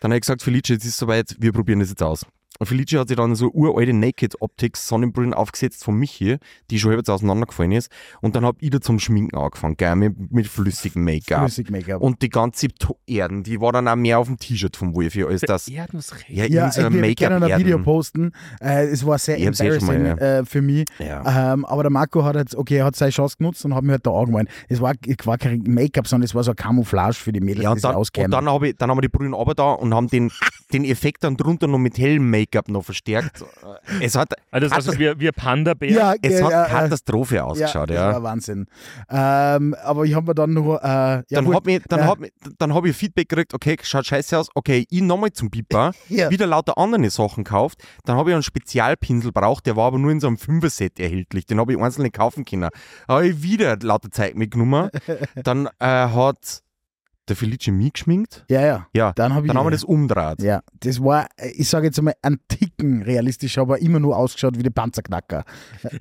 [SPEAKER 2] Dann habe ich gesagt, Felice, jetzt ist soweit, wir probieren das jetzt aus. Und Felice hat sich dann so uralte Naked-Optics-Sonnenbrillen aufgesetzt von Michi, die schon halbwegs auseinandergefallen ist. Und dann habe ich da zum Schminken angefangen, gell, mit, mit flüssigem Make-up.
[SPEAKER 4] flüssig Make-up.
[SPEAKER 2] Und die ganze To- Erden, die war dann auch mehr auf dem T-Shirt vom Wolfi als das.
[SPEAKER 3] Er hat was recht.
[SPEAKER 2] Ja,
[SPEAKER 4] ja,
[SPEAKER 2] irgendeine
[SPEAKER 4] wir- wir können ein Video
[SPEAKER 2] Make-up-Erden.
[SPEAKER 4] posten. Äh, es war sehr
[SPEAKER 2] Ich hab's eh schon mal,
[SPEAKER 4] embarrassing äh, für mich.
[SPEAKER 2] Ja.
[SPEAKER 4] Ähm, aber der Marco hat jetzt, okay, er hat seine Chance genutzt und hat mir halt da angemalt. Es war, es war kein Make-up, sondern es war so ein Camouflage für die Mädels,
[SPEAKER 2] Ja,
[SPEAKER 4] die
[SPEAKER 2] und
[SPEAKER 4] sich
[SPEAKER 2] dann,
[SPEAKER 4] auskennen.
[SPEAKER 2] und dann, hab ich, dann haben wir die Brühen aber da und haben den, den Effekt dann drunter noch mit hellem Make-up noch verstärkt. Äh, Es hat,
[SPEAKER 3] Also, das ist also wie, wie ein Panda-Bär.
[SPEAKER 4] ja,
[SPEAKER 2] es
[SPEAKER 4] ja,
[SPEAKER 2] hat
[SPEAKER 4] ja, äh,
[SPEAKER 2] Katastrophe ausgeschaut,
[SPEAKER 4] das
[SPEAKER 2] ja.
[SPEAKER 4] war Wahnsinn. Ähm, aber ich habe mir dann nur. Äh, ja,
[SPEAKER 2] Dann
[SPEAKER 4] wurscht.
[SPEAKER 2] hab ich, dann
[SPEAKER 4] Ja.
[SPEAKER 2] hab ich, dann hab ich Feedback gekriegt, okay, schaut scheiße aus, okay, ich nochmal zum Piper,
[SPEAKER 4] Ja.
[SPEAKER 2] wieder lauter andere Sachen gekauft, dann habe ich einen Spezialpinsel braucht, der war aber nur in so einem Fünfer-Set erhältlich, den habe ich einzeln nicht kaufen können. Habe ich wieder lauter Zeit mitgenommen, dann äh, hat der Felice mich geschminkt.
[SPEAKER 4] Ja, ja.
[SPEAKER 2] Ja,
[SPEAKER 4] Dann habe ich. eh-
[SPEAKER 2] dann haben wir das umdraht.
[SPEAKER 4] Ja, das war, ich sage jetzt einmal, ein Ticken realistisch, aber immer nur ausgeschaut wie die Panzerknacker.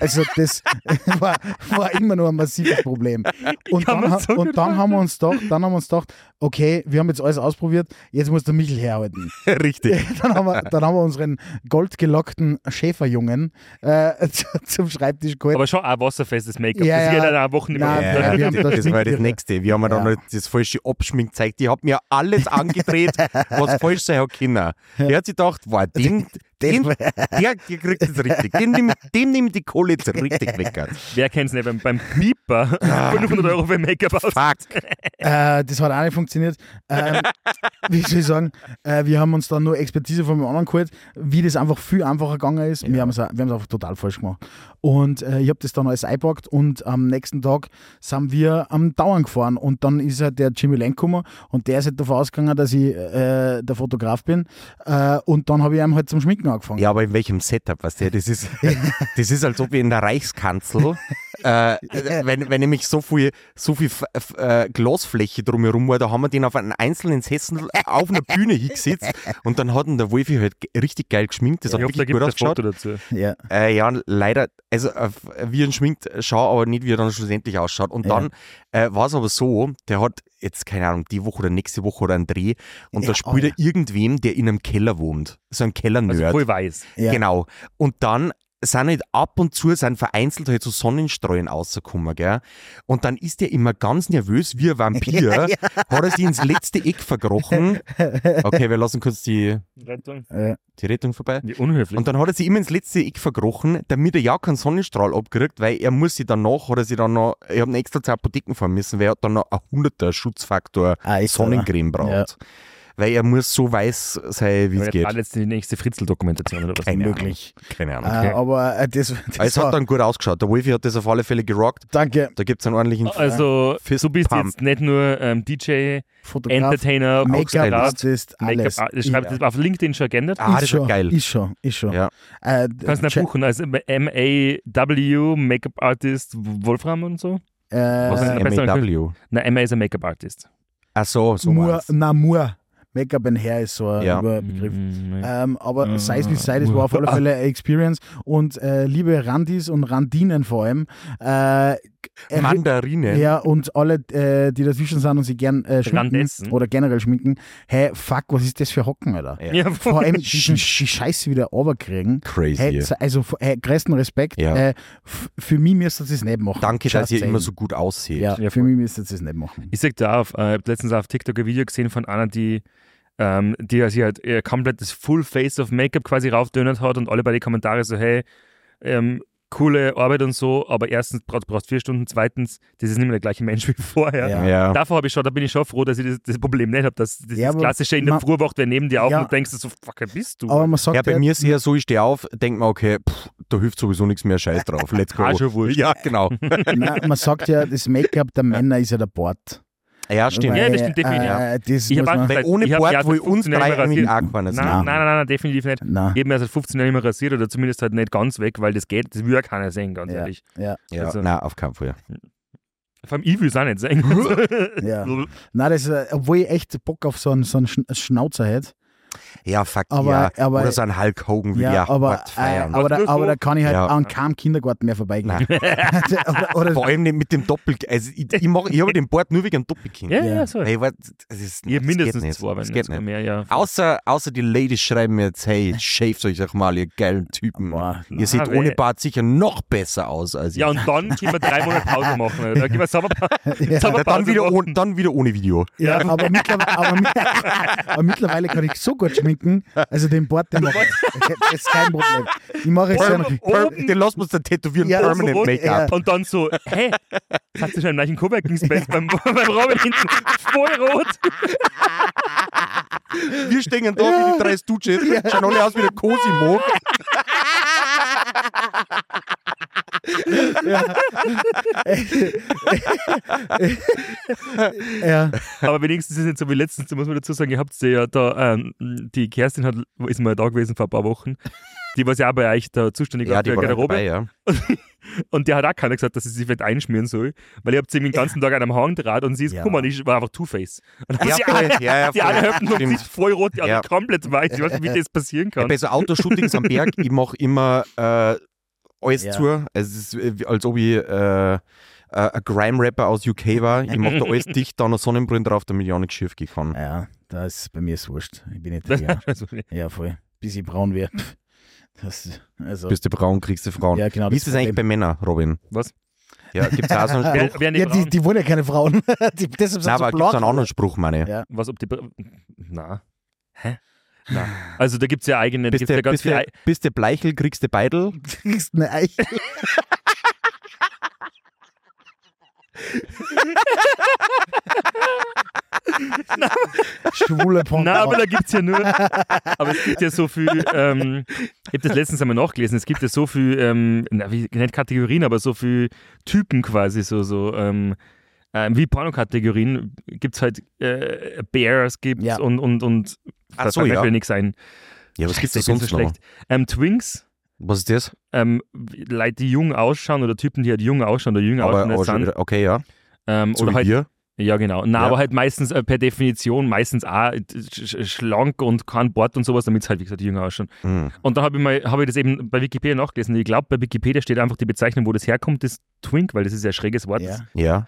[SPEAKER 4] Also das war, war immer nur ein massives Problem. Und,
[SPEAKER 3] kann
[SPEAKER 4] dann,
[SPEAKER 3] mir
[SPEAKER 4] ha-
[SPEAKER 3] das so
[SPEAKER 4] und
[SPEAKER 3] gut
[SPEAKER 4] dann haben wir uns gedacht, dann haben wir uns gedacht, okay, wir haben jetzt alles ausprobiert, jetzt muss der Michel herhalten.
[SPEAKER 2] Richtig.
[SPEAKER 4] Dann haben wir, dann haben wir unseren goldgelockten Schäferjungen äh, zu, zum Schreibtisch geholt.
[SPEAKER 3] Aber schon auch wasserfestes Make-up.
[SPEAKER 4] Ja,
[SPEAKER 3] das
[SPEAKER 4] ja.
[SPEAKER 3] geht dann auch Wochen nicht
[SPEAKER 4] Nein,
[SPEAKER 3] mehr.
[SPEAKER 4] Ja,
[SPEAKER 2] Ja,
[SPEAKER 4] wir haben das
[SPEAKER 2] das war das
[SPEAKER 4] Schminkgerät.
[SPEAKER 2] Nächste. Wir haben mir dann
[SPEAKER 4] Ja.
[SPEAKER 2] noch das falsche Abschmink gezeigt. Die hat mir alles angedreht, was falsch sein hat können. Die hat sich gedacht,
[SPEAKER 4] Also,
[SPEAKER 2] wow, den, den,
[SPEAKER 4] Den-
[SPEAKER 2] der, der kriegt das richtig. Dem nehme dem nehm ich die Kohle jetzt richtig weg.
[SPEAKER 3] Wer kennt's nicht? Beim, beim Pieper 500 Euro für Make-up aus.
[SPEAKER 2] Ah. Fuck.
[SPEAKER 4] Äh, das hat auch nicht funktioniert. Ähm, wie soll ich sagen, äh, wir haben uns dann nur Expertise von einem anderen geholt, wie das einfach viel einfacher gegangen ist. Wir haben es wir haben's einfach total falsch gemacht. Und äh, ich habe das dann alles eingepackt und am nächsten Tag sind wir am Dauern gefahren und dann ist halt der Jimmy Lenk gekommen und der ist halt davon ausgegangen, dass ich äh, der Fotograf bin äh, und dann habe ich ihm halt zum Schminken angefangen.
[SPEAKER 2] Ja, aber in welchem Setup, weißt du, das ist, das ist als ob wir in der Reichskanzel, äh, wenn, wenn nämlich so viel, so viel F- F- äh, Glasfläche drumherum war, da haben wir den auf einen einzelnen Sessel auf einer Bühne hingesetzt und dann hat ihn der Wolfi halt ge- richtig geil geschminkt, das
[SPEAKER 3] Ich
[SPEAKER 2] hat
[SPEAKER 3] hoffe, da
[SPEAKER 2] wirklich
[SPEAKER 3] gibt
[SPEAKER 2] gut
[SPEAKER 3] es ein
[SPEAKER 2] ausgeschaut.
[SPEAKER 3] Foto dazu.
[SPEAKER 4] Ja.
[SPEAKER 2] Äh, ja, leider, also äh, wie er schminkt, schau, aber nicht, wie er dann schlussendlich ausschaut. Und dann äh, war es aber so, der hat jetzt, keine Ahnung, die Woche oder nächste Woche oder einen Dreh und
[SPEAKER 4] Ja,
[SPEAKER 2] da spielt er irgendwem, der in einem Keller wohnt. So ein Kellernerd.
[SPEAKER 3] Also voll weiß.
[SPEAKER 4] Ja.
[SPEAKER 2] Genau. Und dann sind halt ab und zu sind vereinzelt halt so Sonnenstreuen rausgekommen, gell? Und dann ist der immer ganz nervös wie ein Vampir, hat er sich ins letzte Eck verkrochen. Okay, wir lassen kurz die,
[SPEAKER 3] Rettung.
[SPEAKER 4] Äh,
[SPEAKER 2] die Rettung vorbei.
[SPEAKER 3] Wie unhöflich.
[SPEAKER 2] Und dann hat er sich immer ins letzte Eck verkrochen, damit er ja keinen Sonnenstrahl abkriegt, weil er muss sich danach, hat er sich dann noch, er hat ihn extra zur Apotheken fahren müssen, weil er hat dann noch ein 100er Schutzfaktor
[SPEAKER 4] Ah, ist so,
[SPEAKER 2] Sonnencreme braucht.
[SPEAKER 4] Ja.
[SPEAKER 2] Weil er muss so weiß sein, wie
[SPEAKER 3] Aber
[SPEAKER 2] es
[SPEAKER 3] jetzt
[SPEAKER 2] geht.
[SPEAKER 3] alle jetzt die nächste Fritzl-Dokumentation oder was?
[SPEAKER 2] Keine
[SPEAKER 4] möglich.
[SPEAKER 2] Ahnung. Keine Ahnung.
[SPEAKER 4] Äh, aber äh, das, das
[SPEAKER 2] Aber es
[SPEAKER 4] war-
[SPEAKER 2] Also hat dann gut ausgeschaut. Der Wolfi hat das auf alle Fälle gerockt.
[SPEAKER 4] danke,
[SPEAKER 2] Da gibt es einen ordentlichen
[SPEAKER 3] Also,
[SPEAKER 2] Fist
[SPEAKER 3] du bist
[SPEAKER 2] Pump.
[SPEAKER 3] jetzt nicht nur ähm, DJ,
[SPEAKER 4] Fotograf,
[SPEAKER 3] Entertainer, Fotograf,
[SPEAKER 4] Make-up-Artist, alles.
[SPEAKER 3] Make-up. ah, Ich schreibe das auf LinkedIn schon geändert.
[SPEAKER 2] Ah, das
[SPEAKER 4] ist
[SPEAKER 2] ist ja
[SPEAKER 4] schon,
[SPEAKER 2] geil.
[SPEAKER 4] Ist schon, ist schon.
[SPEAKER 2] Ja.
[SPEAKER 4] Äh,
[SPEAKER 3] Kannst du also nicht
[SPEAKER 4] check-
[SPEAKER 3] buchen als MAW, Make-up-Artist, Wolfram und so? Was
[SPEAKER 4] Äh,
[SPEAKER 3] ist
[SPEAKER 2] äh,
[SPEAKER 3] denn besser?
[SPEAKER 2] MAW.
[SPEAKER 3] Nein, MA ist ein Make-up-Artist.
[SPEAKER 2] Ach so, so
[SPEAKER 4] Moore,
[SPEAKER 2] war's.
[SPEAKER 4] na, Moore. Make-up and Hair ist so ein
[SPEAKER 2] Ja.
[SPEAKER 4] Überbegriff.
[SPEAKER 3] Mhm, ja.
[SPEAKER 4] Ähm, aber
[SPEAKER 3] Äh,
[SPEAKER 4] sei es wie es sei, das war auf alle Fälle eine Experience. Und äh, liebe Randis und Randinen vor allem, äh, er-
[SPEAKER 2] Mandarine.
[SPEAKER 4] Ja, und alle, äh, die dazwischen sind und sich gern äh, schminken
[SPEAKER 3] Randessen.
[SPEAKER 4] oder generell schminken, hey, fuck, was ist das für Hocken, Alter?
[SPEAKER 2] Ja.
[SPEAKER 3] Ja,
[SPEAKER 4] Vor allem die, die Scheiße wieder runterkriegen.
[SPEAKER 2] Crazy.
[SPEAKER 4] Hey, so- also, hey, größten Respekt.
[SPEAKER 2] Ja.
[SPEAKER 4] Äh, f- für mich müsst ihr es nicht machen.
[SPEAKER 2] Danke, dass
[SPEAKER 4] Just
[SPEAKER 2] ihr
[SPEAKER 4] saying.
[SPEAKER 2] immer so gut aussieht.
[SPEAKER 4] Ja,
[SPEAKER 3] Ja,
[SPEAKER 4] für
[SPEAKER 3] voll.
[SPEAKER 4] mich müsst ihr es nicht machen.
[SPEAKER 3] Ich sag da auf, äh, hab letztens auf TikTok ein Video gesehen von einer, die, ähm, die also halt ihr komplettes Full Face of Make-up quasi raufdönert hat und alle bei den Kommentaren so, hey, ähm, coole Arbeit und so, aber erstens bra- du brauchst vier Stunden, zweitens, das ist nicht mehr der gleiche Mensch wie vorher.
[SPEAKER 4] Ja.
[SPEAKER 2] Ja.
[SPEAKER 3] Davor habe ich schon, da bin ich schon froh, dass ich das, das Problem nicht habe, dass das
[SPEAKER 4] Ja, aber
[SPEAKER 3] klassische in der
[SPEAKER 4] man-
[SPEAKER 3] Früh wacht, wer neben dir auf
[SPEAKER 4] Ja.
[SPEAKER 3] und denkst du so, fuck, wer bist du?
[SPEAKER 4] Aber man sagt
[SPEAKER 2] Ja, bei
[SPEAKER 4] halt,
[SPEAKER 2] mir ist eher so, ich stehe auf, denke mir, okay, pff, da hilft sowieso nichts mehr, scheiß drauf, let's go.
[SPEAKER 3] Ah, schon wurscht.
[SPEAKER 2] Ja, genau.
[SPEAKER 4] Nein, man sagt ja, das Make-up der Männer ist ja der Bart.
[SPEAKER 2] Ja, stimmt.
[SPEAKER 3] Ja, das stimmt definitiv, ja.
[SPEAKER 4] Äh, das
[SPEAKER 3] Ich
[SPEAKER 4] muss
[SPEAKER 3] hab auch
[SPEAKER 4] man,
[SPEAKER 2] Weil
[SPEAKER 3] gesagt,
[SPEAKER 2] ohne
[SPEAKER 3] ich hab
[SPEAKER 2] Bart
[SPEAKER 3] ja
[SPEAKER 2] wo ich uns
[SPEAKER 3] 15 Jahre
[SPEAKER 2] drei
[SPEAKER 3] rasiert.
[SPEAKER 2] nicht angefangen
[SPEAKER 4] Also
[SPEAKER 3] Nein,
[SPEAKER 2] sind.
[SPEAKER 3] nein, nein, nein, definitiv nicht.
[SPEAKER 4] nein,
[SPEAKER 3] Eben erst seit 15 Jahren nicht mehr rasiert oder zumindest halt nicht ganz weg, weil das geht, das will ja keiner sehen, ganz
[SPEAKER 4] Ja.
[SPEAKER 3] ehrlich.
[SPEAKER 4] ja.
[SPEAKER 2] Ja,
[SPEAKER 3] Also-
[SPEAKER 2] nein, auf keinen Fall.
[SPEAKER 3] Vor allem ich will es auch nicht sehen.
[SPEAKER 4] Ja. nein das, äh, obwohl ich echt Bock auf so einen, so einen Schn- Schnauzer hätte.
[SPEAKER 2] Ja, fuck,
[SPEAKER 4] Aber-
[SPEAKER 2] ja.
[SPEAKER 4] aber-
[SPEAKER 2] Oder so ein Hulk Hogan will
[SPEAKER 4] Ja,
[SPEAKER 2] ja
[SPEAKER 4] aber,
[SPEAKER 2] hart
[SPEAKER 4] äh,
[SPEAKER 2] feiern.
[SPEAKER 4] aber, da,
[SPEAKER 3] willst
[SPEAKER 4] aber
[SPEAKER 3] du?
[SPEAKER 4] da kann ich halt
[SPEAKER 2] Ja.
[SPEAKER 4] an keinem Kindergarten mehr vorbeigehen. oder, oder,
[SPEAKER 2] Vor allem nicht mit dem Doppel... Also ich ich, mach- ich habe den Bart nur wegen dem Doppelkind.
[SPEAKER 3] Ja, ja, so.
[SPEAKER 2] Ey, warte, das ist,
[SPEAKER 3] Ihr
[SPEAKER 2] das geht
[SPEAKER 3] mindestens
[SPEAKER 2] nicht.
[SPEAKER 3] zwei, wenn
[SPEAKER 2] das geht
[SPEAKER 3] nicht
[SPEAKER 2] nicht.
[SPEAKER 3] mehr, ja.
[SPEAKER 2] Außer, außer die Ladies schreiben mir jetzt, hey, schäft euch doch mal, ihr geilen Typen.
[SPEAKER 4] Boah,
[SPEAKER 2] ihr seht
[SPEAKER 3] weh.
[SPEAKER 2] ohne Bart sicher noch besser aus als ich.
[SPEAKER 3] Ja, und dann können wir drei Monate Pause machen. Oder? Dann gehen wir Sommerpause.
[SPEAKER 2] Na,
[SPEAKER 3] Sommerpause
[SPEAKER 2] Ne, dann, wieder
[SPEAKER 3] machen.
[SPEAKER 2] ohne, dann wieder ohne Video.
[SPEAKER 4] ja, aber, mittlerweile, aber, mit- aber mittlerweile kann ich so gut schminken, also den Bart, den mache ich. Das ist kein Problem. Ich mache jetzt so einen,
[SPEAKER 2] Per
[SPEAKER 3] Oben-
[SPEAKER 2] den lassen wir uns dann tätowieren,
[SPEAKER 4] Ja,
[SPEAKER 2] Permanent
[SPEAKER 3] so-
[SPEAKER 2] Make-up.
[SPEAKER 3] Und dann so, hä? Das hat sich schon im gleichen Coworking-Space beim, beim Robin hinten voll rot.
[SPEAKER 2] Wir stehen da wie die drei Stooges, schauen alle aus wie der Cosimo.
[SPEAKER 4] ja,
[SPEAKER 3] Aber wenigstens ist es jetzt so wie letztens, da muss man dazu sagen, ihr habt ja da, ähm, die Kerstin hat, ist mal da gewesen vor ein paar Wochen. die war ja auch bei euch da zuständig
[SPEAKER 2] Ja,
[SPEAKER 3] war
[SPEAKER 2] die
[SPEAKER 3] für
[SPEAKER 2] war
[SPEAKER 3] Garderobe.
[SPEAKER 2] dabei, ja.
[SPEAKER 3] Und der hat auch keiner gesagt, dass sie sich vielleicht einschmieren soll, weil ihr habt sie den ganzen Tag an einem Hang draht und sie ist,
[SPEAKER 2] Ja.
[SPEAKER 3] guck mal, ich war einfach Two-Face. Und
[SPEAKER 2] Ja,
[SPEAKER 3] sie
[SPEAKER 2] voll,
[SPEAKER 3] alle-
[SPEAKER 2] ja, ja,
[SPEAKER 3] die alle
[SPEAKER 2] voll,
[SPEAKER 3] Hüften und sie
[SPEAKER 2] stimmt.
[SPEAKER 3] ist voll rot, die
[SPEAKER 2] Ja.
[SPEAKER 3] andere komplett weiß. Ich weiß nicht, wie das passieren kann.
[SPEAKER 2] Bei so Autoshootings am Berg, ich mache immer äh, alles
[SPEAKER 4] Ja.
[SPEAKER 2] zu. Es ist, äh, wie- als ob ich äh, äh, ein Grime-Rapper aus UK war. Ich mache da alles dicht, da noch Sonnenbrillen drauf, damit ich auch nicht schief gehen kann.
[SPEAKER 4] Ja, da ist bei mir ist wurscht. Ich bin nicht
[SPEAKER 3] Das-
[SPEAKER 4] ja,
[SPEAKER 3] Also,
[SPEAKER 4] ja, voll. Bis ich braun werde. Das, also,
[SPEAKER 2] Bist du braun, kriegst du Frauen.
[SPEAKER 4] ja, genau.
[SPEAKER 2] Wie ist das eigentlich bei
[SPEAKER 4] Problem.
[SPEAKER 2] Männern, Robin?
[SPEAKER 3] Was?
[SPEAKER 2] Ja, gibt es auch so einen Spruch?
[SPEAKER 3] wer, wer nicht
[SPEAKER 4] ja, die,
[SPEAKER 3] braun,
[SPEAKER 4] die wollen ja keine Frauen. Die, deshalb sind
[SPEAKER 2] Nein,
[SPEAKER 4] sie
[SPEAKER 2] aber
[SPEAKER 4] so
[SPEAKER 2] gibt es
[SPEAKER 4] blatt.
[SPEAKER 2] einen anderen Spruch, meine ich.
[SPEAKER 4] Ja.
[SPEAKER 3] was, ob die. Br- Na. Hä? Na. Also da gibt es ja eigene, da
[SPEAKER 2] Bist
[SPEAKER 3] gibt's ja
[SPEAKER 2] du
[SPEAKER 3] ganz
[SPEAKER 2] bist
[SPEAKER 3] viele.
[SPEAKER 2] du- bist du Bleichel, kriegst du Beidel?
[SPEAKER 4] kriegst eine Eichel. Schwule Porno.
[SPEAKER 3] Nein, aber da gibt es ja nur. Aber es gibt ja so viel. Ähm, ich habe das letztens einmal nachgelesen. Es gibt ja so viel, ähm, na, wie, nicht Kategorien, aber so viel Typen quasi, so, so ähm, äh, wie Pornokategorien gibt es halt äh, Bears gibt's
[SPEAKER 4] Ja.
[SPEAKER 3] und und und.
[SPEAKER 2] Ach
[SPEAKER 3] das
[SPEAKER 2] so,
[SPEAKER 3] fällt mir
[SPEAKER 2] ja.
[SPEAKER 3] vielleicht nichts ein.
[SPEAKER 2] Ja, was gibt
[SPEAKER 3] Scheiße,
[SPEAKER 2] es
[SPEAKER 3] ich bin
[SPEAKER 2] sonst
[SPEAKER 3] so
[SPEAKER 2] noch?
[SPEAKER 3] schlecht. Ähm, Twinks,
[SPEAKER 2] Was ist das?
[SPEAKER 3] ähm, Leute, die jung ausschauen oder Typen, die halt jung ausschauen oder jünger
[SPEAKER 2] Aber,
[SPEAKER 3] ausschauen
[SPEAKER 2] aber
[SPEAKER 3] als
[SPEAKER 2] schon
[SPEAKER 3] sind.
[SPEAKER 2] wieder, okay, ja.
[SPEAKER 3] Ähm,
[SPEAKER 2] So
[SPEAKER 3] oder
[SPEAKER 2] wie
[SPEAKER 3] halt
[SPEAKER 2] wir.
[SPEAKER 3] ja, genau. Na,
[SPEAKER 2] Ja.
[SPEAKER 3] aber halt meistens äh, per Definition, meistens auch äh, sch sch- schlank und kein Bart und sowas, damit es halt, wie gesagt, jünger ausschauen.
[SPEAKER 2] Mhm.
[SPEAKER 3] Und dann habe ich, mal- hab ich das eben bei Wikipedia nachgelesen. Ich glaube, bei Wikipedia steht einfach die Bezeichnung, wo das herkommt, das Twink, weil das ist ja ein schräges Wort.
[SPEAKER 4] Ja.
[SPEAKER 3] Das,
[SPEAKER 2] Ja,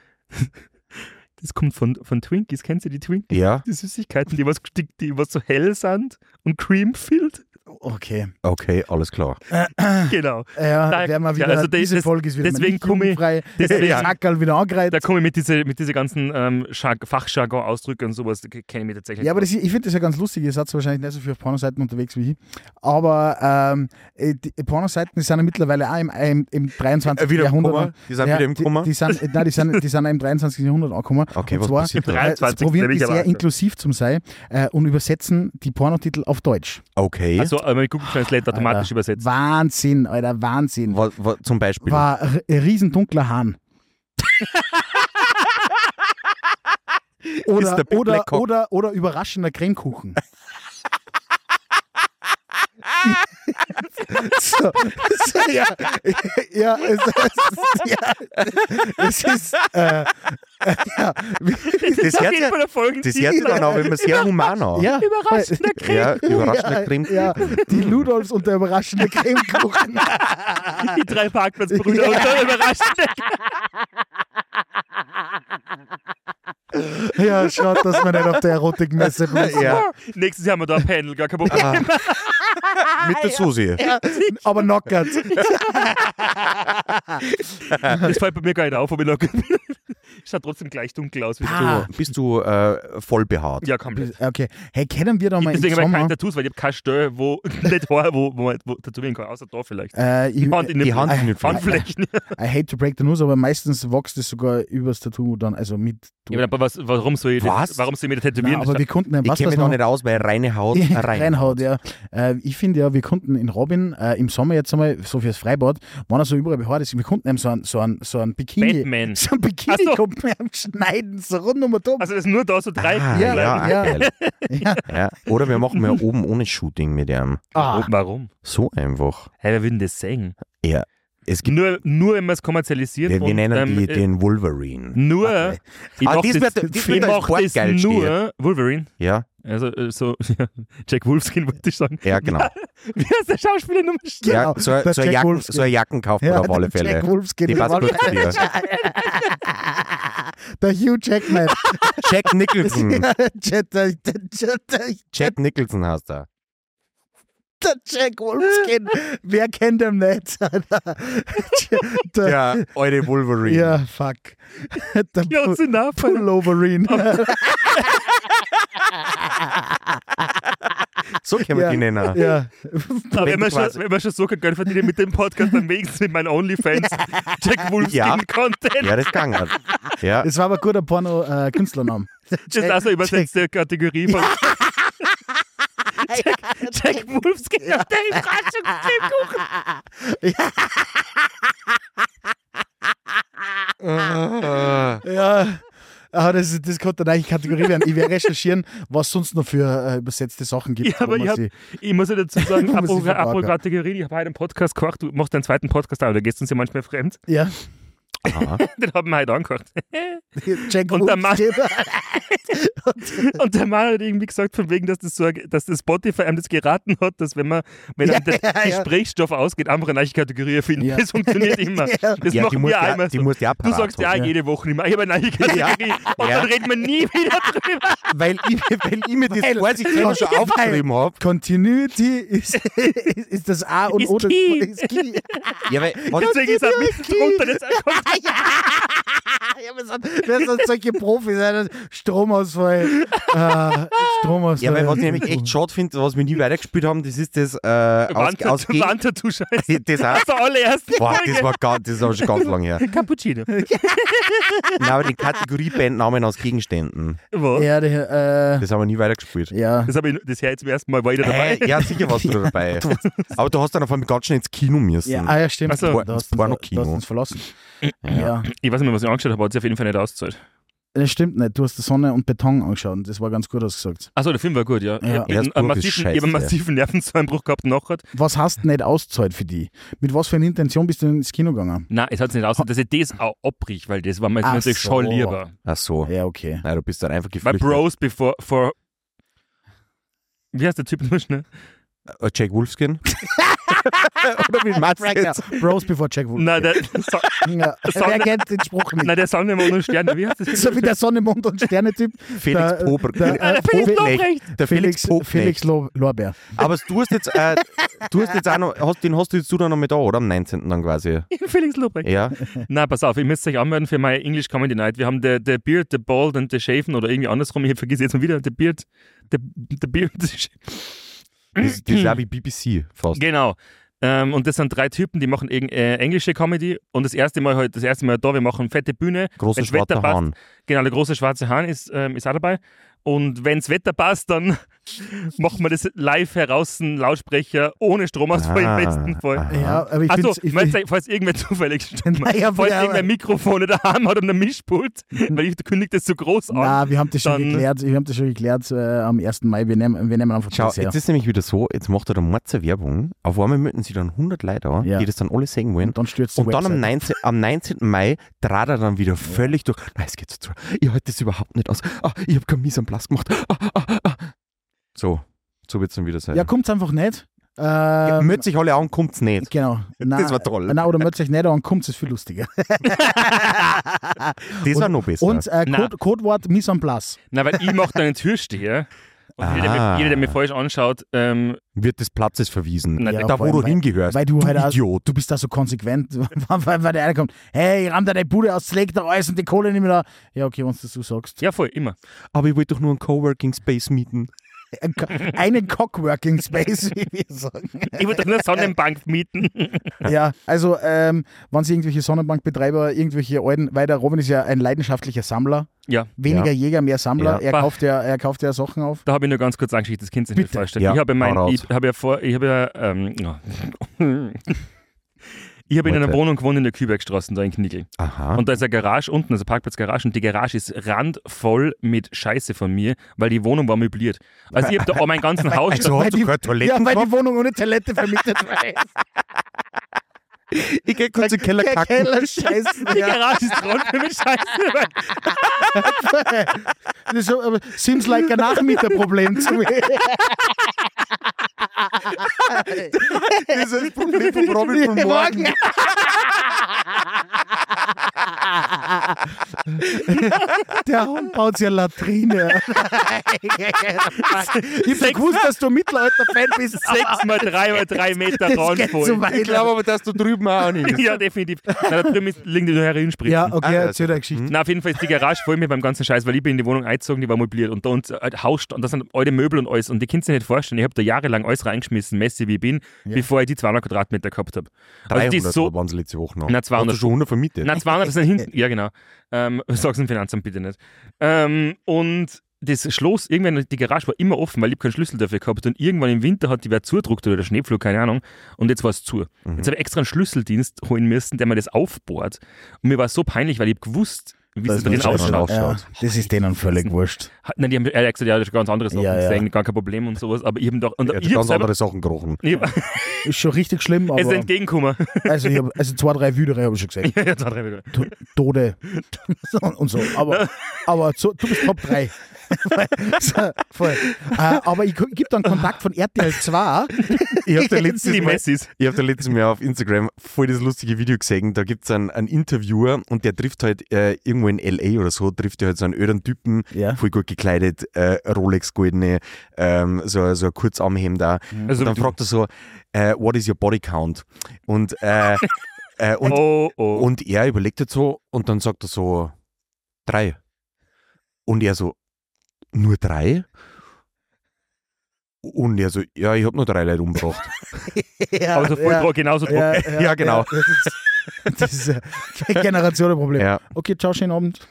[SPEAKER 3] das kommt von, von Twinkies. Kennst du die Twink?
[SPEAKER 2] ja,
[SPEAKER 3] Die Süßigkeiten, die was, die, die was so hell sind und cream-filled?
[SPEAKER 4] Okay.
[SPEAKER 2] okay, alles klar.
[SPEAKER 4] Ah.
[SPEAKER 3] Genau.
[SPEAKER 4] Ja,
[SPEAKER 3] Da-
[SPEAKER 4] werden wir
[SPEAKER 3] ja,
[SPEAKER 4] wieder,
[SPEAKER 3] also de-
[SPEAKER 4] diese
[SPEAKER 3] des-
[SPEAKER 4] Folge ist wieder
[SPEAKER 3] deswegen komm ich-
[SPEAKER 4] frei.
[SPEAKER 3] deswegen-
[SPEAKER 4] Sackerl wieder
[SPEAKER 3] Da
[SPEAKER 4] angereizt.
[SPEAKER 3] komme ich mit diesen mit diese ganzen ähm, Jarg- Fachjargon-Ausdrücken und sowas, kenne ich mich tatsächlich.
[SPEAKER 4] Ja, aber das, ich finde das ja ganz lustig. Ihr seid wahrscheinlich nicht so viel auf Pornoseiten unterwegs wie ich. Aber ähm, äh, die Pornoseiten die sind ja mittlerweile auch im, im, im 23.
[SPEAKER 2] Äh, wieder im
[SPEAKER 4] Jahrhundert.
[SPEAKER 2] Kummer? Die sind wieder im Kummer?
[SPEAKER 4] Die, die, sind, äh, nein, die, sind, die sind auch im 23. Jahrhundert angekommen.
[SPEAKER 2] Okay,
[SPEAKER 4] und
[SPEAKER 2] was
[SPEAKER 4] zwar,
[SPEAKER 2] passiert da?
[SPEAKER 4] äh, sie
[SPEAKER 3] 23.
[SPEAKER 4] probieren die
[SPEAKER 3] nämlich aber
[SPEAKER 2] also
[SPEAKER 4] sehr
[SPEAKER 3] auch schon.
[SPEAKER 4] inklusiv zu sein äh, und übersetzen die Pornotitel auf Deutsch.
[SPEAKER 2] Okay.
[SPEAKER 3] Also, aber mit Google Translate automatisch
[SPEAKER 4] Alter,
[SPEAKER 3] übersetzt.
[SPEAKER 4] Wahnsinn, Alter, Wahnsinn.
[SPEAKER 2] Wa- wa- zum Beispiel.
[SPEAKER 4] War r- ein riesendunkler Hahn.
[SPEAKER 2] Ist
[SPEAKER 4] oder,
[SPEAKER 2] der Big
[SPEAKER 4] oder,
[SPEAKER 2] Black Cock.
[SPEAKER 4] oder, oder überraschender Cremekuchen. so, so, ja, ja, es, es, ja, es ist, äh, äh, ja,
[SPEAKER 2] das
[SPEAKER 3] auf
[SPEAKER 2] hört ja,
[SPEAKER 3] jeden Fall der
[SPEAKER 2] das
[SPEAKER 3] Folgentitel.
[SPEAKER 2] hört ja dann auch immer sehr human an.
[SPEAKER 4] ja,
[SPEAKER 3] Überraschender
[SPEAKER 2] ja überraschender
[SPEAKER 4] ja,
[SPEAKER 2] Creme.
[SPEAKER 4] ja, die Ludolfs und der überraschende Cremekuchen.
[SPEAKER 3] Die drei Parkplatzbrüder und dann überrascht.
[SPEAKER 4] Ja, schaut, dass wir nicht auf der Erotikmesse müssen.
[SPEAKER 2] Ja.
[SPEAKER 3] Nächstes Jahr haben wir da ein Panel, gar kein Problem.
[SPEAKER 2] Mit der Susi.
[SPEAKER 4] Aber knockert.
[SPEAKER 2] Ah.
[SPEAKER 3] Das fällt bei mir gar nicht auf, aber ich locker. Schaut trotzdem gleich dunkel aus wie du.
[SPEAKER 2] Du, bist du äh, voll behaart?
[SPEAKER 3] Ja, komplett.
[SPEAKER 4] Okay. Hey, kennen wir da mal im
[SPEAKER 3] Deswegen habe ich
[SPEAKER 4] Sommer...
[SPEAKER 3] keine Tattoos, weil ich habe keine Stelle, wo nicht Haar, wo, wo, man- wo tätowieren kann, außer da vielleicht.
[SPEAKER 4] Äh, ich,
[SPEAKER 3] in den
[SPEAKER 2] die Hand in den
[SPEAKER 3] Flächen. Handflächen. Ja,
[SPEAKER 4] I hate to break the news, aber meistens wächst es sogar übers Tattoo dann, also mit...
[SPEAKER 3] aber was, warum soll ich das-
[SPEAKER 2] Was?
[SPEAKER 3] Warum soll ich mir das
[SPEAKER 4] Nein,
[SPEAKER 3] tätowieren?
[SPEAKER 4] aber wir konnten ja,
[SPEAKER 2] Ich
[SPEAKER 4] was
[SPEAKER 2] kenne
[SPEAKER 4] was
[SPEAKER 2] mich noch
[SPEAKER 4] noch
[SPEAKER 2] nicht aus, weil reine Haut, äh, rein.
[SPEAKER 4] reinhaut, ja. Äh, ich finde ja, wir konnten in Robin äh, im Sommer jetzt einmal, so fürs Freibad, wenn er so überall behaart ist, wir konnten ihm so ein, so ein, so ein Bikini,
[SPEAKER 3] Batman.
[SPEAKER 4] so ein Bikini
[SPEAKER 3] Ach so.
[SPEAKER 4] kommt mir am Schneiden, so rund um den Kopf.
[SPEAKER 3] also das ist nur da so drei.
[SPEAKER 2] Ah,
[SPEAKER 4] Ja,
[SPEAKER 2] ja, ah,
[SPEAKER 4] ja.
[SPEAKER 2] geil.
[SPEAKER 4] Ja.
[SPEAKER 2] ja. Oder wir machen ja oben ohne Shooting mit einem.
[SPEAKER 4] Ah.
[SPEAKER 3] Warum?
[SPEAKER 2] So einfach.
[SPEAKER 3] Hä, wer würde das sagen?
[SPEAKER 2] Ja. Es gibt,
[SPEAKER 3] Nur, nur wenn man es kommerzialisiert
[SPEAKER 2] wir, wir
[SPEAKER 3] und,
[SPEAKER 2] nennen
[SPEAKER 3] ähm,
[SPEAKER 2] die,
[SPEAKER 3] äh,
[SPEAKER 2] den Wolverine.
[SPEAKER 3] Nur, ich
[SPEAKER 2] Ah,
[SPEAKER 3] mach
[SPEAKER 2] dies
[SPEAKER 3] das,
[SPEAKER 2] wird- dies wird
[SPEAKER 3] ich
[SPEAKER 2] als
[SPEAKER 3] mach das
[SPEAKER 2] Wortgeil
[SPEAKER 3] nur,
[SPEAKER 2] stehen.
[SPEAKER 3] Wolverine,
[SPEAKER 2] Ja,
[SPEAKER 3] also äh, so, Jack Wolfskin wollte ich sagen.
[SPEAKER 2] ja, genau.
[SPEAKER 3] Wie heißt der Schauspieler nochmal?
[SPEAKER 2] Ja,
[SPEAKER 4] Genau,
[SPEAKER 2] so, ein-
[SPEAKER 4] der
[SPEAKER 2] so, ein
[SPEAKER 4] Jack
[SPEAKER 2] Jacken,
[SPEAKER 4] Wolfskin.
[SPEAKER 2] so eine Jacken kauft man auf alle
[SPEAKER 4] der
[SPEAKER 2] Fälle.
[SPEAKER 4] Jack Wolfskin.
[SPEAKER 2] Die passt gut zu dir.
[SPEAKER 4] Der Hugh Jackman.
[SPEAKER 2] Jack Nicholson.
[SPEAKER 4] Jack- der- der- der-
[SPEAKER 2] Jack Nicholson heißt er.
[SPEAKER 4] der Jack Wolfskin. Wer kennt ihn nicht? Der,
[SPEAKER 2] Ja, eure Wolverine.
[SPEAKER 4] ja, fuck. Der Pull-
[SPEAKER 3] Close enough.
[SPEAKER 4] Pulloverine.
[SPEAKER 2] So können wir
[SPEAKER 4] Ja.
[SPEAKER 2] die nennen.
[SPEAKER 4] Ja.
[SPEAKER 3] Aber wenn,
[SPEAKER 2] Wenn
[SPEAKER 3] man
[SPEAKER 2] du
[SPEAKER 3] schon,
[SPEAKER 2] quasi-
[SPEAKER 3] wenn man schon so kein Geld verdient mit dem Podcast, dann wenigstens mit meinen Onlyfans Jack
[SPEAKER 2] Ja.
[SPEAKER 3] Wolfskin-Content.
[SPEAKER 2] Ja, das ging halt. Ja,
[SPEAKER 4] Das war aber guter äh, Porno-Künstlername.
[SPEAKER 3] Das ist also eine übersetzte Kategorie von Jack, Jack Wolfskin und der Überraschungskuchen.
[SPEAKER 2] Äh,
[SPEAKER 4] ja. Ah, das, das könnte eine neue Kategorie werden. Ich werde recherchieren, was sonst noch für äh, übersetzte Sachen gibt.
[SPEAKER 3] Ja, aber
[SPEAKER 4] wo man
[SPEAKER 3] ich, hab,
[SPEAKER 4] sie-
[SPEAKER 3] ich muss ja dazu sagen,
[SPEAKER 4] Wo man sie
[SPEAKER 3] apropos
[SPEAKER 4] verbaut,
[SPEAKER 3] apropos
[SPEAKER 4] ja.
[SPEAKER 3] Kategorien, ich habe heute einen Podcast gekocht, du machst deinen zweiten Podcast auch, da gehst du uns ja manchmal fremd.
[SPEAKER 4] ja.
[SPEAKER 2] Aha.
[SPEAKER 3] Den haben wir heute angekocht.
[SPEAKER 4] Jack
[SPEAKER 3] Und der Mann-
[SPEAKER 4] Wolfsgeber.
[SPEAKER 3] Und der Mann hat irgendwie gesagt, von wegen, dass das, so, ein- dass das Spotify einem das geraten hat, dass wenn man, wenn einem der
[SPEAKER 4] ja, ja.
[SPEAKER 3] Gesprächsstoff ausgeht, andere eine neue Kategorie erfinden.
[SPEAKER 4] Ja.
[SPEAKER 3] Das funktioniert immer.
[SPEAKER 2] Ja,
[SPEAKER 3] Das
[SPEAKER 4] Ja.
[SPEAKER 2] die
[SPEAKER 3] machen
[SPEAKER 2] muss
[SPEAKER 3] wir
[SPEAKER 2] ja-
[SPEAKER 3] auch immer
[SPEAKER 2] die
[SPEAKER 3] so.
[SPEAKER 2] muss ja
[SPEAKER 3] du
[SPEAKER 2] parat
[SPEAKER 3] sagst ja auch
[SPEAKER 2] haben, ne? ja.
[SPEAKER 3] jede Woche nicht mehr, ich habe eine neue Kategorie und
[SPEAKER 2] Ja.
[SPEAKER 3] dann reden wir nie wieder drüber.
[SPEAKER 2] weil, ich, weil ich mir das
[SPEAKER 4] Weil-
[SPEAKER 2] vorsichtshalber schon
[SPEAKER 4] Weil-
[SPEAKER 2] aufgeschrieben habe.
[SPEAKER 4] Continuity ist, ist, ist das A und
[SPEAKER 3] Ist
[SPEAKER 4] O. des-
[SPEAKER 3] key.
[SPEAKER 4] Ist key.
[SPEAKER 2] Ja, weil, was,
[SPEAKER 3] Deswegen ist er mit drunter. Das kommt
[SPEAKER 4] Ja, wir sind, wir sind solche Profis. Alter. Stromausfall. Äh, Stromausfall.
[SPEAKER 2] ja, weil was ich nämlich echt schade finde, was wir nie weitergespielt haben, das ist das äh, aus, aus
[SPEAKER 3] Wandtattoo, Wandtattoo, scheiße.
[SPEAKER 2] das auch,
[SPEAKER 3] Das war Also allererste
[SPEAKER 2] Boah, das
[SPEAKER 3] Folge.
[SPEAKER 2] war gar, das ist aber schon ganz lange her.
[SPEAKER 3] Cappuccino.
[SPEAKER 2] Nein, aber die Kategorie Bandnamen aus Gegenständen,
[SPEAKER 3] Wo?
[SPEAKER 4] Ja, der, äh,
[SPEAKER 2] das haben wir nie weitergespielt.
[SPEAKER 4] ja.
[SPEAKER 3] Das habe ich das her jetzt zum ersten Mal, war ich da dabei.
[SPEAKER 2] Äh, ja, sicher warst du da dabei. Aber du hast dann auf einmal ganz schnell ins Kino müssen.
[SPEAKER 4] Ja, ah, ja, stimmt.
[SPEAKER 3] Ach so.
[SPEAKER 4] da hast du
[SPEAKER 2] Porno-
[SPEAKER 4] uns, da hast du uns verlassen. Ja.
[SPEAKER 3] Ich weiß nicht mehr, was ich angeschaut habe, aber hat sich auf jeden Fall nicht ausgezahlt.
[SPEAKER 4] das stimmt nicht. Du hast die Sonne und Beton angeschaut und das war ganz gut ausgesagt.
[SPEAKER 3] Achso, der Film war gut, ja.
[SPEAKER 4] Ja.
[SPEAKER 3] Ich
[SPEAKER 2] Ja,
[SPEAKER 3] habe
[SPEAKER 2] das
[SPEAKER 3] einen,
[SPEAKER 2] Buch ist
[SPEAKER 3] massiven- ich hab einen
[SPEAKER 2] scheiße.
[SPEAKER 3] massiven Nervenzusammenbruch gehabt nachher.
[SPEAKER 4] Was hast du nicht auszahlt für die? Mit was für einer Intention bist du ins Kino gegangen?
[SPEAKER 3] Nein, es hat nicht ausgesehen, dass ich das auch abbrich, weil das war mir jetzt
[SPEAKER 4] Ach
[SPEAKER 3] natürlich
[SPEAKER 4] so.
[SPEAKER 3] schon lieber.
[SPEAKER 2] Ach so.
[SPEAKER 4] Ja, okay.
[SPEAKER 2] Nein, du bist dann einfach
[SPEAKER 3] Weil
[SPEAKER 2] geflüchtet.
[SPEAKER 3] Bros before... For wie heißt der Typ nur schnell?
[SPEAKER 2] Äh, Jake Wolfskin? Oder wie meinst du jetzt?
[SPEAKER 4] Bros before Jack Wolf.
[SPEAKER 3] Nein, der, so,
[SPEAKER 4] Ja.
[SPEAKER 3] Sonne-
[SPEAKER 4] Wer kennt den Spruch nicht?
[SPEAKER 3] nein, der Sonne, Mond und Sterne. Wie heißt das?
[SPEAKER 4] So wie der Sonne, Mond und Sterne-Typ.
[SPEAKER 2] Felix
[SPEAKER 4] Der-
[SPEAKER 2] Pober.
[SPEAKER 4] der-
[SPEAKER 3] Ah, der Felix
[SPEAKER 4] Felix-
[SPEAKER 3] Lobrecht.
[SPEAKER 2] Der Felix,
[SPEAKER 4] Felix,
[SPEAKER 2] Pober.
[SPEAKER 4] Felix Lo Lorbeer.
[SPEAKER 2] Aber du hast jetzt, äh, du hast jetzt auch noch, hast, den hast du jetzt du dann noch mit da, oder? Am 19. dann quasi.
[SPEAKER 3] Felix Lobrecht.
[SPEAKER 2] Ja.
[SPEAKER 3] Nein, pass auf, ihr müsst euch anmelden für meine English Comedy Night. Wir haben The, the Beard, The Bald and The Shaven oder irgendwie andersrum. Ich vergesse jetzt mal wieder. The Beard, The, the Beard, The Shaven.
[SPEAKER 2] Das, das ist auch wie BBC fast.
[SPEAKER 3] Genau. Ähm, und das sind drei Typen, die machen irgend- äh, englische Comedy und das erste Mal heute, das erste Mal da, wir machen fette Bühne.
[SPEAKER 2] Großer
[SPEAKER 3] Wenn's Wetter
[SPEAKER 2] schwarzer
[SPEAKER 3] passt-
[SPEAKER 2] Hahn.
[SPEAKER 3] Genau, der große schwarze Hahn ist, ähm, ist auch dabei. Und wenns Wetter passt, dann machen wir das live heraus, Lautsprecher, ohne Stromausfall
[SPEAKER 2] Ah,
[SPEAKER 3] im besten Fall.
[SPEAKER 2] aha.
[SPEAKER 4] Ja, aber ich
[SPEAKER 3] Achso,
[SPEAKER 4] find's- ich
[SPEAKER 3] falls,
[SPEAKER 4] find-
[SPEAKER 3] falls irgendwer zufällig stimmt,
[SPEAKER 4] Nein, ja,
[SPEAKER 3] falls
[SPEAKER 4] ja,
[SPEAKER 3] irgendwer
[SPEAKER 4] aber-
[SPEAKER 3] Mikrofone daheim hat und ein Mischpult, weil ich kündige das so groß an.
[SPEAKER 4] Na, wir haben das schon
[SPEAKER 3] Dann-
[SPEAKER 4] geklärt, wir haben das schon geklärt äh, am 1. Mai. Wir nehmen, wir nehmen einfach
[SPEAKER 2] Schau,
[SPEAKER 4] das her.
[SPEAKER 2] jetzt ist nämlich wieder so, jetzt macht er der Matze Werbung. Auf einmal möchten sie dann 100 Leute an,
[SPEAKER 4] Ja.
[SPEAKER 2] die das dann alle sehen wollen.
[SPEAKER 4] Und dann stürzt die
[SPEAKER 2] Und dann am
[SPEAKER 4] Website.
[SPEAKER 2] 19, am 19. Mai trat er dann wieder völlig durch. Nein, es geht so zu. Ich halte das überhaupt nicht aus. Ah, ich habe kein Mise en place gemacht. Ah, ah, ah. So, so wird es dann wieder sein.
[SPEAKER 4] Ja, kommt's einfach nicht. Ähm,
[SPEAKER 2] Mötzt sich alle an, kommt's nicht.
[SPEAKER 4] Genau. Nein,
[SPEAKER 2] war toll.
[SPEAKER 4] Nein, oder mögt euch nicht an, kommt, ist viel lustiger.
[SPEAKER 2] Das war noch besser.
[SPEAKER 4] Und äh,
[SPEAKER 3] Nein.
[SPEAKER 4] Code, Codewort Mise en place.
[SPEAKER 3] Na, weil ich mache dann einen Türsteher. Und jeder, der
[SPEAKER 2] Ah.
[SPEAKER 3] mir, jeder, der mir falsch anschaut, ähm,
[SPEAKER 2] wird des Platzes verwiesen.
[SPEAKER 3] Na,
[SPEAKER 4] Ja,
[SPEAKER 2] da,
[SPEAKER 4] vor
[SPEAKER 2] wo
[SPEAKER 4] allem,
[SPEAKER 2] du
[SPEAKER 4] weil-
[SPEAKER 2] hingehörst.
[SPEAKER 4] Weil du, halt auch-
[SPEAKER 2] Idiot.
[SPEAKER 4] du bist da so konsequent, weil, weil der eine kommt, hey, ramm da deine Bude aus, leg da alles und die Kohle nicht mehr da. Ja, okay, wenn du das so sagst.
[SPEAKER 3] ja voll, immer.
[SPEAKER 2] Aber ich wollte doch nur einen Coworking Space mieten.
[SPEAKER 4] Ein Co- Einen Cockworking Space, wie wir sagen.
[SPEAKER 3] Ich würde doch nur eine Sonnenbank mieten.
[SPEAKER 4] Ja, also ähm, wenn Sie irgendwelche Sonnenbankbetreiber, irgendwelche alten, weil der Robin ist ja ein leidenschaftlicher Sammler,
[SPEAKER 3] Ja,
[SPEAKER 4] weniger
[SPEAKER 2] Ja.
[SPEAKER 4] Jäger, mehr Sammler,
[SPEAKER 2] Ja.
[SPEAKER 4] er, kauft ja, er kauft ja Sachen auf.
[SPEAKER 3] da habe ich nur ganz kurz eine Geschichte, das Kind sich nicht
[SPEAKER 4] Bitte.
[SPEAKER 3] vorstellen.
[SPEAKER 2] Ja,
[SPEAKER 3] ich habe mein,
[SPEAKER 2] hau raus.
[SPEAKER 3] ich habe ja vor, ich habe ja, ähm, ja. ich habe in einer
[SPEAKER 2] Warte.
[SPEAKER 3] Wohnung gewohnt in der Kübergstraße, da in Knigel.
[SPEAKER 4] Ah.
[SPEAKER 2] Aha.
[SPEAKER 3] Und da ist eine Garage unten, also Parkplatzgarage, und die Garage ist randvoll mit Scheiße von mir, weil die Wohnung war möbliert. Also ich habe da auch mein ganzen Haus.
[SPEAKER 2] so
[SPEAKER 4] weil
[SPEAKER 2] hast du
[SPEAKER 4] die-
[SPEAKER 2] keine
[SPEAKER 4] Ja,
[SPEAKER 2] Toiletten
[SPEAKER 4] weil
[SPEAKER 2] gehabt?
[SPEAKER 4] die Wohnung ohne Toilette vermietet war.
[SPEAKER 2] Ich geh kurz in den Keller
[SPEAKER 4] Der
[SPEAKER 2] kacken.
[SPEAKER 4] Keller scheißen.
[SPEAKER 3] Die
[SPEAKER 4] Ja.
[SPEAKER 3] Garage ist randvoll mit Scheiße. weil-
[SPEAKER 4] Das ist so, aber seems like ein Nachmieterproblem zu mir.
[SPEAKER 2] Das ist das Problem von Robin von morgen.
[SPEAKER 4] Der Hund baut sich eine Latrine. Ich hab
[SPEAKER 3] Sechs-
[SPEAKER 4] gewusst, dass du Mittelalter-Fan bist.
[SPEAKER 3] Sechs mal drei mal drei Meter
[SPEAKER 4] Das geht
[SPEAKER 3] randvoll.
[SPEAKER 4] zu weit.
[SPEAKER 2] Ich glaube aber, dass du drüben auch nicht bist.
[SPEAKER 3] Ja, definitiv. Na, da drüben ist- liegen die Heroinspritzen.
[SPEAKER 4] Ja, okay,
[SPEAKER 2] Ah,
[SPEAKER 4] erzähl deine Geschichte.
[SPEAKER 3] Na, auf jeden Fall ist die Garage voll mit beim ganzen Scheiß, weil ich bin in die Wohnung eingezogen, die war möbliert und da uns halt Haus und da sind alte Möbel und alles und die kannst du dir nicht vorstellen, ich habe da jahrelang alles reingeschmissen, messy wie ich bin, bevor ich die 200 Quadratmeter gehabt habe. Also
[SPEAKER 2] 300
[SPEAKER 3] die ist so,
[SPEAKER 2] waren sie letzte Woche noch.
[SPEAKER 3] Na, 200.
[SPEAKER 2] Hast du schon 100 vermietet?
[SPEAKER 3] na 200 sind hinten, ja genau. Ähm, sag's dem Finanzamt bitte nicht. Ähm, und das Schloss, irgendwann, die Garage war immer offen, weil ich hab keinen Schlüssel dafür gehabt und irgendwann im Winter hat die wer zudruckt oder der Schneepflug, keine Ahnung, und jetzt war es zu. Jetzt habe ich extra einen Schlüsseldienst holen müssen, der mir das aufbohrt. Und mir war es so peinlich, weil ich hab gewusst, wie
[SPEAKER 4] Das
[SPEAKER 3] es bei denen
[SPEAKER 4] ist mir
[SPEAKER 3] ausschaut.
[SPEAKER 4] scheißegal. Ja, das ist denen völlig wurscht.
[SPEAKER 3] Hat- Nein, die haben ehrlich gesagt, ja, das ist ganz anderes noch.
[SPEAKER 4] Ja,
[SPEAKER 3] Ja, das ist
[SPEAKER 4] ja.
[SPEAKER 3] eigentlich gar kein Problem und sowas. Aber ich habe doch. Und
[SPEAKER 2] Er hat
[SPEAKER 3] ich hab
[SPEAKER 2] ganz
[SPEAKER 3] selber,
[SPEAKER 2] andere Sachen gerochen.
[SPEAKER 3] ich hab,
[SPEAKER 4] Ist schon richtig schlimm,
[SPEAKER 3] es ist
[SPEAKER 4] aber
[SPEAKER 3] entgegengekommen.
[SPEAKER 4] also, ich hab, also zwei, drei Wüdere habe ich schon gesehen.
[SPEAKER 3] ja, ja, zwei, drei Minuten.
[SPEAKER 4] To- Tode So, und so. Aber, aber so, du bist Top 3. so, voll. Äh, aber ich gebe dann Kontakt von RTL 2.
[SPEAKER 2] Ich habe da letztes
[SPEAKER 3] die
[SPEAKER 2] Mal,
[SPEAKER 3] Messis.
[SPEAKER 2] ich hab da letztes Mal auf Instagram voll das lustige Video gesehen. Da gibt es einen, einen Interviewer und der trifft halt äh, irgendwo in L.A. oder so, trifft er halt so einen öden Typen,
[SPEAKER 4] Ja.
[SPEAKER 2] voll gut gekleidet, äh, Rolex goldene, ähm, so, so ein Kurzarmhemd da.
[SPEAKER 3] Also
[SPEAKER 2] und dann
[SPEAKER 3] du-
[SPEAKER 2] fragt er so, äh, what is your body count? Und, äh, äh, und,
[SPEAKER 3] Oh, oh.
[SPEAKER 2] und er überlegt jetzt so und dann sagt er so, drei. Und er so, nur drei? Und er so, ja, ich habe nur drei Leute umgebracht.
[SPEAKER 4] Ja,
[SPEAKER 3] aber so voll ja, genauso trocken.
[SPEAKER 4] ja,
[SPEAKER 2] Ja, genau.
[SPEAKER 4] das ist, das ist ein Generationenproblem.
[SPEAKER 2] ja.
[SPEAKER 4] Okay, ciao, schönen Abend.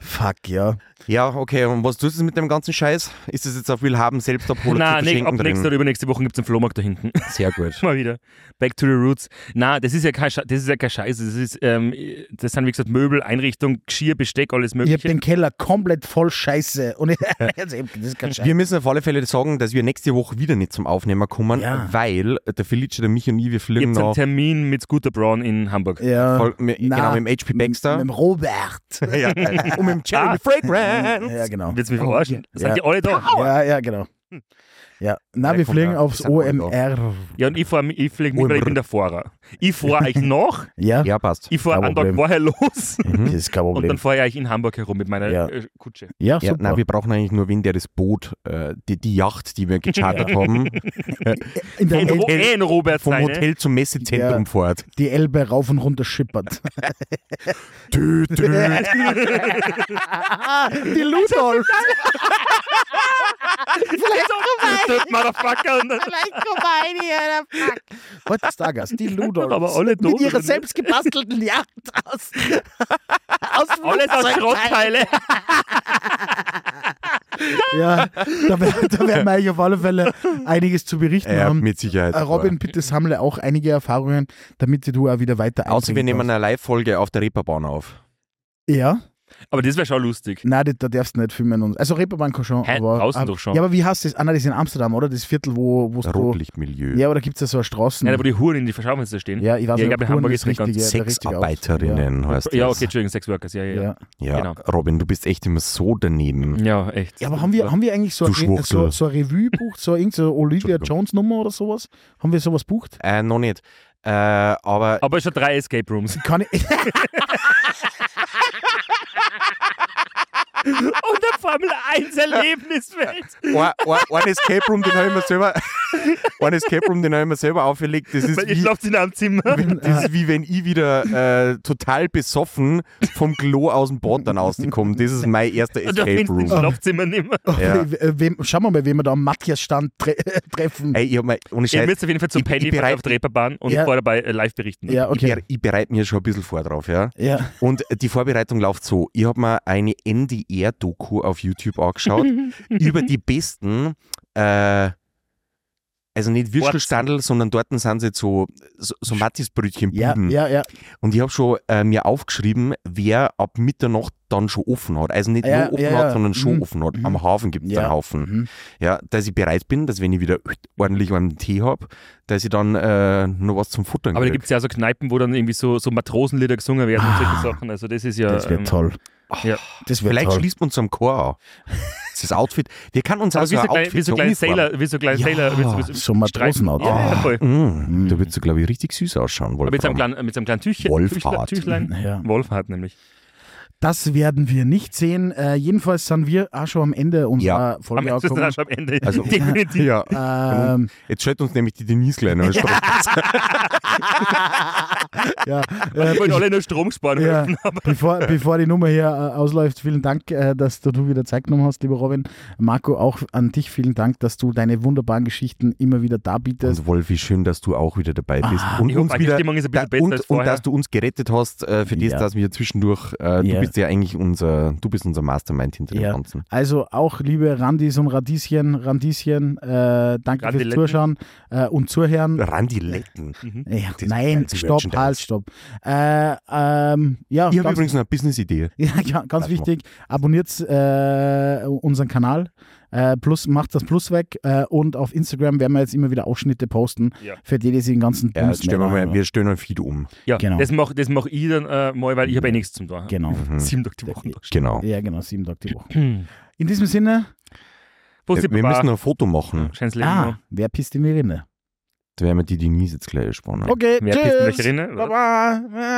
[SPEAKER 4] Fuck, ja.
[SPEAKER 2] ja, okay, und was tust du mit dem ganzen Scheiß? Ist das jetzt auf Willhaben selbst abholen zu
[SPEAKER 3] Nein, nee, ab
[SPEAKER 2] verschenken
[SPEAKER 3] nächste
[SPEAKER 2] drin?
[SPEAKER 3] oder übernächste Woche gibt es einen Flohmarkt da hinten.
[SPEAKER 2] Sehr gut.
[SPEAKER 3] Mal wieder. Back to the roots. Na, das ist ja kein, Sche das ist ja kein Scheiß. Das, ist, ähm, das sind, wie gesagt, Möbel, Einrichtung, Geschirr, Besteck, alles
[SPEAKER 4] Ich habe
[SPEAKER 3] Mögliche.
[SPEAKER 4] den Keller komplett voll Scheiße. Und ich, das ist kein Scheiß.
[SPEAKER 2] Wir müssen auf alle Fälle sagen, dass wir nächste Woche wieder nicht zum Aufnehmen kommen,
[SPEAKER 4] Ja.
[SPEAKER 2] weil der Felice, der Michi und ich, wir
[SPEAKER 3] Ich
[SPEAKER 2] fliegen
[SPEAKER 3] habe einen
[SPEAKER 2] nach
[SPEAKER 3] Termin mit Scooter Braun in Hamburg.
[SPEAKER 4] Ja.
[SPEAKER 2] voll, mit,
[SPEAKER 4] Na,
[SPEAKER 2] genau, mit dem HP
[SPEAKER 4] Mit
[SPEAKER 2] Baxter
[SPEAKER 4] dem Robert.
[SPEAKER 2] ja, äh, und mit dem
[SPEAKER 3] Ah.
[SPEAKER 2] Jeremy Fragrance.
[SPEAKER 4] Ja, genau.
[SPEAKER 3] Willst du mich verarschen? Seid ihr alle da?
[SPEAKER 4] Ja, ja, genau. Ja, na,
[SPEAKER 2] Ja,
[SPEAKER 4] wir
[SPEAKER 2] kommt
[SPEAKER 4] fliegen
[SPEAKER 2] ja.
[SPEAKER 4] aufs
[SPEAKER 2] Ist ja cool,
[SPEAKER 4] OMR.
[SPEAKER 3] Ja, und ich fahre ich flieg mit, weil ich bin der Fahrer. Ich fahre euch nach,
[SPEAKER 4] Ja,
[SPEAKER 2] Ja, passt.
[SPEAKER 3] ich fahre
[SPEAKER 4] Kein
[SPEAKER 3] einen Tag
[SPEAKER 4] Problem.
[SPEAKER 3] vorher los
[SPEAKER 4] das ist kein
[SPEAKER 3] und
[SPEAKER 4] Problem.
[SPEAKER 3] dann fahre ich euch in Hamburg herum mit meiner
[SPEAKER 4] Ja.
[SPEAKER 3] äh, Kutsche.
[SPEAKER 4] Ja,
[SPEAKER 2] Ja,
[SPEAKER 4] super.
[SPEAKER 2] nein, wir brauchen eigentlich nur wen, der das Boot, äh, die, die Yacht, die wir gechartert haben,
[SPEAKER 4] In der
[SPEAKER 3] In,
[SPEAKER 4] El
[SPEAKER 3] Ro eh in Robert
[SPEAKER 2] vom
[SPEAKER 3] sein,
[SPEAKER 2] Hotel zum Messezentrum
[SPEAKER 4] Ja.
[SPEAKER 2] fährt.
[SPEAKER 4] die Elbe rauf und runter schippert.
[SPEAKER 2] Dü, dü.
[SPEAKER 4] die Ludolf.
[SPEAKER 3] Das Motherfucker. Und dann,
[SPEAKER 4] Heute ist Stargast, also die Ludolf.
[SPEAKER 3] aber alle
[SPEAKER 4] Mit
[SPEAKER 3] Dosen
[SPEAKER 4] ihrer
[SPEAKER 3] sind-
[SPEAKER 4] selbstgebastelten Yacht aus. aus
[SPEAKER 3] alles aus
[SPEAKER 4] Flugzeugteilen.
[SPEAKER 3] Schrottteile.
[SPEAKER 4] Ja, da, wär, da werden wir eigentlich auf alle Fälle einiges zu berichten
[SPEAKER 2] Ja,
[SPEAKER 4] haben.
[SPEAKER 2] mit Sicherheit.
[SPEAKER 4] Äh, Robin, bitte sammle auch einige Erfahrungen, damit du auch wieder weiter
[SPEAKER 2] Äh, Außer wir
[SPEAKER 4] einbringen
[SPEAKER 2] nehmen eine Live-Folge auf der Reeperbahn auf.
[SPEAKER 4] kannst. Ja,
[SPEAKER 3] Aber das wäre schon lustig.
[SPEAKER 4] nein, da, da darfst du nicht filmen. Und, also Reeperbahn kann schon.
[SPEAKER 3] Hä,
[SPEAKER 4] aber,
[SPEAKER 3] draußen
[SPEAKER 4] aber,
[SPEAKER 3] doch schon.
[SPEAKER 4] Ja, aber wie heißt das? Ah, nein, das ist in Amsterdam, oder? Das Viertel, wo es wo,
[SPEAKER 2] Rotlichtmilieu.
[SPEAKER 4] Ja, aber da gibt es ja so eine Straßen.
[SPEAKER 3] Nein, wo die Huren in die Verschaufenster stehen.
[SPEAKER 4] Hm. ja, ich weiß
[SPEAKER 3] Ja, ich
[SPEAKER 4] nicht,
[SPEAKER 3] glaub, in
[SPEAKER 4] Huren
[SPEAKER 3] Hamburg
[SPEAKER 4] das
[SPEAKER 3] ist nicht ganz
[SPEAKER 4] richtige- der richtige Ausdruck.
[SPEAKER 2] Sexarbeiterinnen heißt das.
[SPEAKER 3] Ja, okay, Entschuldigung, Sex Workers. Ja, ja,
[SPEAKER 4] Ja.
[SPEAKER 3] ja.
[SPEAKER 4] Ja.
[SPEAKER 2] Ja,
[SPEAKER 3] genau. Mhm.
[SPEAKER 2] Robin, du bist echt immer so daneben.
[SPEAKER 3] Ja, echt.
[SPEAKER 4] ja, aber haben wir, haben wir eigentlich so,
[SPEAKER 2] Du
[SPEAKER 4] ein,
[SPEAKER 2] Schwuchtel.
[SPEAKER 4] so, so eine Revue bucht, so irgendeine Olivia
[SPEAKER 2] Entschuldigung.
[SPEAKER 4] Jones Nummer oder sowas? Haben wir sowas bucht?
[SPEAKER 2] Äh, noch nicht. Äh, aber
[SPEAKER 3] aber schon drei Escape Rooms.
[SPEAKER 4] Kann ich,
[SPEAKER 3] Und der Formel 1 Erlebniswelt.
[SPEAKER 2] ein, ein, ein Escape Room, den habe ich mir selber, ein Escape Room, den habe ich mir selber auferlegt. Das ist,
[SPEAKER 3] Weil ihr
[SPEAKER 2] wie,
[SPEAKER 3] schlaft in einem Zimmer.
[SPEAKER 2] das ist wie wenn ich wieder äh, total besoffen vom Klo aus dem Bad dann rausgekommen. Das ist mein erster
[SPEAKER 3] Und da
[SPEAKER 2] Escape
[SPEAKER 3] findest du
[SPEAKER 2] Room.
[SPEAKER 3] Schlafzimmer nicht mehr.
[SPEAKER 2] Ja.
[SPEAKER 4] we- äh, wem, schauen wir mal, wen wir da am Matthias-Stand tre treffen.
[SPEAKER 2] Ey, ich hab mal, ohne
[SPEAKER 3] Ihr
[SPEAKER 2] Scheiß,
[SPEAKER 3] müsst auf jeden Fall zum
[SPEAKER 2] ich-
[SPEAKER 3] Penny
[SPEAKER 2] ich bereit-
[SPEAKER 3] auf der Reeperbahn und
[SPEAKER 4] Ja.
[SPEAKER 3] vorher dabei äh, live berichten.
[SPEAKER 4] ja,
[SPEAKER 2] ich,
[SPEAKER 4] okay.
[SPEAKER 2] bere- ich bereite mir schon ein bisschen vor drauf, ja.
[SPEAKER 4] Ja.
[SPEAKER 2] Und die Vorbereitung läuft so. Ich habe mir eine NDR-Doku auf YouTube angeschaut über die besten, äh, also nicht Würstelstandel, sondern dort sind sie so, so, so
[SPEAKER 4] Ja,
[SPEAKER 2] Mattisbrötchenbuden.
[SPEAKER 4] ja, ja.
[SPEAKER 2] Und ich habe schon äh, mir aufgeschrieben, wer ab Mitternacht dann schon offen hat. Also nicht
[SPEAKER 4] Ah, Ja,
[SPEAKER 2] nur offen
[SPEAKER 4] ja,
[SPEAKER 2] hat,
[SPEAKER 4] ja.
[SPEAKER 2] sondern schon
[SPEAKER 4] Mhm.
[SPEAKER 2] offen hat.
[SPEAKER 4] Mhm.
[SPEAKER 2] Am Hafen gibt es
[SPEAKER 4] Ja.
[SPEAKER 2] einen Haufen.
[SPEAKER 4] Mhm.
[SPEAKER 2] Ja, dass ich bereit bin, dass wenn ich wieder ordentlich einen Tee habe, dass ich dann äh, noch was zum Futtern
[SPEAKER 3] Aber da
[SPEAKER 2] krieg.
[SPEAKER 3] gibt es ja so Kneipen, wo dann irgendwie so, so Matrosenlieder gesungen werden und solche Sachen. Also das ist ja.
[SPEAKER 4] Ah. Das wird
[SPEAKER 3] ähm,
[SPEAKER 4] toll.
[SPEAKER 3] ja.
[SPEAKER 4] Das wird
[SPEAKER 2] Vielleicht
[SPEAKER 4] toll.
[SPEAKER 2] schließt man uns am Chor an. Das ist Outfit. Wir können uns
[SPEAKER 3] Aber
[SPEAKER 2] auch
[SPEAKER 3] wie so
[SPEAKER 2] so ein
[SPEAKER 3] kleine- wie
[SPEAKER 2] Outfit
[SPEAKER 3] so
[SPEAKER 2] zur
[SPEAKER 3] kleine
[SPEAKER 2] Uniform-
[SPEAKER 3] Sailor, wie so kleine
[SPEAKER 2] Ja,
[SPEAKER 3] Sailor, wie wie
[SPEAKER 4] so Matrosenauto. Ah.
[SPEAKER 3] Ja, ja, voll.
[SPEAKER 2] Mm, Da würdest du, glaube ich, richtig süß ausschauen,
[SPEAKER 3] Aber mit so einem
[SPEAKER 2] Wolfram.
[SPEAKER 3] kleinen, mit so einem kleinen Tüchchen,
[SPEAKER 2] Wolfhard.
[SPEAKER 3] Tüchlein.
[SPEAKER 4] Ja.
[SPEAKER 3] Wolfhard nämlich.
[SPEAKER 4] Das werden wir nicht sehen. Äh, jedenfalls sind wir auch schon am Ende unserer
[SPEAKER 3] Am Ende
[SPEAKER 4] Folge
[SPEAKER 3] ist
[SPEAKER 4] angekommen.
[SPEAKER 3] das am Ende.
[SPEAKER 2] Also-
[SPEAKER 3] Definitiv.
[SPEAKER 2] Ja.
[SPEAKER 4] Ähm,
[SPEAKER 2] Jetzt stellt uns nämlich die Denise gleich noch.
[SPEAKER 4] ja,
[SPEAKER 3] Ich wollte
[SPEAKER 4] äh,
[SPEAKER 3] alle nur Strom sparen.
[SPEAKER 4] ja,
[SPEAKER 3] helfen.
[SPEAKER 4] bevor, bevor die Nummer hier äh, ausläuft, vielen Dank, äh, dass du du wieder Zeit genommen hast, lieber Robin. Marco, auch an dich vielen Dank, dass du deine wunderbaren Geschichten immer wieder darbietest.
[SPEAKER 2] Und Wolfi, schön, dass du auch wieder dabei
[SPEAKER 3] Ah,
[SPEAKER 2] bist. und
[SPEAKER 3] Ich hoffe, die Stimmung ist ein bisschen besser
[SPEAKER 2] und,
[SPEAKER 3] als
[SPEAKER 2] und
[SPEAKER 3] vorher.
[SPEAKER 2] dass du uns gerettet hast äh, für das,
[SPEAKER 4] Ja.
[SPEAKER 2] dass wir zwischendurch. Äh,
[SPEAKER 4] Ja.
[SPEAKER 2] Du bist bist ja eigentlich unser, du bist unser Mastermind hinter dem
[SPEAKER 4] Ja.
[SPEAKER 2] Ganzen.
[SPEAKER 4] Also auch liebe Randis und Radieschen, Randieschen, äh, danke
[SPEAKER 3] Randiletten.
[SPEAKER 4] fürs Zuschauen äh, und Zuhören.
[SPEAKER 2] Randy Letten.
[SPEAKER 4] Ja,
[SPEAKER 2] Das
[SPEAKER 4] nein,
[SPEAKER 2] ganze
[SPEAKER 4] stopp,
[SPEAKER 2] Merchandise.
[SPEAKER 4] halt, stopp. Äh, ähm, ja,
[SPEAKER 2] Ich habe
[SPEAKER 4] ganz,
[SPEAKER 2] übrigens noch eine Business-Idee.
[SPEAKER 4] ja, ga- ganz
[SPEAKER 2] Warte mal.
[SPEAKER 4] wichtig, abonniert äh, unseren Kanal, äh, plus, macht das Plus weg äh, und auf Instagram werden wir jetzt immer wieder Ausschnitte posten,
[SPEAKER 3] Ja.
[SPEAKER 4] für die, die sich den ganzen
[SPEAKER 2] Ja,
[SPEAKER 4] Bums
[SPEAKER 2] stellen wir, mal,
[SPEAKER 4] merken.
[SPEAKER 2] wir stellen ein Feed um.
[SPEAKER 3] Ja,
[SPEAKER 4] Genau.
[SPEAKER 3] das mache das mach ich dann äh, mal, weil ich habe eh nichts zum tun.
[SPEAKER 4] Genau.
[SPEAKER 3] Sieben Tage die Woche. da stehen.
[SPEAKER 2] Mhm. Genau.
[SPEAKER 4] Ja, genau, sieben Tage die Woche. In diesem Sinne,
[SPEAKER 3] Bussi,
[SPEAKER 2] Äh, Wir
[SPEAKER 3] Baba.
[SPEAKER 2] müssen noch ein Foto machen.
[SPEAKER 3] Schönes Leben
[SPEAKER 4] ah,
[SPEAKER 3] noch.
[SPEAKER 4] wer pisst in die Rinne?
[SPEAKER 2] Da werden wir die Denise jetzt gleich spannen.
[SPEAKER 4] Okay,
[SPEAKER 3] Wer pisst in welche
[SPEAKER 4] tschüss.
[SPEAKER 3] Rinne?
[SPEAKER 4] Baba.